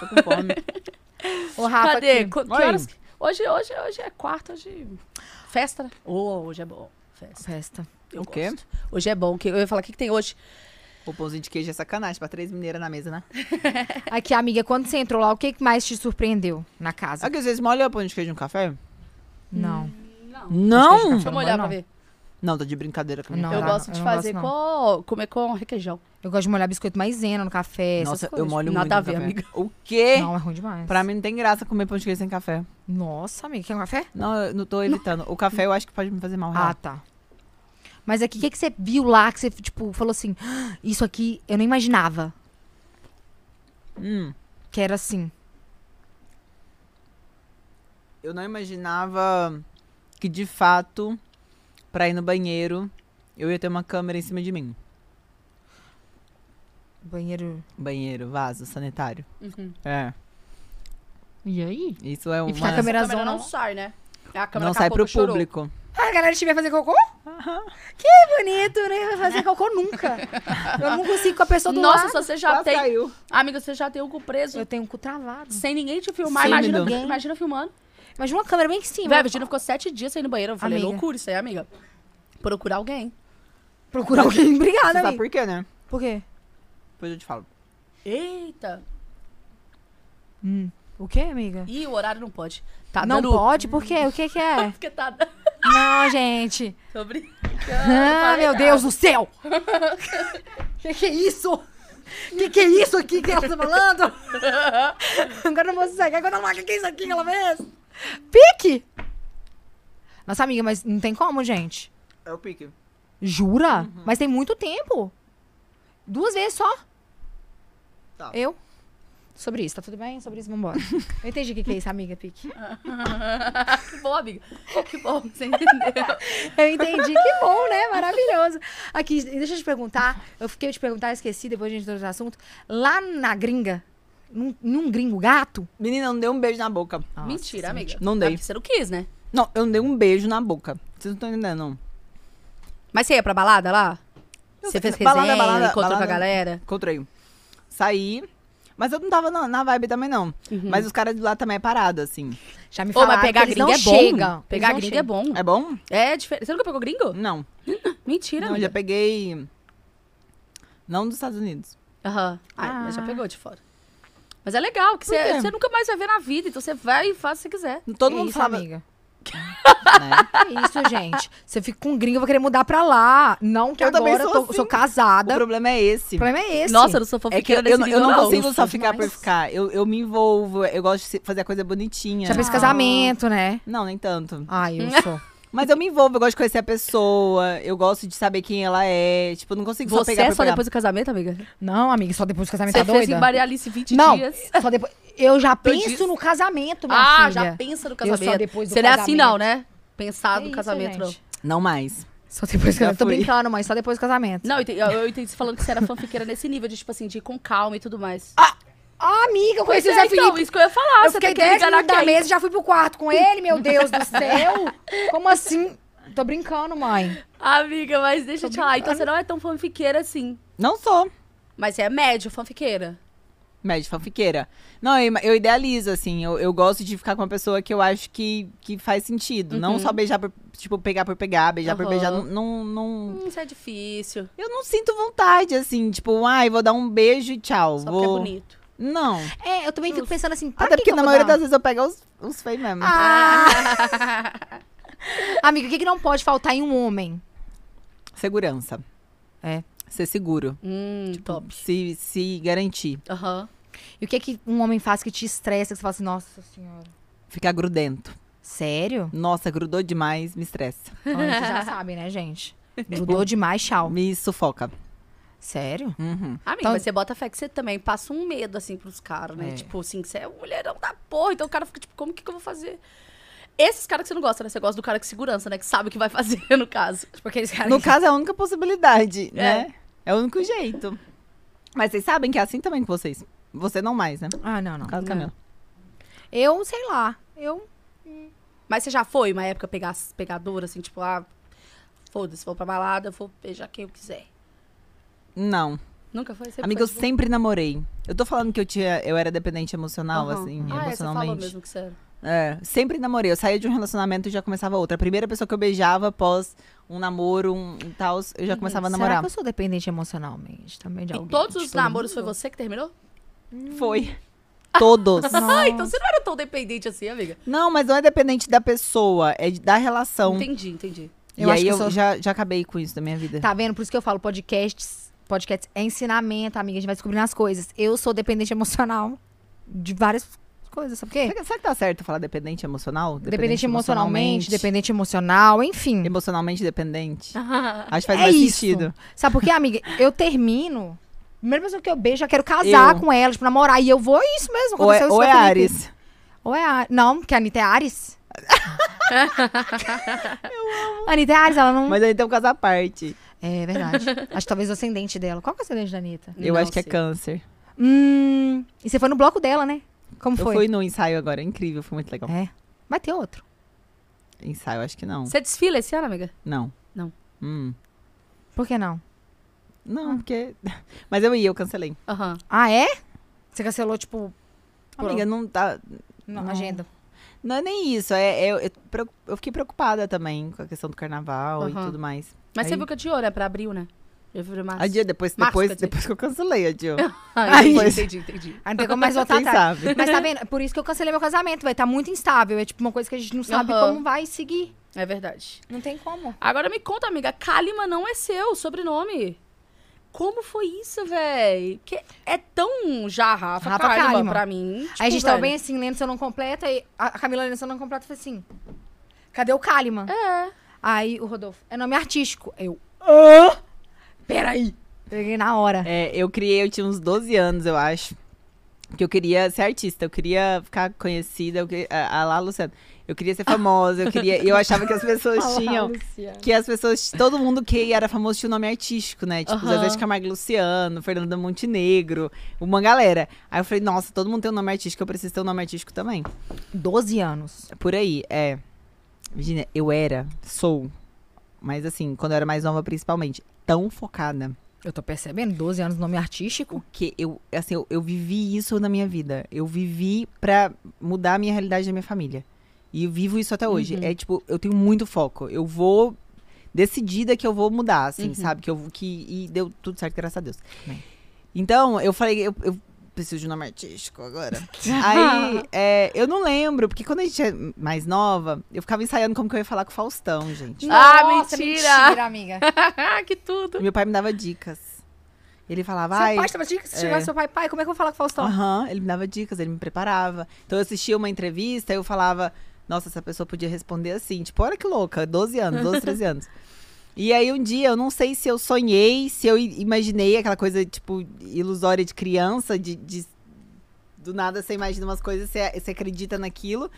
com fome. Ô, Rafa, Cadê? aqui. Co- Que Oi. horas? que- Hoje, hoje, hoje é quarta, hoje... Festa, né? Ô, hoje é bom. Festa. Festa. Eu O quê? gosto. Hoje é bom. que- Eu ia falar, o que, que tem hoje? o pãozinho de queijo é sacanagem pra três mineiras na mesa, né? Aqui, amiga, quando você entrou lá, o que que mais te surpreendeu na casa? Sabe que vocês molham o pãozinho de queijo no café? Não. Não! Deixa não eu vai, molhar pra não. ver. Não, tô de brincadeira comigo. Não, eu dá, gosto não. de Eu não fazer gosto, com... Comer com requeijão. Eu gosto de molhar biscoito maisena no café. Nossa, essas eu coisas. molho tipo, Nada muito a no ver, café. amiga. O quê? Não, é ruim demais. Pra mim não tem graça comer pão de queijo sem café. Nossa, amiga, quer um café? Não, eu não tô evitando. O café eu acho que pode me fazer mal. Ah, real. tá. Mas aqui, o que, que você viu lá que você, tipo, falou assim, "Ah, isso aqui eu não imaginava Hum, que era assim. eu não imaginava que de fato, pra ir no banheiro, eu ia ter uma câmera em cima de mim. Banheiro. Banheiro, vaso, sanitário. Uhum. É. E aí? Isso é uma. E ficar a câmera Essa câmera zona. não sai, né? A câmera não daqui a sai pro pouco chorou. público. Ah, a galera tiver fazer cocô? Que bonito, né? Vai fazer cocô nunca. Eu não consigo com a pessoa do Nossa, lado. se você já Quase tem... caiu. Amiga, você já tem o cu preso. Eu tenho o cu travado. Sem ninguém te filmar. Sem imagina, ninguém. imagina filmando. Imagina uma câmera bem em cima. Véi, a Virginia ficou sete dias sem ir no banheiro. Eu falei, é Amiga. loucura isso aí, amiga. Procurar alguém. Procura alguém. Você Obrigada, sabe amiga. por quê, né? Por quê? Depois eu te falo. Eita. O quê, amiga? Ih, o horário não pode. Ah, Tá não dando... pode? Por quê? O que que é? Porque tá... não, gente. Tô brincando. Ah, falei meu Deus do céu! que que é isso? Que que é isso aqui que ela tá falando? Agora eu não vou sossegar, agora eu não que que é isso aqui que ela fez? Pique! Nossa amiga, mas não tem como, gente. É o pique. Jura? Mas tem muito tempo. Duas vezes só. Tá. Eu? Sobre isso, tá tudo bem? Sobre isso, vambora. Eu entendi o que que é isso, amiga, Pique. que bom, amiga. Que bom, você entendeu. Eu entendi, que bom, né? Maravilhoso. Aqui, deixa eu te perguntar. Eu fiquei te perguntar, esqueci, depois a gente entrou no assunto. Lá na gringa, num, num gringo gato. Menina, não dei um beijo na boca. Ah. Mentira, amiga. Não dei. É porque Você não quis, né? Não, eu não dei um beijo na boca. Vocês não estão entendendo, não. Mas você ia pra balada lá? Eu Você sei, fez balada, resenha, balada, encontrou com balada. a galera? Encontrei. Saí. Mas eu não tava na, na vibe também, não. Uhum. Mas os caras de lá também é parada, assim. Já me Ô, falaram mas pegar que eles não gringa é bom. chegam. Eles Pegar não gringa é chegam. bom. É bom? É diferente. Você nunca pegou gringo? Não. Mentira, não, eu já amiga. peguei. Não dos Estados Unidos. Aham. Ai, Ah. mas já pegou de fora. Mas é legal, que você, quê? você nunca mais vai ver na vida. Então você vai e faz o que você quiser. Todo Que mundo isso, falava. amiga. Né? Que isso, gente. Se eu fico com um gringo, eu vou querer mudar pra lá. Não que Eu agora também eu sou tô- assim. sou O casada. problema é esse. O problema é esse. Nossa, eu não sou É que eu, fofoqueira eu desse não- eu nível, não consigo Eu só sou ficar por demais. ficar. Eu, eu me envolvo, eu gosto de se- fazer a coisa bonitinha. Já fez Ah. casamento, né? Não, nem tanto. Ai, eu sou. Mas eu me envolvo, eu gosto de conhecer a pessoa, eu gosto de saber quem ela é. Tipo, eu não consigo só Você pegar é por só pegar. depois do casamento, amiga? Não, amiga, só depois do casamento Você tá fez doida? em Maria Alice 20 não, dias. só depois. Eu já Dois penso dias. no casamento, minha Ah, filha. já pensa no só casamento. depois do Você não é assim, casamento. não, né? Pensar Que no isso, casamento, não. gente? Não mais. Só depois do Já casamento. Tô fui. brincando, mãe. Só depois do casamento. Não, eu entendi, eu entendi você falando que você era fanfiqueira nesse nível, de tipo assim, de ir com calma e tudo mais. Ah, amiga, eu Pois conheci é, o Zé Felipe. então, isso que eu ia falar. eu você fiquei tem que 10 enganar minutos da quem? mesa e já fui pro quarto com ele, meu Deus do céu. Como assim? Tô brincando, mãe. Amiga, mas deixa Tô eu te falar. Então brincando. você não é tão fanfiqueira assim. Não sou. Mas você é médio fanfiqueira. Médio fanfiqueira. Não, eu, eu idealizo, assim. Eu, eu gosto de ficar com uma pessoa que eu acho que, que faz sentido. Não só beijar por, tipo, pegar por pegar, beijar por Uhum. Aham. beijar. Não, não, não- Hum, isso é difícil. Eu não sinto vontade, assim. Tipo, ai, vou dar um beijo e tchau. Só vou... porque é bonito. Não. É, eu também fico pensando assim, pra que Até porque que eu na vou maioria dar? das vezes eu pego os, os feios mesmo. Ah. Ah. Amiga, o que, que não pode faltar em um homem? Segurança. É. Ser seguro. Hum, top. Se, se garantir. Aham. E o que, que um homem faz que te estressa, que você fala assim, nossa senhora. Ficar grudento. Sério? Nossa, grudou demais, me estressa. Bom, Vocês já sabem, né, gente? Grudou demais, tchau. Me sufoca. Sério? Uhum. Amiga, Então- mas você bota fé que você também passa um medo, assim, pros caras, né? É. Tipo assim, que você é um mulherão da porra. Então o cara fica tipo, como que, que eu vou fazer? Esses caras que você não gosta, né? Você gosta do cara que segurança, né? Que sabe o que vai fazer, no caso. Porque eles caras... No caso, é a única possibilidade, né? É o único jeito. Mas vocês sabem que é assim também com vocês. Você não mais, né? Ah, não, não. No caso, Camila. Eu, sei lá. Eu Mas você já foi uma época pegar, pegadora, assim, tipo, ah, Foda-se, vou pra balada, vou beijar quem eu quiser. Não. Nunca foi? Sempre Amiga, foi tipo, de eu boa? sempre namorei. Eu tô falando que eu tinha, eu era dependente emocional, Aham. Ah, assim, é, você falou emocionalmente. mesmo que você era. É, sempre namorei. Eu saía de um relacionamento e já começava outro. A primeira pessoa que eu beijava após um namoro, um tal, eu já começava a Será namorar. que eu sou dependente emocionalmente também de E alguém? todos os Tipo, namoros foi você que terminou? Foi. Todos. Ah, então você não era tão dependente assim, amiga. Não, mas não é dependente da pessoa, é de- da relação. Entendi, entendi. E Eu acho aí que eu eu sou- já, já acabei com isso da minha vida. Tá vendo? Por isso que eu falo podcasts. Podcasts é ensinamento, amiga. A gente vai descobrindo as coisas. Eu sou dependente emocional de várias coisas, sabe por quê? Será, será que tá certo falar dependente emocional? Dependente emocionalmente, dependente emocional, enfim. Emocionalmente dependente. Ah, Acho que faz É mais isso. sentido. Sabe por quê, amiga? Eu termino. Primeira pessoa que eu beijo, já quero casar Eu. com ela, tipo, namorar. E eu vou, é isso mesmo. Ou é, aconteceu isso ou com é a Felipe. Ares. Ou é Ares. Não, que a Anitta é Ares. eu amo. A Anitta é Ares, ela não. Mas aí tem um caso à parte. É verdade. Acho que talvez o ascendente dela. Qual que é o ascendente da Anitta? Eu Não acho que sei. é câncer. Hum. E você foi no bloco dela, né? Como Eu foi? fui no ensaio agora, é incrível, foi muito legal. É. Vai ter outro. Ensaio, acho que não. Você desfila esse ano, amiga? Não. Não. Hum. Por que não? Não, porque. Mas eu ia, eu cancelei. Aham. Ah, é? Você cancelou, tipo. por- Amiga, não tá. Não, não. agenda. Não é nem isso. É, é- eu, eu preocu- eu fiquei preocupada também com a questão do carnaval e Aham. tudo mais. Mas você Aí- viu que adiou, né? Pra abril, né? Eu fui mais. A dia depois, Março, depois, quer dizer. depois que eu cancelei, a dia. Ah, entendi, Depois. entendi, entendi. Aí não tem como mais voltar Quem atrás. sabe? Mas tá vendo? Por isso que eu cancelei meu casamento, vai. Tá muito instável. É tipo uma coisa que a gente não sabe Aham. como vai seguir. É verdade. Não tem como. Agora me conta, amiga, Kalima não é seu sobrenome. Como foi isso, véi? Porque é tão já Rafa, Rafa Kalima, Kalima. pra mim. Tipo, aí a gente tava velho, bem assim, lendo se eu não completa. E a a Camila lendo se eu não completa foi assim: cadê o Kaliman? É. Aí o Rodolfo, é nome artístico. Eu Ah! Peraí. peguei na hora. É, eu criei, eu tinha uns 12 anos, eu acho. Que eu queria ser artista, eu queria ficar conhecida, eu queria, a, a lá, Luciana. Eu queria ser famosa, eu queria. e eu achava que as pessoas tinham. Que as pessoas. Todo mundo que era famoso tinha o nome artístico, né? Tipo, Aham. Zezé de Camargo e Luciano, Fernanda Montenegro, uma galera. Aí eu falei, nossa, todo mundo tem um nome artístico, eu preciso ter um nome artístico também. 12 anos. Por aí, é. Virginia, eu era, sou, mas assim, quando eu era mais nova principalmente, tão focada. Eu tô percebendo, 12 anos, nome artístico. Porque eu, assim, eu, eu vivi isso na minha vida. Eu vivi pra mudar a minha realidade da minha família. E eu vivo isso até hoje. É tipo, eu tenho muito foco. Eu vou decidida que eu vou mudar, assim, sabe? Que eu vou- que e deu tudo certo, graças a Deus. Amém. Então, eu falei, eu, eu preciso de um nome artístico agora. Aí, é, eu não lembro, porque quando a gente é mais nova, eu ficava ensaiando como que eu ia falar com o Faustão, gente. Ah, mentira. mentira, amiga. que tudo. Meu pai me dava dicas. Ele falava, Seu ai, pai estava dica, se chegar seu pai, pai, como é que eu vou falar com o Faustão? Aham, ele me dava dicas, ele me preparava. Então eu assistia uma entrevista, eu falava, nossa, essa pessoa podia responder assim, tipo, olha que louca, 12 anos, 12, 13 anos. E aí um dia, eu não sei se eu sonhei, se eu i- imaginei aquela coisa, tipo, ilusória de criança, de, de- do nada você imagina umas coisas, você, você acredita naquilo,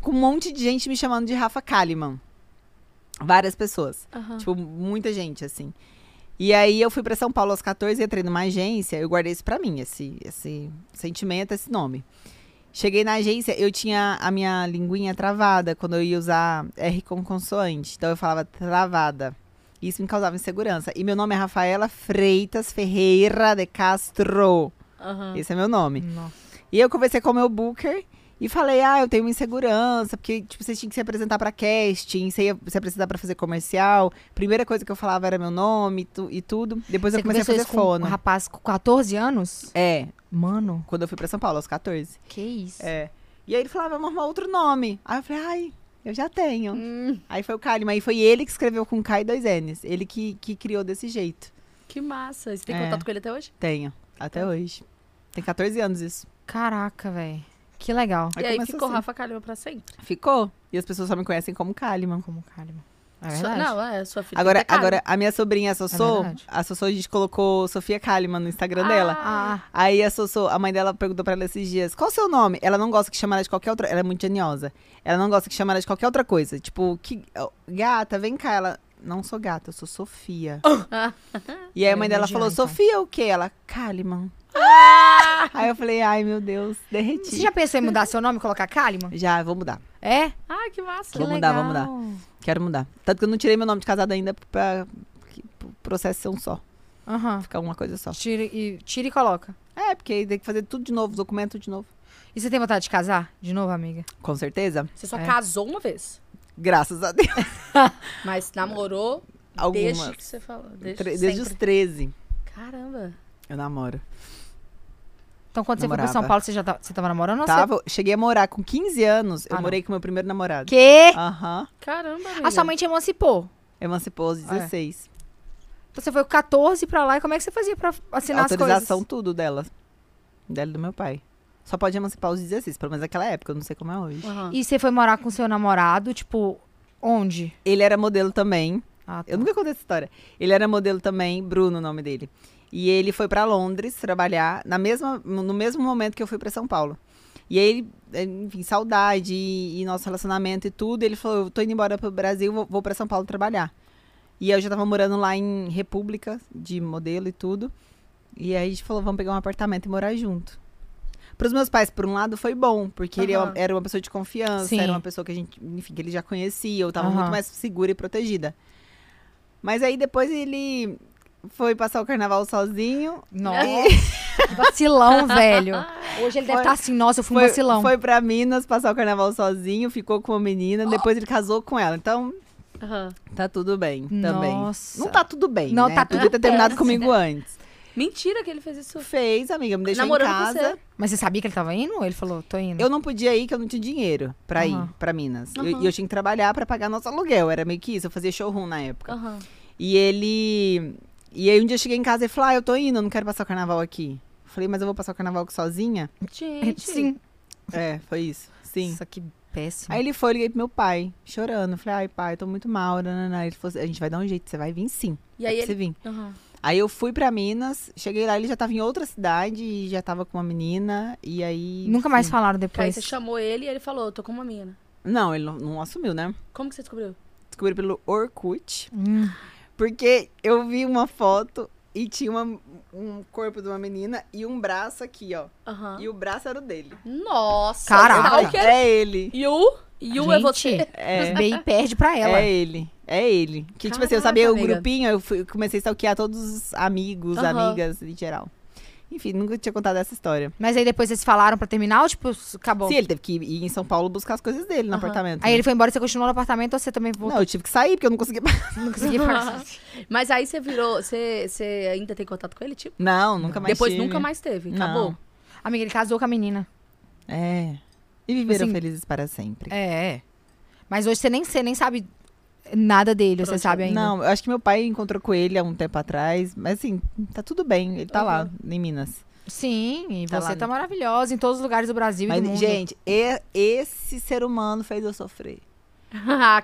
com um monte de gente me chamando de Rafa Kalimann. Várias pessoas. Tipo, muita gente, assim. E aí eu fui pra São Paulo aos 14, entrei numa agência, eu guardei isso pra mim, esse, esse sentimento, esse nome. Cheguei na agência, eu tinha a minha linguinha travada quando eu ia usar R com consoante. Então eu falava travada. Isso me causava insegurança. E meu nome é Rafaela Freitas Ferreira de Castro. Aham. Esse é meu nome. Nossa. E eu conversei com o meu booker e falei: "Ah, eu tenho uma insegurança, porque tipo, você tinha que se apresentar pra casting, você ia se apresentar pra fazer comercial. Primeira coisa que eu falava era meu nome e, tu- e tudo. Depois eu comecei a conversou fazer isso com um fono. rapaz com 14 anos? É, Mano, quando eu fui pra São Paulo aos 14. que isso. É. E aí ele falava: "Vamos arrumar outro nome". Aí eu falei: "Ai, eu já tenho". Hum, Aí foi o Kalima, aí foi ele que escreveu com K e dois N's. Ele que, que criou desse jeito. que massa. Você tem É. contato com ele até hoje? Tenho, até hoje. Tem 14 anos isso. Caraca, velho. Que legal. Aí e aí começa ficou assim. Rafa Kalima pra sempre. Ficou. E as pessoas só me conhecem como Kaliman. Como Kaliman. É Sua- verdade. não, é sua filha. Agora, tem cara. agora, a minha sobrinha, a Sossô, É verdade. a Sossô, a gente colocou Sofia Kalimann no Instagram dela. Ah, Aí a Sossô, a mãe dela perguntou pra ela esses dias, qual o seu nome? Ela não gosta que chama ela de qualquer outra... Ela é muito geniosa. Ela não gosta que chama ela de qualquer outra coisa. Tipo, que... ó, Gata, vem cá. Ela, não sou gata, eu sou Sofia. e aí a Ah. Ela mãe é dela falou, judiada, então. Sofia o quê? Ela, Kalimann. Ah! aí eu falei, ai meu Deus, derreti. você já pensou em mudar seu nome e colocar Kaliman? Já, vou mudar. É? Ah, que massa. Que Vou mudar, vou legal. Quero mudar. Tanto que eu não tirei meu nome de casada ainda pra que o processo ser um só. Aham. Ficar uma coisa só. Tira e, tira e coloca. É, porque aí tem que fazer tudo de novo, os documentos de novo. E você tem vontade de casar? De novo, amiga? Com certeza. Você só É. casou uma vez, Graças a Deus. mas namorou Algumas. desde que você falou. Desde, Tre- desde os sempre. 13 Caramba. eu namoro. Então, quando você foi pra Namorava. São Paulo, você já tá, você tava namorando ou não? Tava, cheguei a morar com 15 anos, eu Ah, não. morei com meu primeiro namorado. Você... Quê? Aham. Caramba, amiga. A sua mãe te emancipou. Emancipou aos 16. Então, você foi com 14 pra lá. E como é que você fazia pra assinar as coisas? Autorização, tudo dela. Dela e do meu pai. Só pode emancipar aos 16, pelo menos naquela época, eu não sei como é hoje. Aham. E você foi morar com seu namorado, tipo, onde? Ele era modelo também. Ah, tá. Eu nunca contei essa história. Ele era modelo também, Bruno, o nome dele. E ele foi pra Londres trabalhar na mesma, no mesmo momento que eu fui pra São Paulo. E aí, ele, eh, enfim, saudade e, e nosso relacionamento e tudo. Ele falou: eu tô indo embora pro Brasil, vou, vou pra São Paulo trabalhar. E eu já tava morando lá em República, de modelo e tudo. E aí a gente falou: vamos pegar um apartamento e morar junto. Para os meus pais, por um lado, foi bom, porque ele é uma- Aham. era uma pessoa de confiança, Sim. era uma pessoa que a gente, enfim, que ele já conhecia, eu tava Aham. muito mais segura e protegida. Mas aí depois ele foi passar o carnaval sozinho. Nossa. vacilão, velho. Hoje ele deve Foi- estar assim, nossa, eu fui um Foi, vacilão. foi pra Minas passar o carnaval sozinho, ficou com uma menina, depois ele casou com ela. Então, Aham. tá tudo bem também. Nossa. Não tá tudo bem, Não né? tá Podia tudo ter terminado bem. comigo antes. Mentira que ele fez isso. Fez, amiga, me deixou Namorando em com casa. Mas você sabia que ele tava indo? Ele falou, tô indo. Eu não podia ir, que eu não tinha dinheiro pra Aham. ir pra Minas. E- Aham. E eu tinha que trabalhar pra pagar nosso aluguel, era meio que isso. Eu fazia showroom na época. Aham. E ele. E aí um dia eu cheguei em casa e falei, ah, eu tô indo, eu não quero passar o carnaval aqui. Falei, mas eu vou passar o carnaval aqui sozinha? Gente. Sim. É, foi isso. Sim. Nossa, que péssimo. Aí ele foi, eu liguei pro meu pai, chorando. Falei, ai, pai, tô muito mal. nananã. Ele falou, assim, a gente vai dar um jeito, você vai vir sim. E aí Pra Você ele... vir. Aham. Aí eu fui pra Minas, cheguei lá, ele já tava em outra cidade e já tava com uma menina. E aí. Nunca mais enfim. falaram Que aí depois. você chamou ele e ele falou, tô com uma mina. Não, ele não, não assumiu, né? Como que você descobriu? Descobri pelo Orkut. Hum. Porque eu vi uma foto e tinha uma- um corpo de uma menina e um braço aqui, ó. Aham. E o braço era o dele. Nossa. Caraca. sinal que é- É ele. You? You é você? Gente, É. FBI perde pra ela. É ele. É ele. Que, tipo assim, eu Caraca, sabia o amiga. grupinho, eu fui- comecei a stalkear todos os amigos, Aham. amigas em geral. Enfim, nunca tinha contado essa história. Mas aí depois vocês falaram pra terminar ou tipo, acabou? Sim, ele teve que ir em São Paulo buscar as coisas dele no Aham. apartamento. Aí né? ele foi embora e você continuou no apartamento ou você também voltou? Não, eu tive que sair, porque eu não conseguia. Não, conseguia falar. Mas aí você virou... Você, você ainda tem contato com ele, tipo? Não, nunca mais Depois tive. nunca mais teve. Não. Acabou. Amiga, ele casou com a menina. É. E viveram Assim, felizes para sempre. É, é. Mas hoje você nem, você nem sabe nada dele, você Pronto. sabe ainda. Não, eu acho que meu pai encontrou com ele há um tempo atrás, mas assim, tá tudo bem, ele tá lá, em Minas. Sim, e Tá você lá, tá né? maravilhosa em todos os lugares do Brasil e do mundo. Mas, gente, e- esse ser humano fez eu sofrer.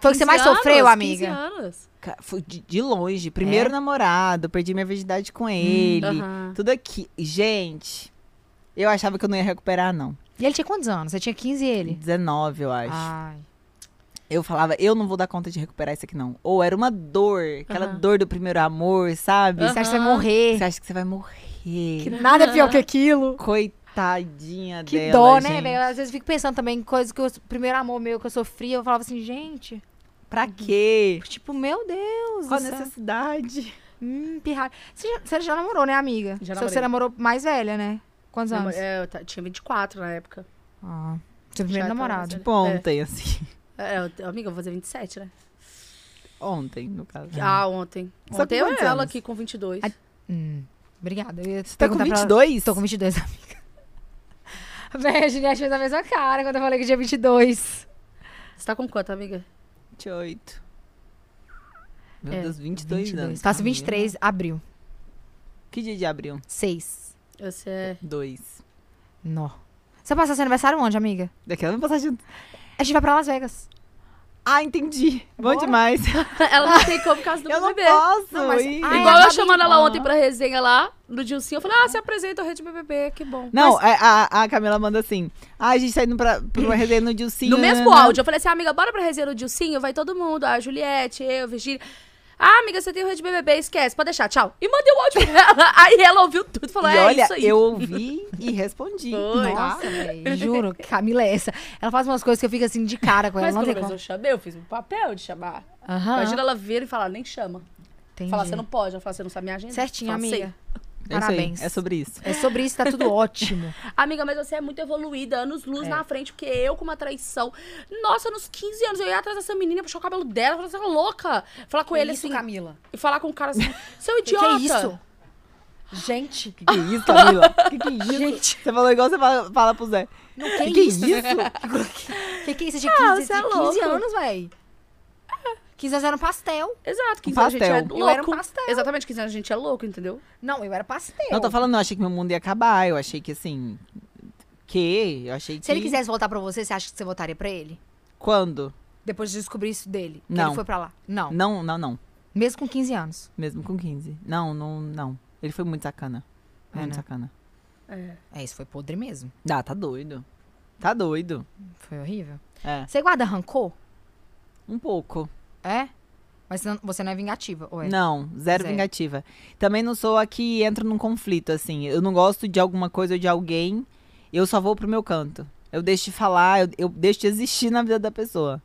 Foi o que você mais 15 anos, sofreu, 15 amiga? anos. Ca- Foi de, de longe. Primeiro É? Hum, namorado, perdi minha virgindade com ele. Aham. Tudo aqui. Gente, eu achava que eu não ia recuperar, não. E ele tinha quantos anos? Você tinha 15 e ele? Ah. 19, eu acho. Ai. Eu falava, eu não vou dar conta de recuperar isso aqui, não. Ou era uma dor, aquela Aham. dor do primeiro amor, sabe? Aham. Você acha que você vai morrer? Você acha que você vai morrer. Nada é pior Ah. que aquilo. Coitadinha Que dela. dó, né, gente. velho? Às vezes eu fico pensando também em coisas que o primeiro amor meu que eu sofri, eu falava assim, gente, Pra quê? tipo, meu Deus. Qual a do céu. necessidade? Hum, pirralho. Você já, você já namorou, né, amiga? Já Só que Você namorou mais velha, né? Quantos Namo- anos? é, eu ta- tinha 24 na época. Ah, seu primeiro Já tava namorado. mais Tipo ontem, assim. É, eu- amiga, eu vou fazer 27, né? Ontem, no caso. Ah, ontem. Você tá Ontem com eu quantos ela anos? aqui com 22. A- Hum, obrigada. Eu ia te Você tá com perguntar pra ela- 22? Tô com 22, amiga. Véi, a Juliette fez a mesma cara quando eu falei que tinha 22. Você tá com quanto, amiga? 28. Meu É, Deus, 22, anos. Faço Amiga. 23, abril. Que dia de abril? 6. Você é... Dois. Nó. Você vai passar seu aniversário onde, amiga? Daquela passagem. A gente vai pra Las Vegas. Ah, entendi. Bom Bora. demais. Ela não tem como por causa do eu não bebê. posso. Não, mas- ir. Ai, Igual ela eu tá chamando bem- ela Ah. ontem pra resenha lá, no Dilcinho, eu falei, ah, se apresenta, rede BBB, que bom. Não, é, a, a- a Camila manda assim. Ah, a gente tá indo pra, pra uma resenha no Dilcinho. No mesmo nananã." áudio, eu falei assim, amiga, bora pra resenha no Dilcinho, vai todo mundo, a Juliette, eu, Virgínia. Ah, amiga, você tem o Rede BBB, esquece, pode deixar, tchau. E mandei o áudio pra ela. Aí ela ouviu tudo e falou, e é olha, isso aí. eu ouvi e respondi. Foi. tá? Nossa, velho, juro, que Camila é essa. Ela faz umas coisas que eu fico assim de cara com ela. Mas não pelo tem menos como. eu chamei, eu fiz um papel de chamar. Aham, Imagina ela vir e falar, nem chama. entendi. Falar, você não pode. Ela falar, você não sabe minha agenda. Certinho, Falar, amiga. É isso aí, Parabéns. É sobre isso. É sobre isso, tá tudo ótimo. "Sei." Amiga, mas você é muito evoluída, anos luz É. na frente, porque eu com uma traição. Nossa, nos 15 anos eu ia atrás dessa menina, puxar o cabelo dela, falar, você é louca. Falar com ele assim, Camila. e falar com o cara assim, seu Que, que idiota. é isso? Gente, Que que é isso, Camila? Que que é isso? Você falou igual você fala, fala pro Zé. Não, que, Que Ah, que que é isso? isso? Que que é isso? De 15, você é de 15 louco. anos, véi. 15 anos era um pastel. Exato, 15 anos a gente é pastel. louco. Eu era um pastel. Exatamente, 15 anos a gente é louco, entendeu? Não, eu era pastel. Não, eu tô falando, eu achei que meu mundo ia acabar. Eu achei que assim. Que? Eu achei que. Se ele quisesse voltar pra você, você acha que você votaria pra ele? Quando? Depois de descobrir isso dele. que Não. ele foi pra lá. Não. Não, não, não. Mesmo com 15 anos. Mesmo com 15. Não, não, não. Ele foi muito sacana. É, muito né? sacana. É, isso foi podre mesmo. Ah, tá doido. Tá doido. Foi horrível. É. Você guarda rancor? Um pouco. É? Mas não- você não é vingativa, ou é? Não, zero Zero. vingativa. Também não sou a que entra num conflito, assim. Eu não gosto de alguma coisa ou de alguém. Eu só vou pro meu canto. Eu deixo de falar, eu, eu deixo de existir na vida da pessoa.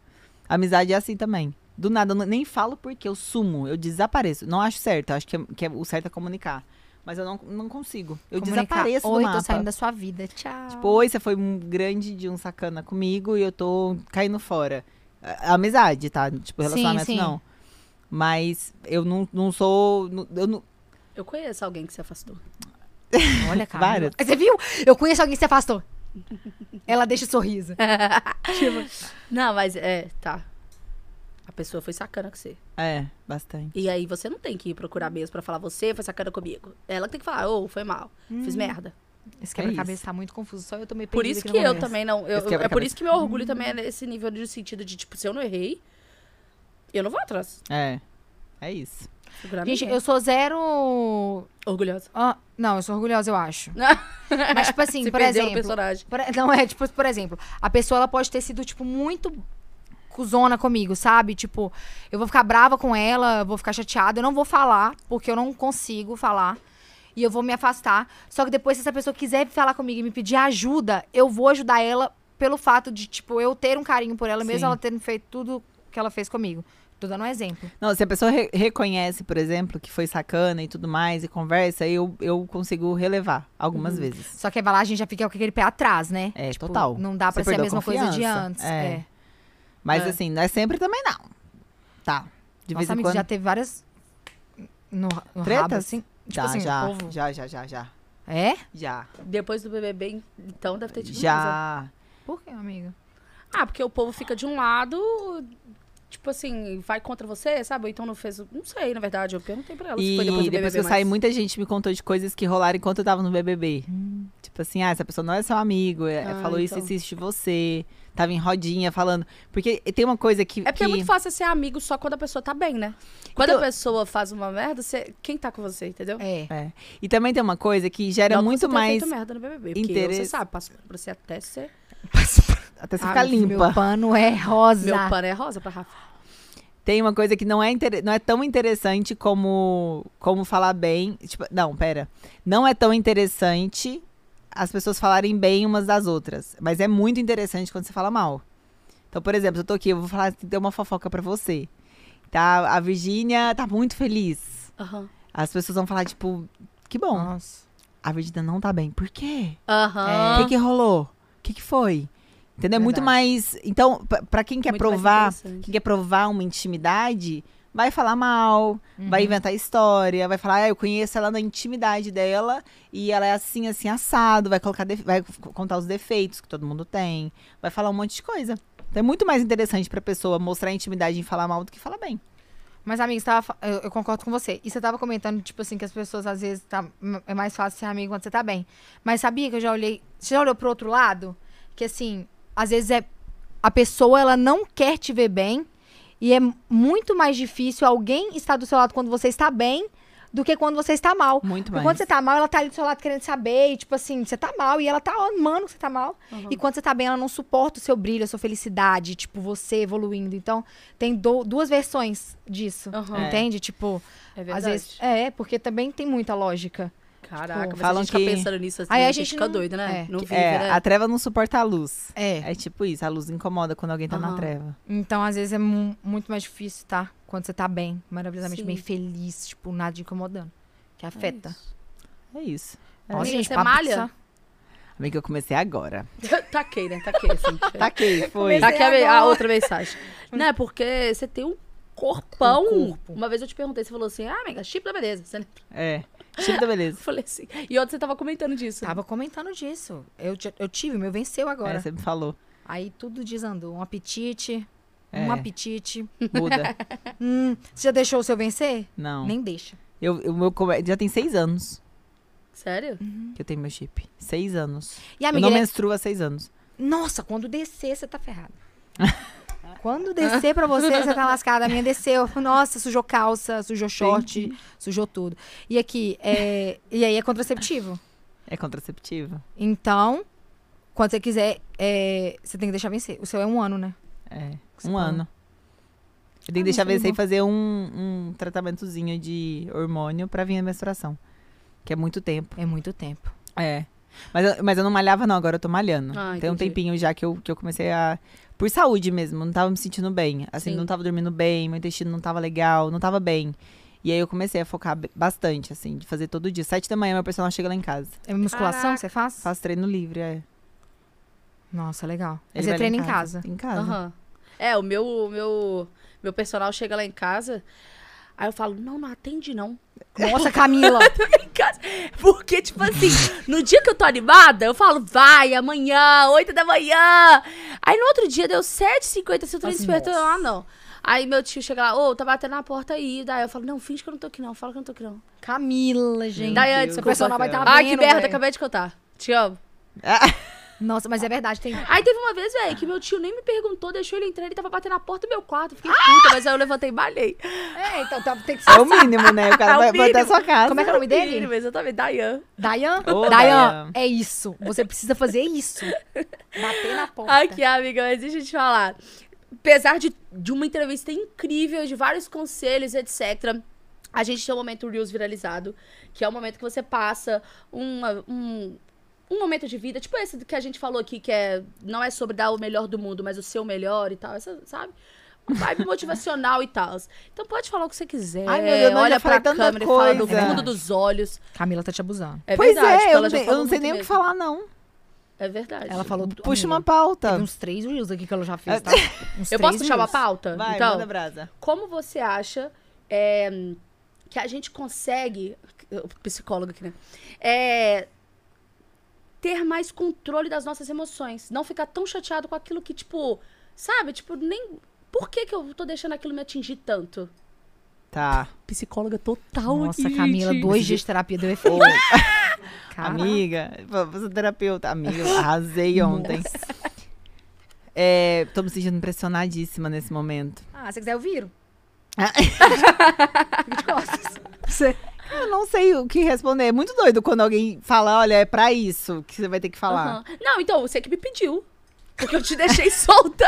Amizade é assim também. Do nada, eu não- nem falo porque eu sumo, eu desapareço. Não acho certo, acho que, é- que é- o certo é comunicar. Mas eu não, não consigo. Eu Comunicar, desapareço do Oi, mapa. tô saindo da sua vida. Tchau. Tipo, oi, você foi um grande de um sacana comigo e eu tô caindo fora. A- a Amizade, tá? Tipo, Sim, relacionamento sim. não. Mas eu não, não sou. nu- Eu não, Eu conheço alguém que se afastou. Olha, cara. várias. Você viu? Eu conheço alguém que se afastou. Ela deixa o sorriso. É Não, mas é, tá. A pessoa foi sacana com você. é, bastante. E aí você não tem que ir procurar mesmo pra falar, você foi sacana comigo. Ela que tem que falar, ô, foi mal, Uhum. fiz merda. Esse É quebra-cabeça isso. tá muito confuso, só eu tô meio Por perdida isso aqui que no eu começo. também não. eu- Esse quebra-cabeça. é por isso que Uhum. meu orgulho também é nesse nível de sentido de, tipo, se eu não errei, eu não vou atrás. É. É isso. Procurar Gente, ninguém. eu sou zero. Orgulhosa. Ah, não, eu sou orgulhosa, eu acho. Mas, tipo assim, se por perdeu no exemplo. personagem. Por- não, é tipo, por exemplo, a pessoa ela pode ter sido, tipo, muito cuzona comigo, sabe? Tipo, eu vou ficar brava com ela, eu vou ficar chateada, eu não vou falar, porque eu não consigo falar. E eu vou me afastar. Só que depois, se essa pessoa quiser falar comigo e me pedir ajuda, eu vou ajudar ela pelo fato de, tipo, eu ter um carinho por ela, Sim. mesmo ela tendo feito tudo que ela fez comigo. Tô dando um exemplo. Não, se a pessoa re- reconhece, por exemplo, que foi sacana e tudo mais, e conversa, eu, eu consigo relevar algumas Uhum. vezes. Só que aí vai lá, a gente já fica com aquele pé atrás, né? É, total. Não dá pra Você ser a perdeu a mesma coisa de confiança. antes. É. é. Mas É. assim, não é sempre também não. Tá. De vez Nossa, em amiga, quando. já teve várias. No, no rabo, Tretas? assim. Tipo já, assim, já, o povo- já, já, já, já. É? Já. Depois do BBB, então, deve ter tido mais, né? Já. Por que, amiga? Ah, porque o povo fica de um lado, tipo assim, vai contra você, sabe? Ou então não fez... Não sei, na verdade, eu perguntei pra ela se E foi depois depois, do BBB. que eu saí, mas- muita gente me contou de coisas que rolaram enquanto eu tava no BBB. Tipo assim, ah, essa pessoa não é seu amigo, é- Hum. Ah, falou isso, então. isso, isso de você. Tava em rodinha falando. Porque tem uma coisa que. É porque é que- muito fácil ser amigo só quando a pessoa tá bem, né? Quando Então- a pessoa faz uma merda, você... quem tá com você, entendeu? É. É. E também tem uma coisa que gera Não que muito você tenha mais. feito merda no BBB, porque eu, você interesse. sabe, passo pra você até ser. Até você Ah, ficar meu filho, limpa. Meu pano é rosa. Meu pano é rosa pra Rafa. Tem uma coisa que não é, inter- não é tão interessante como, como falar bem. Tipo, não, pera. Não é tão interessante as pessoas falarem bem umas das outras. Mas é muito interessante quando você fala mal. Então, por exemplo, eu tô aqui, eu vou falar, tem uma fofoca pra você. Tá? A Virgínia tá muito feliz. Aham. As pessoas vão falar, tipo, que bom. Ah. Nossa. A Virgínia não tá bem. Por quê? O Aham. É. que, que rolou? O que, que foi? Entendeu? É muito Verdade. mais. Então, pra- pra quem quer Muito mais provar interessante. que quer provar uma intimidade, vai falar mal, Uhum. vai inventar história, vai falar, ah, eu conheço ela na intimidade dela e ela é assim, assim, assado, vai colocar, defe- vai c- contar os defeitos que todo mundo tem, vai falar um monte de coisa. Então é muito mais interessante pra pessoa mostrar a intimidade em falar mal do que falar bem. Mas, amiga, você tava fa- eu, eu concordo com você. E você tava comentando, tipo assim, que as pessoas às vezes tá, m- é mais fácil ser amigo quando você tá bem. Mas sabia que eu já olhei. Você já olhou pro outro lado? Que assim, às vezes é. A pessoa, ela não quer te ver bem. E é muito mais difícil alguém estar do seu lado quando você está bem do que quando você está mal. Muito Porque mais. Quando você tá mal, ela tá ali do seu lado querendo saber, e, tipo assim, você tá mal e ela tá amando que você tá mal. E quando você tá bem, ela não suporta o seu brilho, a sua felicidade, tipo, você evoluindo. Então, tem do- duas versões disso. Aham. Entende? Tipo, É às verdade. vezes. É, porque também tem muita lógica. Caraca, mas falam a gente fica que- pensando nisso assim, Aí a a, gente gente fica não- doido, né? é. Não vive, É, né? a treva não suporta a luz. É. É tipo isso, a luz incomoda quando alguém tá na Aham. treva. Então, às vezes, é mu- muito mais difícil, tá? Quando você tá bem, maravilhosamente Sim. bem feliz, tipo, nada te incomodando. Que afeta. É isso. É. Nossa, Nossa, gente, gente, você papo malha? Amiga, eu comecei agora. Taquei, né? Taquei, assim. Taquei, foi. Tá Comecei. Taquei a, me- a agora. outra mensagem. Não, é porque você tem um corpão. Um corpo. Uma vez eu te perguntei, você falou assim, ah, amiga, chip da beleza. Você... Eu É. Tipo da beleza. falei assim. E ontem você tava comentando disso. Tava comentando disso. Eu, ti- eu tive, o meu venceu agora. É, você me falou. Aí tudo desandou. Um apetite, É. um apetite. Muda. Hum, você já deixou o seu vencer? Não. Nem deixa. Eu, eu- meu, come- já tem seis anos Sério? que eu tenho meu chip. Seis anos. E a Eu amiga, não ele é- menstruo há seis anos. nossa, quando descer, você tá ferrado. quando descer pra você, você tá lascada. A minha desceu. Nossa, sujou calça, sujou short, sujou tudo. E aqui, é... e aí é contraceptivo. É contraceptivo. Então, quando você quiser, é, você tem que deixar vencer. O seu é um ano, né? É. Que Um você fala. ano. Eu Ah, tenho que deixar não sei ver sem não. fazer um, um tratamentozinho de hormônio pra vir a menstruação. Que é muito tempo. É muito tempo. É. Mas, eu- mas eu não malhava, não, agora eu tô malhando. Ah, Tem um entendi. tempinho já que eu, que eu comecei a. Por saúde mesmo, não tava me sentindo bem. Assim, Sim. não tava dormindo bem, meu intestino não tava legal, não tava bem. E aí eu comecei a focar b- bastante, assim, de fazer todo dia. Sete da manhã, meu personal chega lá em casa. É musculação Caraca. que você faz? Faço treino livre, é. Nossa, legal. Ele é Mas você vai lá treina em casa. Em casa. Aham. É, o meu, o meu, meu personal chega lá em casa, aí eu falo, não, não atende não. Nossa, Camila! Em casa. Porque, tipo assim, no dia que eu tô animada, eu falo, vai, amanhã, 8 da manhã. Aí no outro dia deu 7h50, se o trem Nossa, despertou, eu, ah, não. Aí meu tio chega lá, ô, tá batendo na porta aí. Daí eu falo, não, finge que eu não tô aqui não, fala que eu não tô aqui não. Camila, gente. Daí Deus antes, o personal vai estar Ah, que merda, velho. acabei de contar. Te amo. Nossa, mas é verdade, tem. Aí teve uma vez, velho, que meu tio nem me perguntou, deixou ele entrar, ele tava batendo na porta do meu quarto. Ah! eu Fiquei puta, mas aí eu levantei e balei. É, então tá- tem que É ser. o mínimo, né? O cara É o vai vai até a mínimo. sua casa. Como é que é o nome dele? Mínimo, Exatamente, Dayan. Dayan? Dayan, Ô, Dayan. é isso. Você precisa fazer isso. Bater na porta. Aqui, amiga, mas deixa eu te falar. Apesar de, de uma entrevista incrível, de vários conselhos, etc., a gente tem o momento Reels viralizado, que é o momento que você passa uma- um, um momento de vida, tipo esse que a gente falou aqui, que é, não é sobre dar o melhor do mundo, mas o seu melhor e tal, essa, sabe? Uma vibe motivacional e tal. Então pode falar o que você quiser. Ai, meu Deus, não, eu olha já falei pra tanta câmera e fala do coisa. fundo dos olhos. Camila tá te abusando. É pois verdade. porque é, eu ela não, já sei- eu falou não sei muito nem o que mesmo. falar, não. É verdade. Ela falou. do- Puxa uma Amiga, Teve pauta. uns três reels aqui que ela já fez, É. tá? Uns Eu três posso puxar uma reels. pauta? Vai, então, manda brasa. Como você acha é, que a gente consegue. o Psicólogo aqui, né? É, ter mais controle das nossas emoções. Não ficar tão chateado com aquilo que, tipo. Sabe? Tipo, nem. Por que, que eu tô deixando aquilo me atingir tanto? Tá. Psicóloga total Nossa, aqui, Camila, gente. dois dias de terapia deu efeito. Caraca. Amiga, você é terapeuta. Amiga, eu arrasei ontem. É, tô me sentindo impressionadíssima nesse momento. Ah, se quiser, eu viro. Ah. Fica de costas. Eu não sei o que responder. É muito doido quando alguém fala, olha, é pra isso que você vai ter que falar. Aham. Não, então, você que me pediu. Porque eu te deixei solta.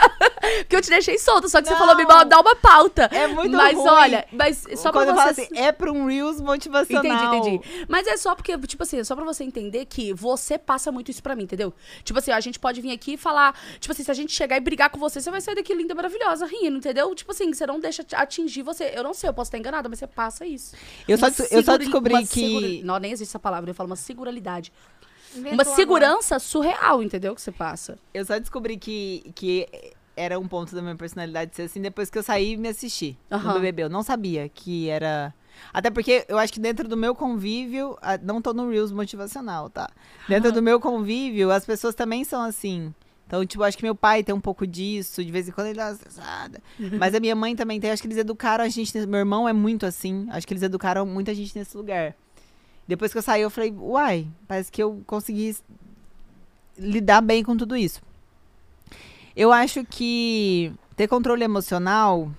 porque eu te deixei solta. Só que você Não. falou, me dá uma pauta. É muito mas ruim. olha, mas só quando eu pra falo você. assim, é pra um Reels motivacional. Entendi, entendi. Mas é só porque, tipo assim, é só pra você entender que você passa muito isso pra mim, entendeu? Tipo assim, a gente pode vir aqui e falar. Tipo assim, se a gente chegar e brigar com você, você vai sair daqui linda, maravilhosa, rindo, entendeu? Tipo assim, você não deixa te- atingir você. Eu não sei, eu posso estar enganada, mas você passa isso. Eu só, Uma des- eu só seguri- descobri uma que. segura- Não, nem existe essa palavra, eu falo uma seguralidade. uma segurança surreal, entendeu? Que você passa. Eu só descobri que, que era um ponto da minha personalidade ser assim depois que eu saí e me assisti Aham. no BBB. Eu não sabia que era... Até porque eu acho que dentro do meu convívio... ah, Não tô no Reels motivacional, tá? Dentro do meu convívio, as pessoas também são assim. Então, tipo, acho que meu pai tem um pouco disso. De vez em quando ele dá uma estressada. Mas a minha mãe também tem. Acho que eles educaram a gente... nesse- Meu irmão é muito assim. Acho que eles educaram muita gente nesse lugar. Depois que eu saí, eu falei... Uai, parece que eu consegui lidar bem com tudo isso. Eu acho que ter controle emocional.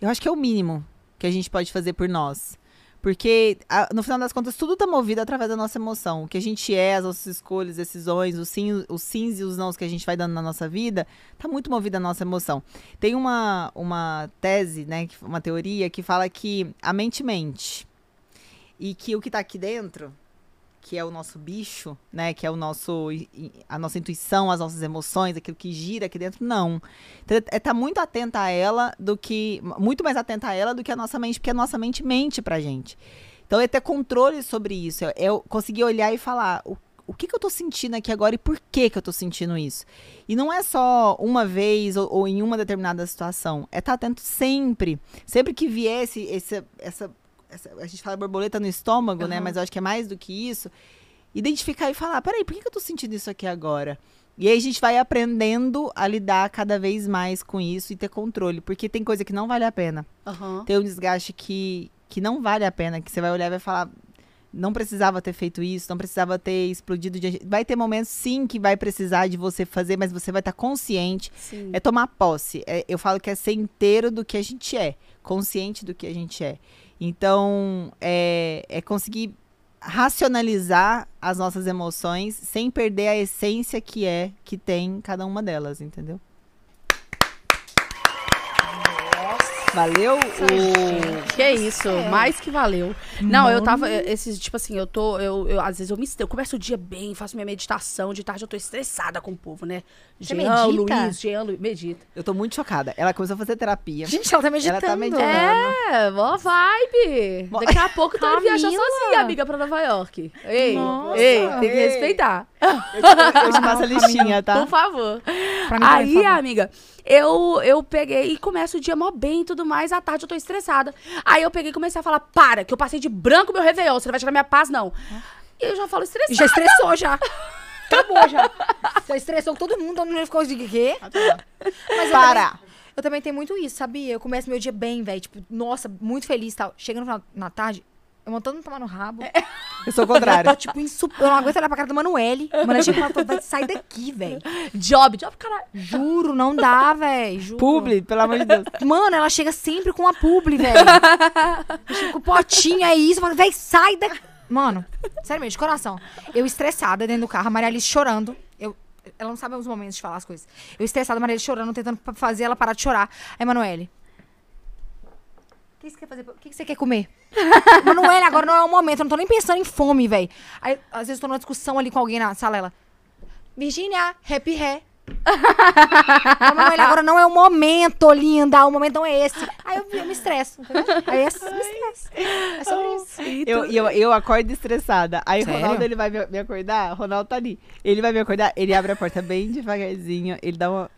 Eu acho que é o mínimo que a gente pode fazer por nós. Porque, a- no final das contas, tudo tá movido através da nossa emoção. O que a gente é, as nossas escolhas, decisões, os, sim, os sims e os nãos que a gente vai dando na nossa vida, tá muito movido a nossa emoção. Tem uma, uma tese, né, que- uma teoria que fala que a mente mente. E que o que tá aqui dentro, que é o nosso bicho, né, que é o nosso, i- i- a nossa intuição, as nossas emoções, aquilo que gira aqui dentro, não. Então, é tá muito atenta a ela do que. Muito mais atenta a ela do que a nossa mente, porque a nossa mente mente pra gente. Então é ter controle sobre isso. É eu conseguir olhar e falar o, o que, que eu tô sentindo aqui agora e por que, que eu tô sentindo isso. E não é só uma vez ou, ou em uma determinada situação. É estar atento sempre. Sempre que vier esse, esse- essa, essa- A gente fala borboleta no estômago, né? Aham. Mas eu acho que é mais do que isso. Identificar e falar, peraí, por que, que eu tô sentindo isso aqui agora? E aí a gente vai aprendendo a lidar cada vez mais com isso e ter controle, porque tem coisa que não vale a pena. Aham. Tem um desgaste que, que não vale a pena, que você vai olhar e vai falar, não precisava ter feito isso, não precisava ter explodido. De... Vai ter momentos, sim, que vai precisar de você fazer, mas você vai estar consciente. Sim. É tomar posse. É- eu falo que é ser inteiro do que a gente é, consciente do que a gente é. Então, é, é conseguir racionalizar as nossas emoções sem perder a essência que é, que tem cada uma delas, entendeu? Valeu o... Que é isso, mais que valeu. Não, eu tava. eh, Esses, tipo assim, eu tô. Eu, eu- às vezes eu me estre- eu começo o dia bem, faço minha meditação, de tarde eu tô estressada com o povo, né? Você Jean, medita? Luiz, Jean, Luiz, medita. Eu tô muito chocada. Ela começou a fazer terapia. Gente, ela tá Ela meditando. tá meditando. É, boa vibe. Daqui a pouco eu tô indo viajar Camila. sozinha, amiga, pra Nova York. Ei, Nossa. ei, tem que Ei. respeitar. Eu te, eu te passo a listinha, tá? Por favor. Pra mim tá também, Aí, por favor. amiga, eu, eu peguei e começo o dia mó bem e tudo mais. À tarde eu tô estressada. Aí eu peguei e comecei a falar: para, que eu passei de branco meu Réveillon, você não vai tirar minha paz, não. E eu já falo estressada. Já estressou, já. Acabou, já. Já estressou com todo mundo, todo mundo já ficou de quê? Mas eu Para. também- eu também tenho muito isso, sabia? Eu começo meu dia bem, velho. Tipo, nossa, muito feliz e tal. Chega no final, na tarde, eu montando tomar no rabo. Eu sou o contrário. Eu, tipo, insup... eu não aguento olhar pra cara do Manuele. O Manuele chega e fala, vai sair daqui, velho. Job, job, caralho. Juro, não dá, velho. Juro. Publi, pelo amor de Deus. Mano, ela chega sempre com a publi, velho. chega com o potinho, é isso. Fala, velho, sai daqui. Mano, sério mesmo, de coração. Eu estressada dentro do carro, a Maria Alice chorando. Eu, ela não sabe os momentos de falar as coisas. Eu estressada, a Maria Alice chorando, tentando pa- fazer ela parar de chorar. Aí, Manoel. O que você quer fazer? pra- O que você quer comer? Manoel, agora não é o momento. Eu não tô nem pensando em fome, velho. Aí, às vezes, eu tô numa discussão ali com alguém na sala. Ela. Virgínia, happy hair. Ô, Manoel, agora não é o momento, linda. O momento não é esse. Aí eu, eu me estresso. entendeu? Aí eu me estresso. É sobre isso. Eu, eu, eu acordo estressada. Aí o Sério? Ronaldo ele vai me me acordar, o Ronaldo tá ali. Ele vai me acordar, ele abre a porta bem devagarzinho, ele dá uma.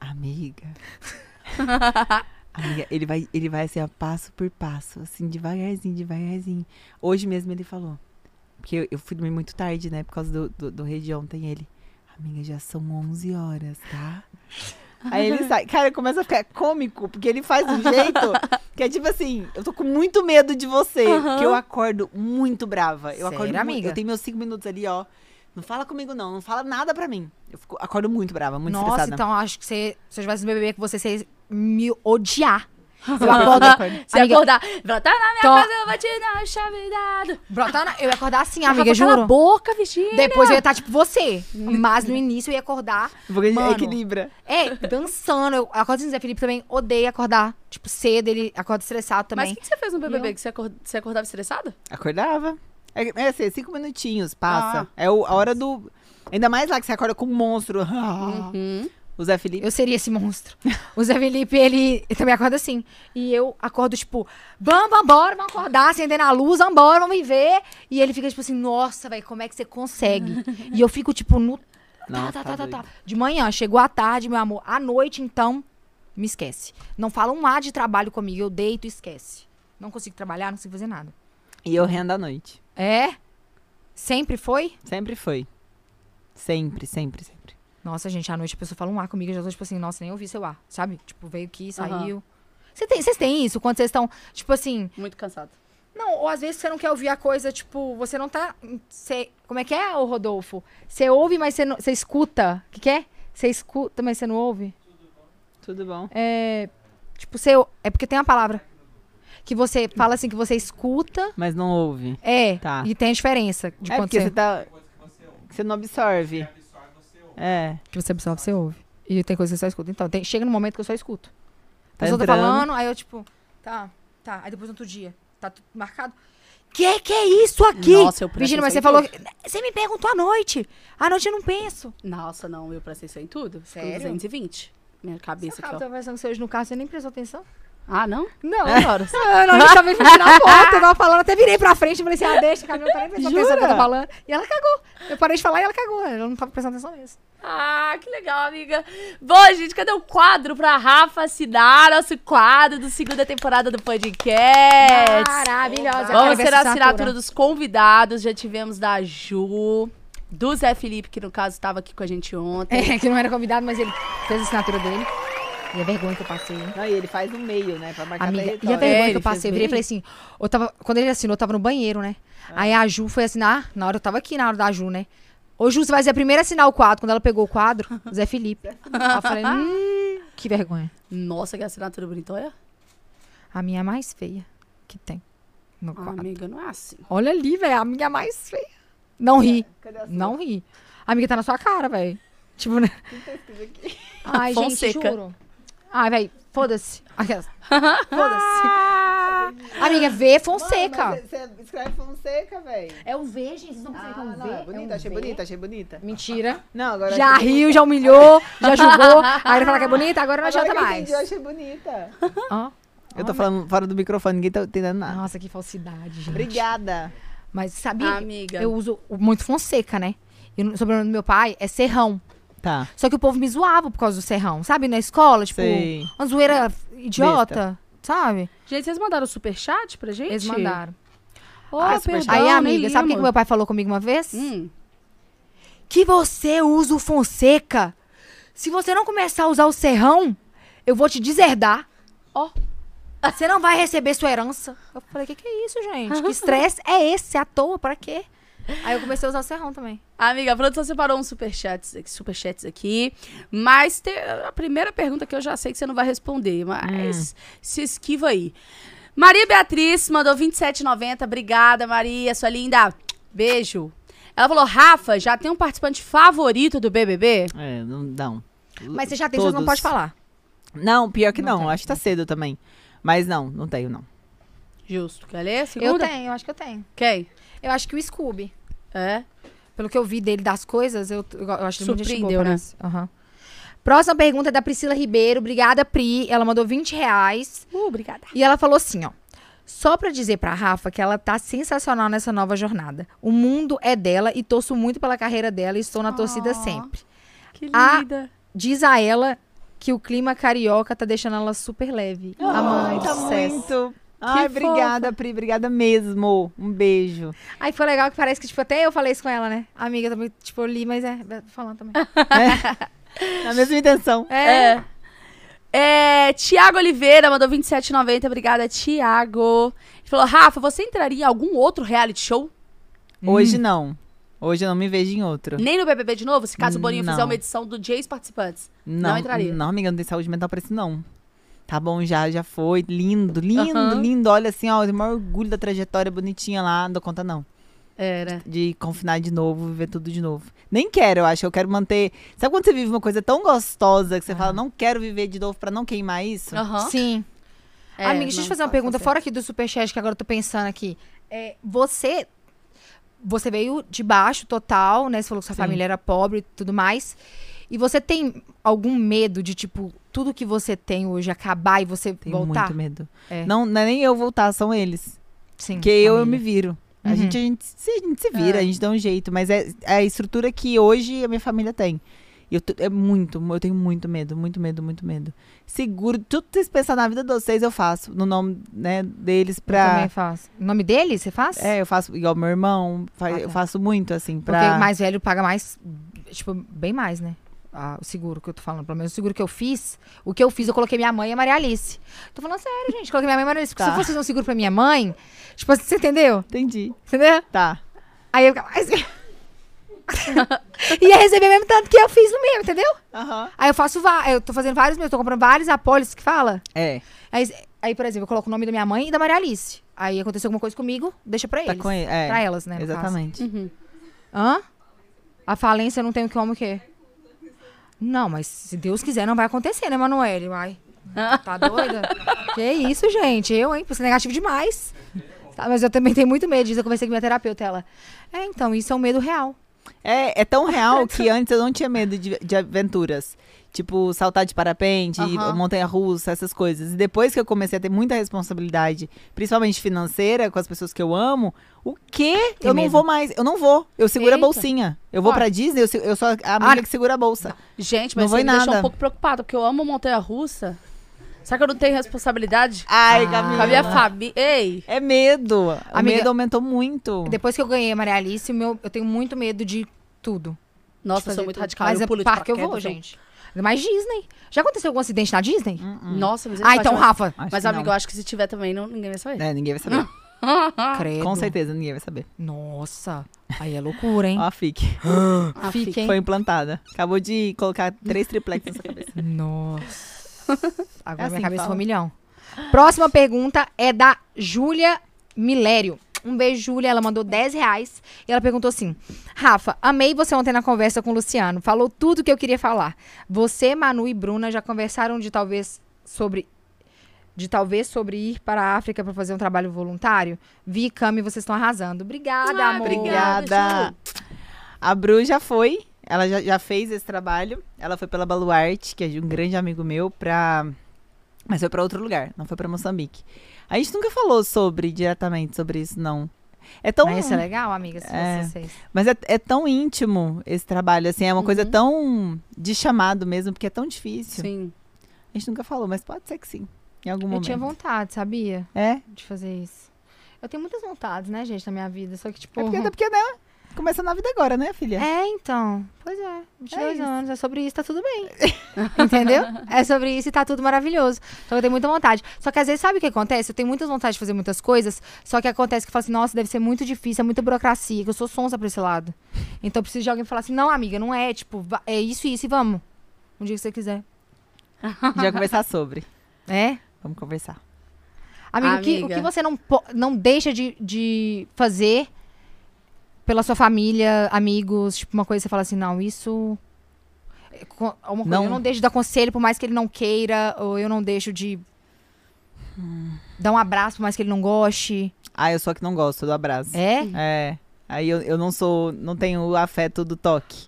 Amiga. Amiga, ele vai, ele vai assim, ó, passo por passo, assim, devagarzinho, devagarzinho. Hoje mesmo ele falou. Porque eu, eu fui dormir muito tarde, né? Por causa do, do, do rei de ontem. Ele, amiga, já são 11 horas, tá? Aí ele sai. Cara, começa a ficar cômico, porque ele faz um jeito que é tipo assim: eu tô com muito medo de você, que eu acordo muito brava. Eu Sério, acordo mu- amiga? Eu tenho meus cinco minutos ali, ó. Não fala comigo, não. Não fala nada pra mim. Eu fico- acordo muito brava, muito Nossa, estressada. então acho que você, se eu tivesse um bebê com você, você ia me odiar. Eu acordo, eu acordo. Se Amiga, acordar, brota na minha Tô- casa, eu vou te dar o chaveirado. Brotando, eu ia acordar assim, amiga, Rafa, cala a juro. boca, Virgínia. Depois eu ia estar tipo você. Mas no início eu ia acordar, Porque a gente Mano. equilibra. é, dançando. Eu acordo assim, Zé Felipe também odeia acordar, tipo, cedo, ele acorda estressado Mas também. o que, que você fez no BBB? Que você, acor- você acordava estressada? Acordava. É, é assim, cinco minutinhos, Ah. passa. É o- a hora do. Ainda mais lá que você acorda com um monstro. Uhum. O Zé Felipe. Eu seria esse monstro. O Zé Felipe, ele também acorda assim. E eu acordo, tipo, vamos, vambora, vamos acordar, acender na luz, vambora, vamos viver. E ele fica, tipo assim, nossa, velho, como é que você consegue? E eu fico, tipo, no. Não, tá, tá, tá tá, tá, doido. tá. De manhã, chegou à tarde, meu amor. À noite, então, me esquece. Não fala um ar de trabalho comigo. Eu deito e esquece. Não consigo trabalhar, não consigo fazer nada. E eu rendo à noite. É? Sempre foi? Sempre foi. Sempre, sempre, sempre. Nossa, gente, à noite a pessoa fala um ar comigo, eu já tô tipo assim, nossa, nem ouvi seu ar, sabe? Tipo, veio aqui, Aham. saiu. Cê tem- Vocês têm isso? Quando vocês estão, tipo assim. Muito cansada. Não, ou às vezes você não quer ouvir a coisa, tipo, você não tá. Cê, como é que é, ô Rodolfo? Você ouve, mas você não- você escuta. O que, que é? Você escuta, mas você não ouve? Tudo bom? É. Tipo, você. É porque tem uma palavra. Que você fala assim, que você escuta. Mas não ouve. É. Tá. E tem a diferença de é quando porque você. você tá. que Você não absorve. É. Que você absorve, você ouve. E tem coisa que você só escuta. Então, tem- chega no momento que eu só escuto. A Tá pessoa tá entrando. falando, aí eu, tipo, tá, tá. Aí depois no outro dia, tá tudo marcado. Que que é isso aqui? Nossa, eu presto Virgínia, mas você isso em falou. que- Você me perguntou à noite. À noite eu não penso. Nossa, não, eu prestei isso em tudo. Ficou Sério? 220. Minha cabeça aqui, ó. conversando com você hoje no carro, você nem prestou atenção? Ah, não? Não, horas. não, a gente tava fugindo na porta, eu tava falando, até virei pra frente e falei assim, ah, deixa, a Camila tá nem prestando atenção no que eu tô Jura? falando. E ela cagou. Eu parei de falar e ela cagou. Ela não tava prestando atenção mesmo. Ah, que legal, amiga. Bom, gente, cadê o quadro pra Rafa assinar? Nosso quadro do segunda temporada do podcast. Maravilhosa. É Vamos ter a assinatura dos convidados. Já tivemos da Ju, do Zé Felipe, que no caso estava aqui com a gente É, ontem. que não era convidado, mas ele fez a assinatura dele. E a vergonha que eu passei, né? Não, e ele faz no meio, né? Pra marcar Amiga, e a território. vergonha que É, ele eu passei, eu fez virei e bem? falei assim, eu tava, quando ele assinou, eu tava no banheiro, né? Aí a Ju foi assinar, na hora eu tava aqui, na hora da Ju, né? Ô Ju, você vai ser a primeira a assinar o quadro. Quando ela pegou o quadro, o Zé Felipe. Aí eu falei, hum, que vergonha. Nossa, que assinatura bonita, olha. A minha mais feia que tem no Ah, quadro. amiga, não é assim. Olha ali, velho, a minha mais feia. Não ri, É, Cadê a sua? não ri. A amiga tá na sua cara, velho. Tipo, né? tá Ai, gente, Fonseca. juro. Ai, velho, foda-se. Aquelas. Foda-se. Amiga, V é Fonseca. Mano, mas Você você escreve Fonseca, velho. É o V, um gente, vocês não Ah, conseguem ver. não, é bonita, achei bonita, achei bonita. Mentira. Não, agora Já achei riu, já humilhou, já julgou. Aí ele fala que é bonita, agora não bonita. Agora adianta que eu mais. entendi, eu achei bonita. Ó, Eu tô falando fora do microfone, ninguém tá entendendo nada. Nossa, que falsidade, gente. Obrigada. Mas sabia? Amiga. Eu uso muito Fonseca, né? E o sobrenome do meu pai é Serrão. Tá. Só que o povo me zoava por causa do serrão, sabe? Na escola, tipo, Sei. uma zoeira idiota, sabe? Gente, vocês mandaram o superchat pra gente? Eles mandaram. Ô, Ah, perdão, superchat. Aí, nem amiga, sabe o que, que lembro. meu pai falou comigo uma vez? Hum. Que você usa o Fonseca. Se você não começar a usar o serrão, eu vou te deserdar. Ó. Você não vai receber sua herança. Eu falei, o que, que é isso, gente? Que estresse é esse? À toa, pra quê? Aí eu comecei a usar o serrão também. Amiga, a produção separou uns superchats aqui, superchats aqui mas te- a primeira pergunta que eu já sei que você não vai responder, mas Hum. se esquiva aí. Maria Beatriz mandou 27,90. Obrigada, Maria, sua linda. Beijo. Ela falou, Rafa, já tem um participante favorito do BBB? É, não, não. Mas você já tem, você não Todos. pode falar. Não, pior que Não não. tem, Acho que tá cedo também. Mas não, não tenho, não. Justo. Quer ler? Eu Segunda? tenho, eu acho que eu tenho. Quem? Eu acho que o Scooby. É. Pelo que eu vi dele das coisas, eu, eu acho ele muito gente boa, Surpreendeu, né? parece. Aham. Próxima pergunta é da Priscila Ribeiro. Obrigada, Pri. Ela mandou 20 reais. Uh, obrigada. E ela falou assim, ó. Só pra dizer pra Rafa que ela tá sensacional nessa nova jornada. O mundo é dela e torço muito pela carreira dela e estou na torcida Ah. sempre. Que Ah, linda. Diz a ela que o clima carioca tá deixando ela super leve. Ah, Amando, tá sucesso. muito. fofa. Ai, obrigada, Pri. Obrigada mesmo. Um beijo. Aí foi legal que parece que, tipo, até eu falei isso com ela, né? Amiga, também, tipo, eu li, mas é, falando também. Na mesma intenção. É. É, Tiago Oliveira mandou 27,90. Obrigada, Tiago. Ele falou: Rafa, você entraria em algum outro reality show? Hoje não. Hoje eu não me vejo em outro. Nem no BBB de novo? Se caso o Boninho Não. fizer uma edição do de ex-participantes. Não, Não entraria. Não, amiga, não tem saúde mental pra isso, não. Tá bom, já, já foi. Lindo, lindo, Aham. lindo. Olha assim, ó, eu tenho o maior orgulho da trajetória bonitinha lá. Não dou conta, não. Era. De confinar de novo, viver tudo de novo. Nem quero, eu acho. Eu quero manter. Sabe quando você vive uma coisa tão gostosa que você fala, não quero viver de novo pra não queimar isso? Aham. Sim. É, Amiga, deixa eu te não, fazer uma tá pergunta, certo. fora aqui do superchat, que agora eu tô pensando aqui. É, você. Você veio de baixo total, né? Você falou que sua Sim. família era pobre e tudo mais. E você tem algum medo de, tipo, tudo que você tem hoje acabar e você Tenho voltar? muito medo. É. Não, não é nem eu voltar, são eles. Sim. Porque eu, eu me família. viro. A, Uhum. gente, a, gente, se- a gente se vira, a gente dá um jeito. Mas é, é a estrutura que hoje a minha família tem. E Eu, t- é muito, eu tenho muito medo, muito medo, muito medo. Seguro, tudo que vocês pensarem na vida de vocês, eu faço. No nome né, deles Eu também pra. faço. O nome dele, você faz? É, eu faço igual meu irmão. fa- Ah, Eu tá. faço muito, assim, Porque pra. mais velho paga mais, tipo, bem mais, né? Ah, o seguro que eu tô falando, pelo menos o seguro que eu fiz, o que eu fiz, eu coloquei minha mãe e a Maria Alice. Tô falando sério, gente, coloquei minha mãe e a Maria Alice. Porque Tá. se eu fosse fazer um seguro pra minha mãe, tipo assim, você entendeu? Entendi. Entendeu? Tá. Aí eu ficava, "Ai, Ia receber mesmo tanto que eu fiz no meu, entendeu? Aham. Aí eu faço va- eu tô fazendo vários meus, tô comprando vários apólices que fala. É. Aí, aí, por exemplo, eu coloco o nome da minha mãe e da Maria Alice. Aí aconteceu alguma coisa comigo, deixa pra Tá eles. com ele. É. Pra elas, né? no caso. Exatamente. Hã? A falência não tem o que como o quê? Não, mas se Deus quiser, não vai acontecer, né, Manoel? Ai, tá doida? que isso, gente? Eu, hein? Você é negativo demais. Tá, mas eu também tenho muito medo disso. Eu conversei com minha terapeuta, ela. É, então, isso é um medo real. É, é tão real que antes eu não tinha medo de, de aventuras. Tipo, saltar de parapente, Aham. montanha-russa, essas coisas. E depois que eu comecei a ter muita responsabilidade, principalmente financeira, com as pessoas que eu amo, o quê? Tem eu não medo. vou mais. Eu não vou. Eu seguro a Eita. bolsinha. Eu vou Olha. pra Disney, eu, se- eu sou a amiga que segura a bolsa. Gente, Não mas vou você em me deixou nada. um pouco preocupada, porque eu amo montanha russa. Será que eu não tenho responsabilidade? Ai, Ah. Com Gabi. a minha família. Ei! É medo. o Amiga- medo aumentou muito. Depois que eu ganhei a Maria Alice, o meu, eu tenho muito medo de tudo. Nossa, eu Fazer sou muito tudo. radical. Mas eu é pulo de parque eu paraquedas, vou, gente. Mas Disney. Já aconteceu algum acidente na Disney? Hum, Nossa, mas um ah, então, Rafa. Acho Mas, que amigo, não. eu acho que se tiver também, não, ninguém vai saber. É, ninguém vai saber. Ah, Credo. Com certeza, ninguém vai saber. Nossa. Aí é loucura, hein? Ó, a FIC. Ah, Fique, hein? Foi implantada. Acabou de colocar três triplex na sua cabeça. Nossa. Agora assim minha que cabeça fala? foi um milhão. Próxima pergunta é da Júlia Milério. Um beijo, Júlia. Ela mandou 10 reais e ela perguntou assim: Rafa, amei você ontem na conversa com o Luciano. Falou tudo que eu queria falar. Você, Manu e Bruna já conversaram de talvez sobre. De talvez sobre ir para a África para fazer um trabalho voluntário? Vi, Cami, vocês estão arrasando. Obrigada, Ah, amor. Obrigada. A Bru já foi, ela já, já fez esse trabalho. Ela foi pela Baluarte, que é de um grande amigo meu, pra. Mas foi pra outro lugar, não foi pra Moçambique. A gente nunca falou sobre diretamente sobre isso, não. É tão, Mas isso é legal, amiga, se É. vocês. mas é, é tão íntimo esse trabalho, assim, é uma Uhum. coisa tão de chamado mesmo, porque é tão difícil. Sim. A gente nunca falou, mas pode ser que sim, em algum Eu um momento. tinha vontade, sabia? É, de fazer isso. Eu tenho muitas vontades, né, gente, na minha vida. Só que, tipo. é porque, até porque, né? Começando a vida agora, né, filha? É, então. Pois é. 22 isso. anos. É sobre isso, tá tudo bem. Entendeu? É sobre isso e tá tudo maravilhoso. Então eu tenho muita vontade. Só que às vezes, sabe o que acontece? Eu tenho muitas vontades de fazer muitas coisas. Só que acontece que eu falo assim, nossa, deve ser muito difícil, é muita burocracia, que eu sou sonsa pra esse lado. Então eu preciso de alguém falar assim, não, amiga, não é. Tipo, va- é isso e isso e vamos. Um dia que você quiser. A gente vai conversar sobre. É? Vamos conversar. Amigo, o que- o Amiga. que você não, po- não deixa de, de fazer pela sua família, amigos, tipo, uma coisa que você fala assim, não, isso. é co- Uma coisa, Não. Eu não deixo de dar conselho, por mais que ele não queira, ou eu não deixo de Hum. dar um abraço, por mais que ele não goste. Ah, eu sou a que não gosto do abraço. É? É. Aí eu, eu não sou, não tenho o afeto do toque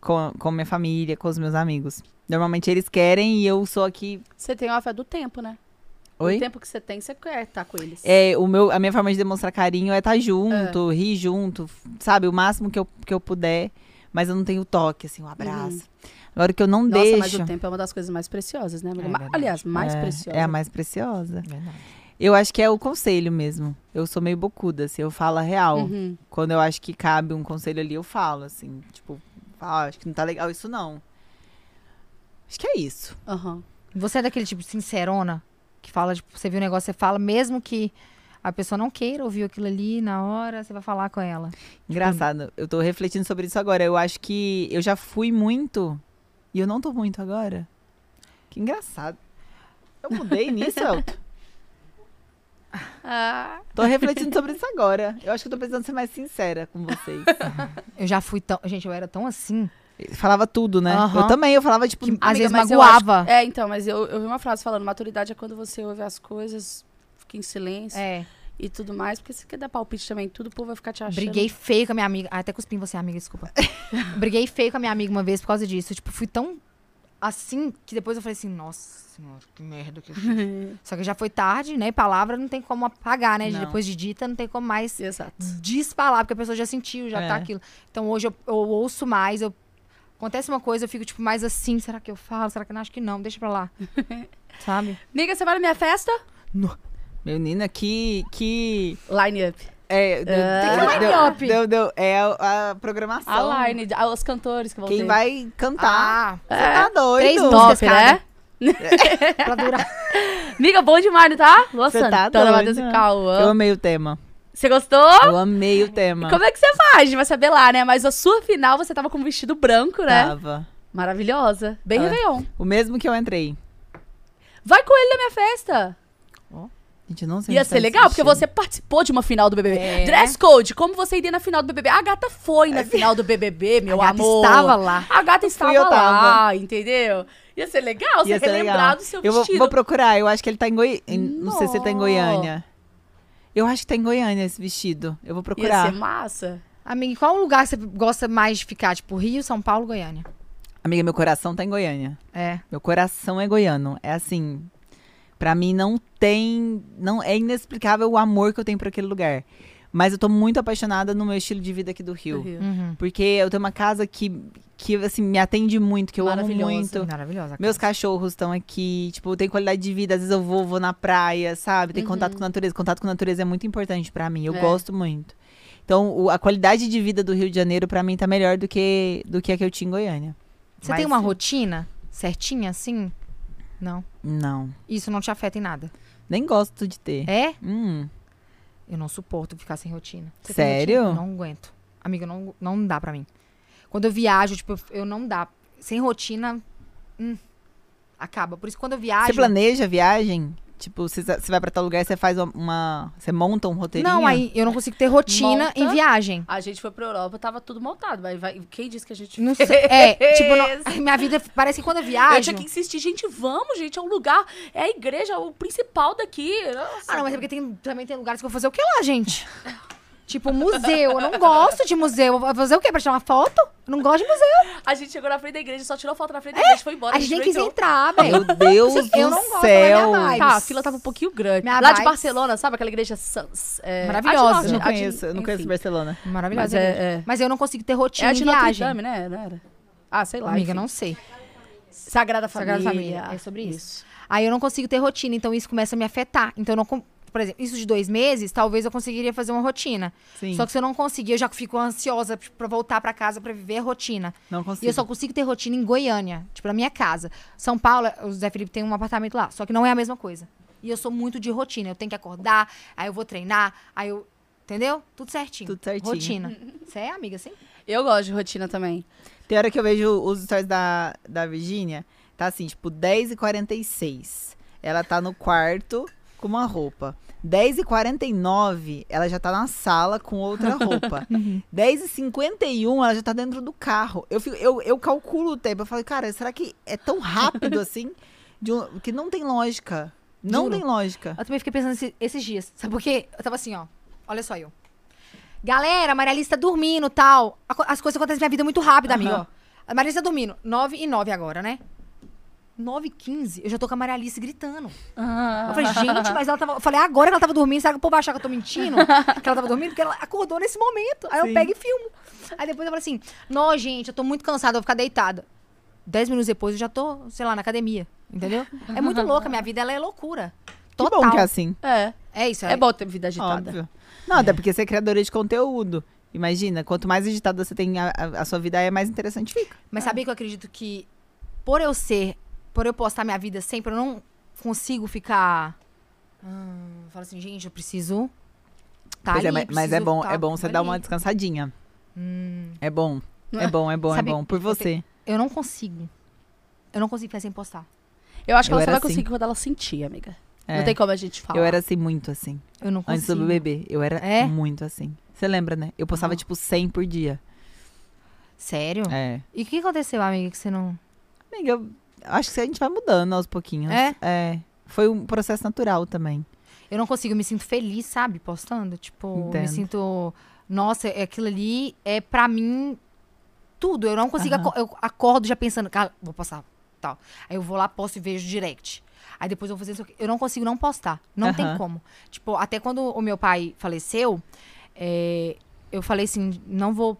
com, com minha família, com os meus amigos. Normalmente eles querem e eu sou aqui. Você tem a fé do tempo, né? O tempo que você tem, você quer estar com eles. É, o meu, a minha forma de demonstrar carinho é estar junto, rir junto, sabe? O máximo que eu, que eu puder. Mas eu não tenho o toque, assim, o abraço. Agora o que eu não Uhum. Nossa, deixo. mas o tempo é uma das coisas mais preciosas, né? amiga? É Ma- verdade. Aliás, mais é, preciosa. É a mais preciosa. Eu acho que é o conselho mesmo. Eu sou meio bocuda, assim, eu falo a real. Uhum. Quando eu acho que cabe um conselho ali, eu falo, assim, tipo, ah, acho que não tá legal isso, não. Acho que é isso. aham. Você é daquele tipo sincerona, que fala, tipo, você viu um negócio, você fala, mesmo que a pessoa não queira ouvir aquilo ali na hora, você vai falar com ela. Tipo, Engraçado, eu tô refletindo sobre isso agora. Eu acho que eu já fui muito e eu não tô muito agora. Que engraçado. Eu mudei nisso, Elton. Ah, Tô refletindo sobre isso agora. Eu acho que eu tô precisando ser mais sincera com vocês. Eu já fui tão. Gente, eu era tão assim. Falava tudo, né? Aham. Eu também, eu falava, tipo, às vezes mas eu magoava. Ah. acho- É, então, mas eu, eu vi uma frase falando: maturidade é quando você ouve as coisas, fica em silêncio É. e tudo mais, porque você quer dar palpite também, tudo, o povo vai ficar te Tá achando. Briguei feio com a minha amiga. Ah, até cuspi em você, amiga, desculpa. Briguei feio com a minha amiga uma vez por causa disso. Tipo, fui tão assim que depois eu falei assim, nossa senhora, que merda que eu fiz. Só que já foi tarde, né? E palavra não tem como apagar, né? Não. Depois de dita, não tem como mais Exato. desfalar, porque a pessoa já sentiu, já tá É. aquilo. Então hoje eu, eu ouço mais, eu. Acontece uma coisa, eu fico, tipo, mais assim, será que eu falo? Será que eu não? Acho que não, deixa pra lá. Sabe? Miga, você vai na minha festa? Menina, que. que... Line up. É, deu, deu, que é deu, line-up? deu- deu- é a, a programação. A line, ah, os cantores que vão um. Quem ter. vai cantar? Ah, Você tá doido? Três Top, músicas, cara. é. né? pra durar. Miga, bom demais, não tá? Luan É, Você tá Santana, doida. Matheus e Cauã. Eu amei o tema. Você gostou? Eu amei o tema. Ah! Como é que você faz? A gente vai saber lá, né? Mas a sua final, você tava com um vestido branco, né? Tava. Maravilhosa. Bem Ah, é. Réveillon. O mesmo que eu entrei. Vai com ele na minha festa. Gente, eu não sei Ia onde tá ser esse legal, porque vestido. você é participou de uma final do BBB. É. Dress code, como você iria na final do BBB? A gata foi na final do BBB, meu a gata amor. estava lá. A gata estava eu lá, entendeu? Ia ser legal você Ia ser legal. relembrar do seu Eu vou, vestido. vou procurar, eu acho que ele tá em Goiânia. Não sei se ele tá em Nó. Goiânia. Eu acho que tá em Goiânia esse vestido. Eu vou Ia procurar. ser massa. Amiga, qual lugar você gosta mais de ficar? Tipo, Rio, São Paulo, Goiânia? Amiga, meu coração tá em Goiânia. É. Meu coração é goiano. É assim. Pra mim não tem. não É inexplicável o amor que eu tenho por aquele lugar. Mas eu tô muito apaixonada no meu estilo de vida aqui do Rio. Do Rio. Uhum. Porque eu tenho uma casa que, que assim, me atende muito, que eu amo Maravilhosa. muito. Maravilhosa. Meus cachorros estão aqui, tipo, tem qualidade de vida. Às vezes eu vou, vou na praia, sabe? Tem contato com a natureza. Contato com a natureza é muito importante pra mim. Eu É. gosto muito. Então, o- a qualidade de vida do Rio de Janeiro, pra mim, tá melhor do que, do que a que eu tinha em Goiânia. Você Mas- tem uma rotina certinha, assim? Não. Não. Isso não te afeta em nada. Nem gosto de ter. É? Hum. Eu não suporto ficar sem rotina. Você tem Sério? rotina? Eu não aguento. Amiga, não, não dá pra mim. Quando eu viajo, tipo, eu- eu não dá. Sem rotina, hum, acaba. Por isso, quando eu viajo... Você planeja a viagem? Tipo, você sa- você vai pra tal lugar, você faz uma- uma. Você monta um roteirinho? Não, aí eu não consigo ter rotina Monta. em viagem. A gente foi pra Europa, tava tudo montado. Mas vai- quem disse que a gente Não fez? sei. É, tipo, não- minha vida parece que quando eu viajo... Eu tinha que insistir, gente, vamos, gente, é um lugar, é a igreja, é o principal daqui. Nossa. Ah, não, mas é porque tem- também tem lugares que eu vou fazer o que lá, gente? tipo, museu. Eu não gosto de museu. Eu vou fazer o quê? Pra tirar uma foto? Eu não gosto de museu. A gente chegou na frente da igreja, só tirou foto na frente da igreja, foi É, embora. a gente nem não quis entrou. entrar, velho. Meu Deus do Eu não gosto, céu. não é minha vibe. Tá, a fila tava um pouquinho grande. Minha Lá de vibes. Barcelona, sabe aquela igreja sans, é, Maravilhosa. a de Notre- eu não a de- conheço, eu não conheço enfim. Barcelona. Maravilhoso. Mas Mas, é, é. eu não consigo ter É rotina a em de Notre viagem. Dame, né? Não era? Ah, sei lá. Amiga, enfim. não sei. Sagrada Família. Sagrada Família, é sobre isso. Aí eu não consigo ter rotina, então isso começa a me afetar. Então eu não... con- Por exemplo, isso de dois meses, talvez eu conseguiria fazer uma rotina. Sim. Só que se eu não conseguir, eu já fico ansiosa tipo, pra voltar pra casa pra viver a rotina. Não E consigo. eu só consigo ter rotina em Goiânia, tipo, na minha casa. São Paulo, o Zé Felipe tem um apartamento lá, só que não é a mesma coisa. E eu sou muito de rotina. Eu tenho que acordar, aí eu vou treinar, aí eu. Entendeu? Tudo certinho. Tudo certinho. Rotina. Você é amiga, sim? Eu gosto de rotina também. Tem hora que eu vejo os stories da, da Virgínia, tá assim, tipo, 10h46. Ela tá no quarto com uma roupa. 10h49, ela já tá na sala com outra roupa. 10h51, ela já tá dentro do carro. Eu, fico- eu, eu calculo o tempo. Eu falo, cara, será que é tão rápido assim? De um- que não tem lógica. Não Juro. Ah, tem lógica. Eu também fiquei pensando esse- esses dias. Sabe por quê? Eu tava assim, ó. Olha só eu. Galera, a Marialice tá dormindo tal. A co- As coisas acontecem na minha vida muito rápido, amigo. Aham. ó. A Marialice tá dormindo. 9 e 9 agora, né? 9 e 15, eu já tô com a Marialice gritando. Ah. Eu falei, gente, mas ela tava. Eu falei, agora que ela tava dormindo, será que o povo vai achar que eu tô mentindo? que ela tava dormindo? Porque ela acordou nesse momento. Aí eu pego e filmo. Aí depois eu falo assim, nó, gente, eu tô muito cansada, eu vou ficar deitada. Dez minutos depois eu já tô, sei lá, na academia. Entendeu? É muito louca, minha vida ela é loucura. Que Total. bom que é assim. É. É isso, É bom ter vida agitada. Óbvio. Não, até porque você é criadora de conteúdo. Imagina, quanto mais agitada você tem, a, a- a sua vida é mais interessante fica. Mas sabia que eu acredito que por eu ser, por eu postar minha vida sempre, eu não consigo ficar. Hum, falo assim, gente, eu preciso. Tá Pois é, ali, mas, mas é preciso bom, tá é bom você dar ali. Hum. uma descansadinha. É bom. É bom, é bom, Sabe, é bom. Por eu te- você. Eu não consigo. Eu não consigo ficar sem postar. Eu acho que Eu ela só era vai assim. conseguir quando ela sentir, amiga. É. Não tem como a gente falar. Eu era assim, muito assim. Eu não Antes consigo. do bebê, eu era É? muito assim. Você lembra, né? Eu postava, tipo, 100 por dia. Sério? É. E o que aconteceu, amiga, que você não. Amiga, eu acho que a gente vai mudando aos pouquinhos. É? É. Foi um processo natural também. Eu não consigo, eu me sinto feliz, sabe? Postando. Tipo, eu Entendo. me sinto. Nossa, é- aquilo ali é pra mim tudo. Eu não consigo. Aham. aco- Eu acordo já pensando, cara, vou postar tal. Aí eu vou lá, posto e vejo direct. Aí depois eu vou fazer isso aqui. Eu não consigo não postar. Não tem Aham. como. Tipo, até quando o meu pai faleceu, é, eu falei assim, não vou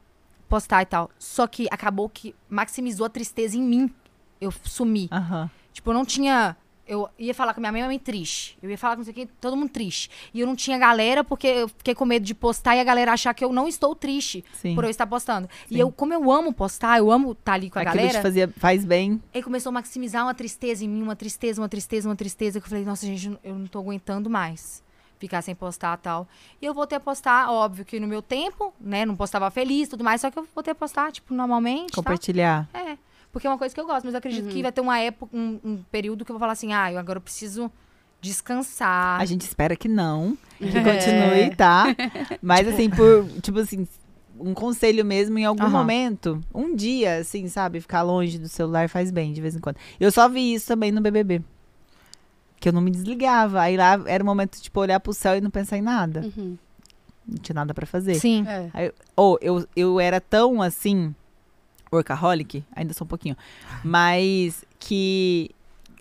postar e tal. Só que acabou que maximizou a tristeza em mim. Eu sumi. Aham. Tipo, eu não tinha. Eu ia falar com minha mãe, minha mãe triste. Eu ia falar com não sei quem, todo mundo triste. E eu não tinha galera porque eu fiquei com medo de postar e a galera achar que eu não estou triste Sim. por eu estar postando. Sim. E eu, como eu amo postar, eu amo estar ali com a Aquilo te galera, Tá. fazia, faz bem. ele começou a maximizar uma tristeza em mim, uma tristeza, uma tristeza, uma tristeza, que eu falei, nossa, gente, eu não tô aguentando mais. ficar sem postar tal. E eu voltei a postar, óbvio que no meu tempo, né? Não postava feliz e tudo mais, só que eu voltei a postar, tipo, normalmente. tal. Compartilhar. É. Porque é uma coisa que eu gosto, mas eu acredito Uhum. que vai ter uma época, um, um período que eu vou falar assim, ah, eu agora eu preciso descansar. A gente espera que não, assim. que É. continue, tá? Mas assim, por, tipo assim, um conselho mesmo, em algum Aham. momento, um dia, assim, sabe, ficar longe do celular faz bem de vez em quando. Eu só vi isso também no BBB. Que eu não me desligava. Aí lá era o momento, tipo, olhar pro céu e não pensar em nada. Uhum. Não tinha nada pra fazer. Sim. É. Ou eu, eu era tão assim, workaholic, ainda sou um pouquinho, mas que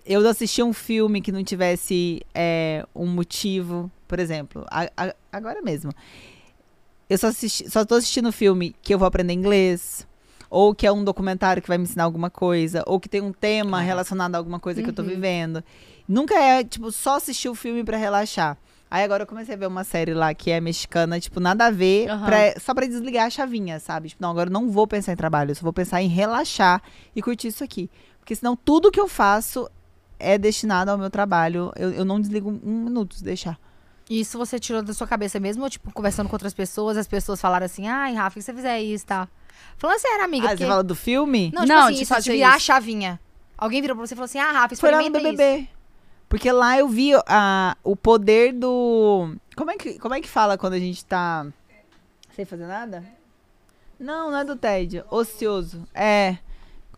eu não assistia um filme que não tivesse é, um motivo, por exemplo, a- a- agora mesmo. Eu só, assisti, só tô assistindo um filme que eu vou aprender inglês, ou que é um documentário que vai me ensinar alguma coisa, ou que tem um tema relacionado a alguma coisa Uhum. que eu tô vivendo. Nunca é, tipo, só assistir o filme pra relaxar. Aí agora eu comecei a ver uma série lá que é mexicana, tipo, nada a ver, Aham. pra- só pra desligar a chavinha, sabe? Tipo, não, agora eu não vou pensar em trabalho, eu só vou pensar em relaxar e curtir isso aqui. Porque senão tudo que eu faço é destinado ao meu trabalho. Eu, eu não desligo um minuto se deixar. E Isso você tirou da sua cabeça mesmo, ou, tipo, conversando com outras pessoas, as pessoas falaram assim, ai, Rafa, que você fizer isso e tal. Falando sério, amiga. Ah, porque... você fala do filme? Não, tipo Não, assim, de isso de fazer virar a isso. chavinha. Alguém virou pra você e falou assim, ah, Rafa, Foi lá no experimenta isso. BBB. Porque lá eu vi a, o poder do... Como é, que, como é que fala quando a gente tá sem fazer nada? Não, não é do tédio. Ocioso. É.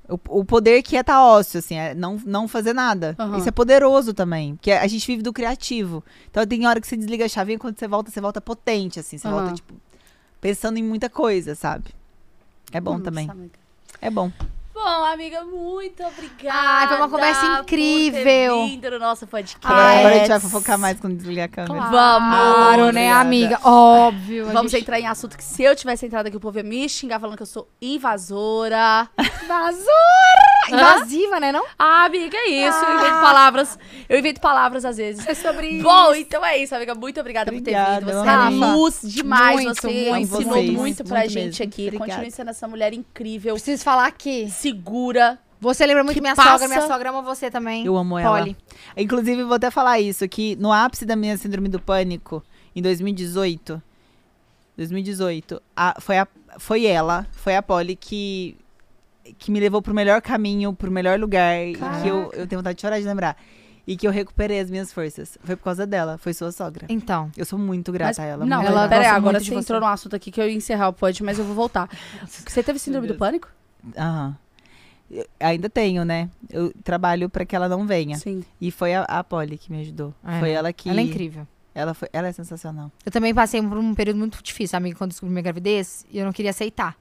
O, o poder que é tá ócio, assim, é não, não fazer nada. Aham. Isso é poderoso também. Porque a gente vive do criativo. Então tem hora que você desliga a chavinha, quando você volta, você volta potente, assim. Você Aham. volta, tipo, pensando em muita coisa, sabe? É bom Nossa, também. amiga. É bom. Bom, amiga, muito obrigada. Ai, foi uma conversa Por ter incrível. vindo no nosso podcast. Ai, Agora a gente vai fofocar mais quando desligar a câmera. Ah, Claro, Vamos, né, viada. amiga? Ah, Óbvio. a Vamos gente- entrar em assunto que se eu tivesse entrado aqui, o povo ia me xingar falando que eu sou invasora. Invasora! Invasiva, né, não? Ah, amiga, é isso. Eu invento Ah. palavras. Eu invento palavras às vezes. É sobre Bom, então é isso, amiga. Muito obrigada, por ter Obrigada, vindo. Você Rafa. é luz demais. Muito, você muito, ensinou vocês. muito, Muito pra mesmo. gente aqui. Obrigada. Continue sendo essa mulher incrível, Eu preciso falar que segura. você lembra muito Que minha passa- sogra. Minha sogra ama você também. Eu amo ela. Polly. Inclusive, vou até falar isso, que no ápice da minha síndrome do pânico, em 2018, 2018, a- foi, a- foi ela, foi a Polly que, que me levou pro melhor caminho, pro melhor lugar, e que eu, eu tenho vontade de chorar de lembrar. E que eu recuperei as minhas forças. Foi por causa dela, foi sua sogra. Então. Eu sou muito grata Mas- a ela. não, muito ela ela, legal. pera aí, gosta agora muito de você você. entrou num assunto aqui que eu ia encerrar o pod, mas eu vou voltar. Você teve síndrome do Meu pânico? Aham. Eu- Ainda tenho, né? Eu trabalho pra que ela não venha. Sim. E foi a, a Polly que me ajudou. É. Foi ela que. Ela é incrível. Ela, foi, ela é sensacional. Eu também passei por um período muito difícil, amiga, quando descobri minha gravidez, e eu não queria aceitar.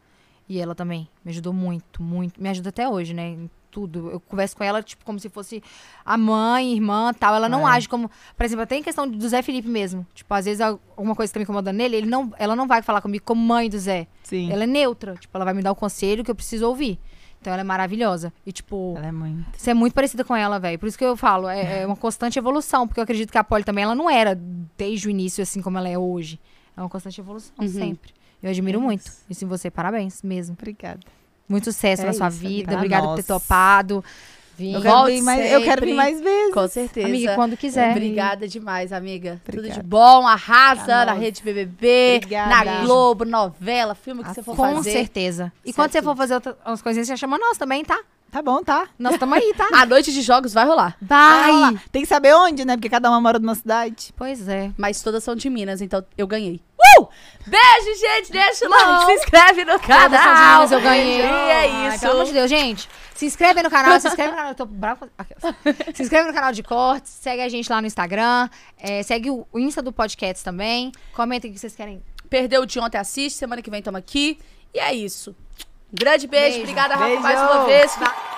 E ela também me ajudou muito, muito. Me ajuda até hoje, né? Em tudo. Eu converso com ela, tipo, como se fosse a mãe, irmã tal. Ela não É. age como. Por exemplo, até em questão do Zé Felipe mesmo. Tipo, às vezes al- alguma coisa que tá me incomodando nele, ele não, ela não vai falar comigo como mãe do Zé. Sim. Ela é neutra. Tipo, ela vai me dar o conselho que eu preciso ouvir. Então ela é maravilhosa. E, tipo. Ela é muito. Você é muito parecida com ela, velho. Por isso que eu falo, é, é uma constante evolução. Porque eu acredito que a Polly também, ela não era desde o início assim como ela é hoje. É uma constante evolução, Uhum. sempre. Eu admiro muito isso em você. Parabéns mesmo. Obrigada. Muito sucesso É na sua isso, amiga. vida. Ah, Obrigada por ter nossa. topado. Vim. Eu quero, Volte vir mais, eu quero vir sempre. mais vezes. Com certeza. Amiga, quando quiser. Obrigada demais, amiga. Tudo de Obrigada. bom, arrasa Tá Pra na nós. rede BBB, Obrigada. na Beijo. Globo, novela, filme que Ah, você for Com fazer. certeza. E Isso quando é você for fazer outra- umas coisinhas, você chama nós também, tá? Tá bom, tá? Nós estamos aí, tá? A noite de jogos vai rolar. Vai Vai! lá. Tem que saber onde, né? Porque cada uma mora numa cidade. Pois é. Mas todas são de Minas, então eu ganhei. Uh! Beijo, gente! Deixa o like, se inscreve no canal. Cada São João, eu ganhei. E é Ai, isso. pelo amor de Deus, gente. Se inscreve aí no canal, se inscreve no canal. Eu tô brava. Aqui, ó. Se inscreve no canal de cortes, segue a gente lá no Instagram, é, segue o o Insta do podcast também. Comentem o que vocês querem. Perdeu o de ontem, assiste. Semana que vem tamo aqui. E é isso. Um grande beijo. Beijo. Obrigada, Rafa, Beijo. mais uma vez.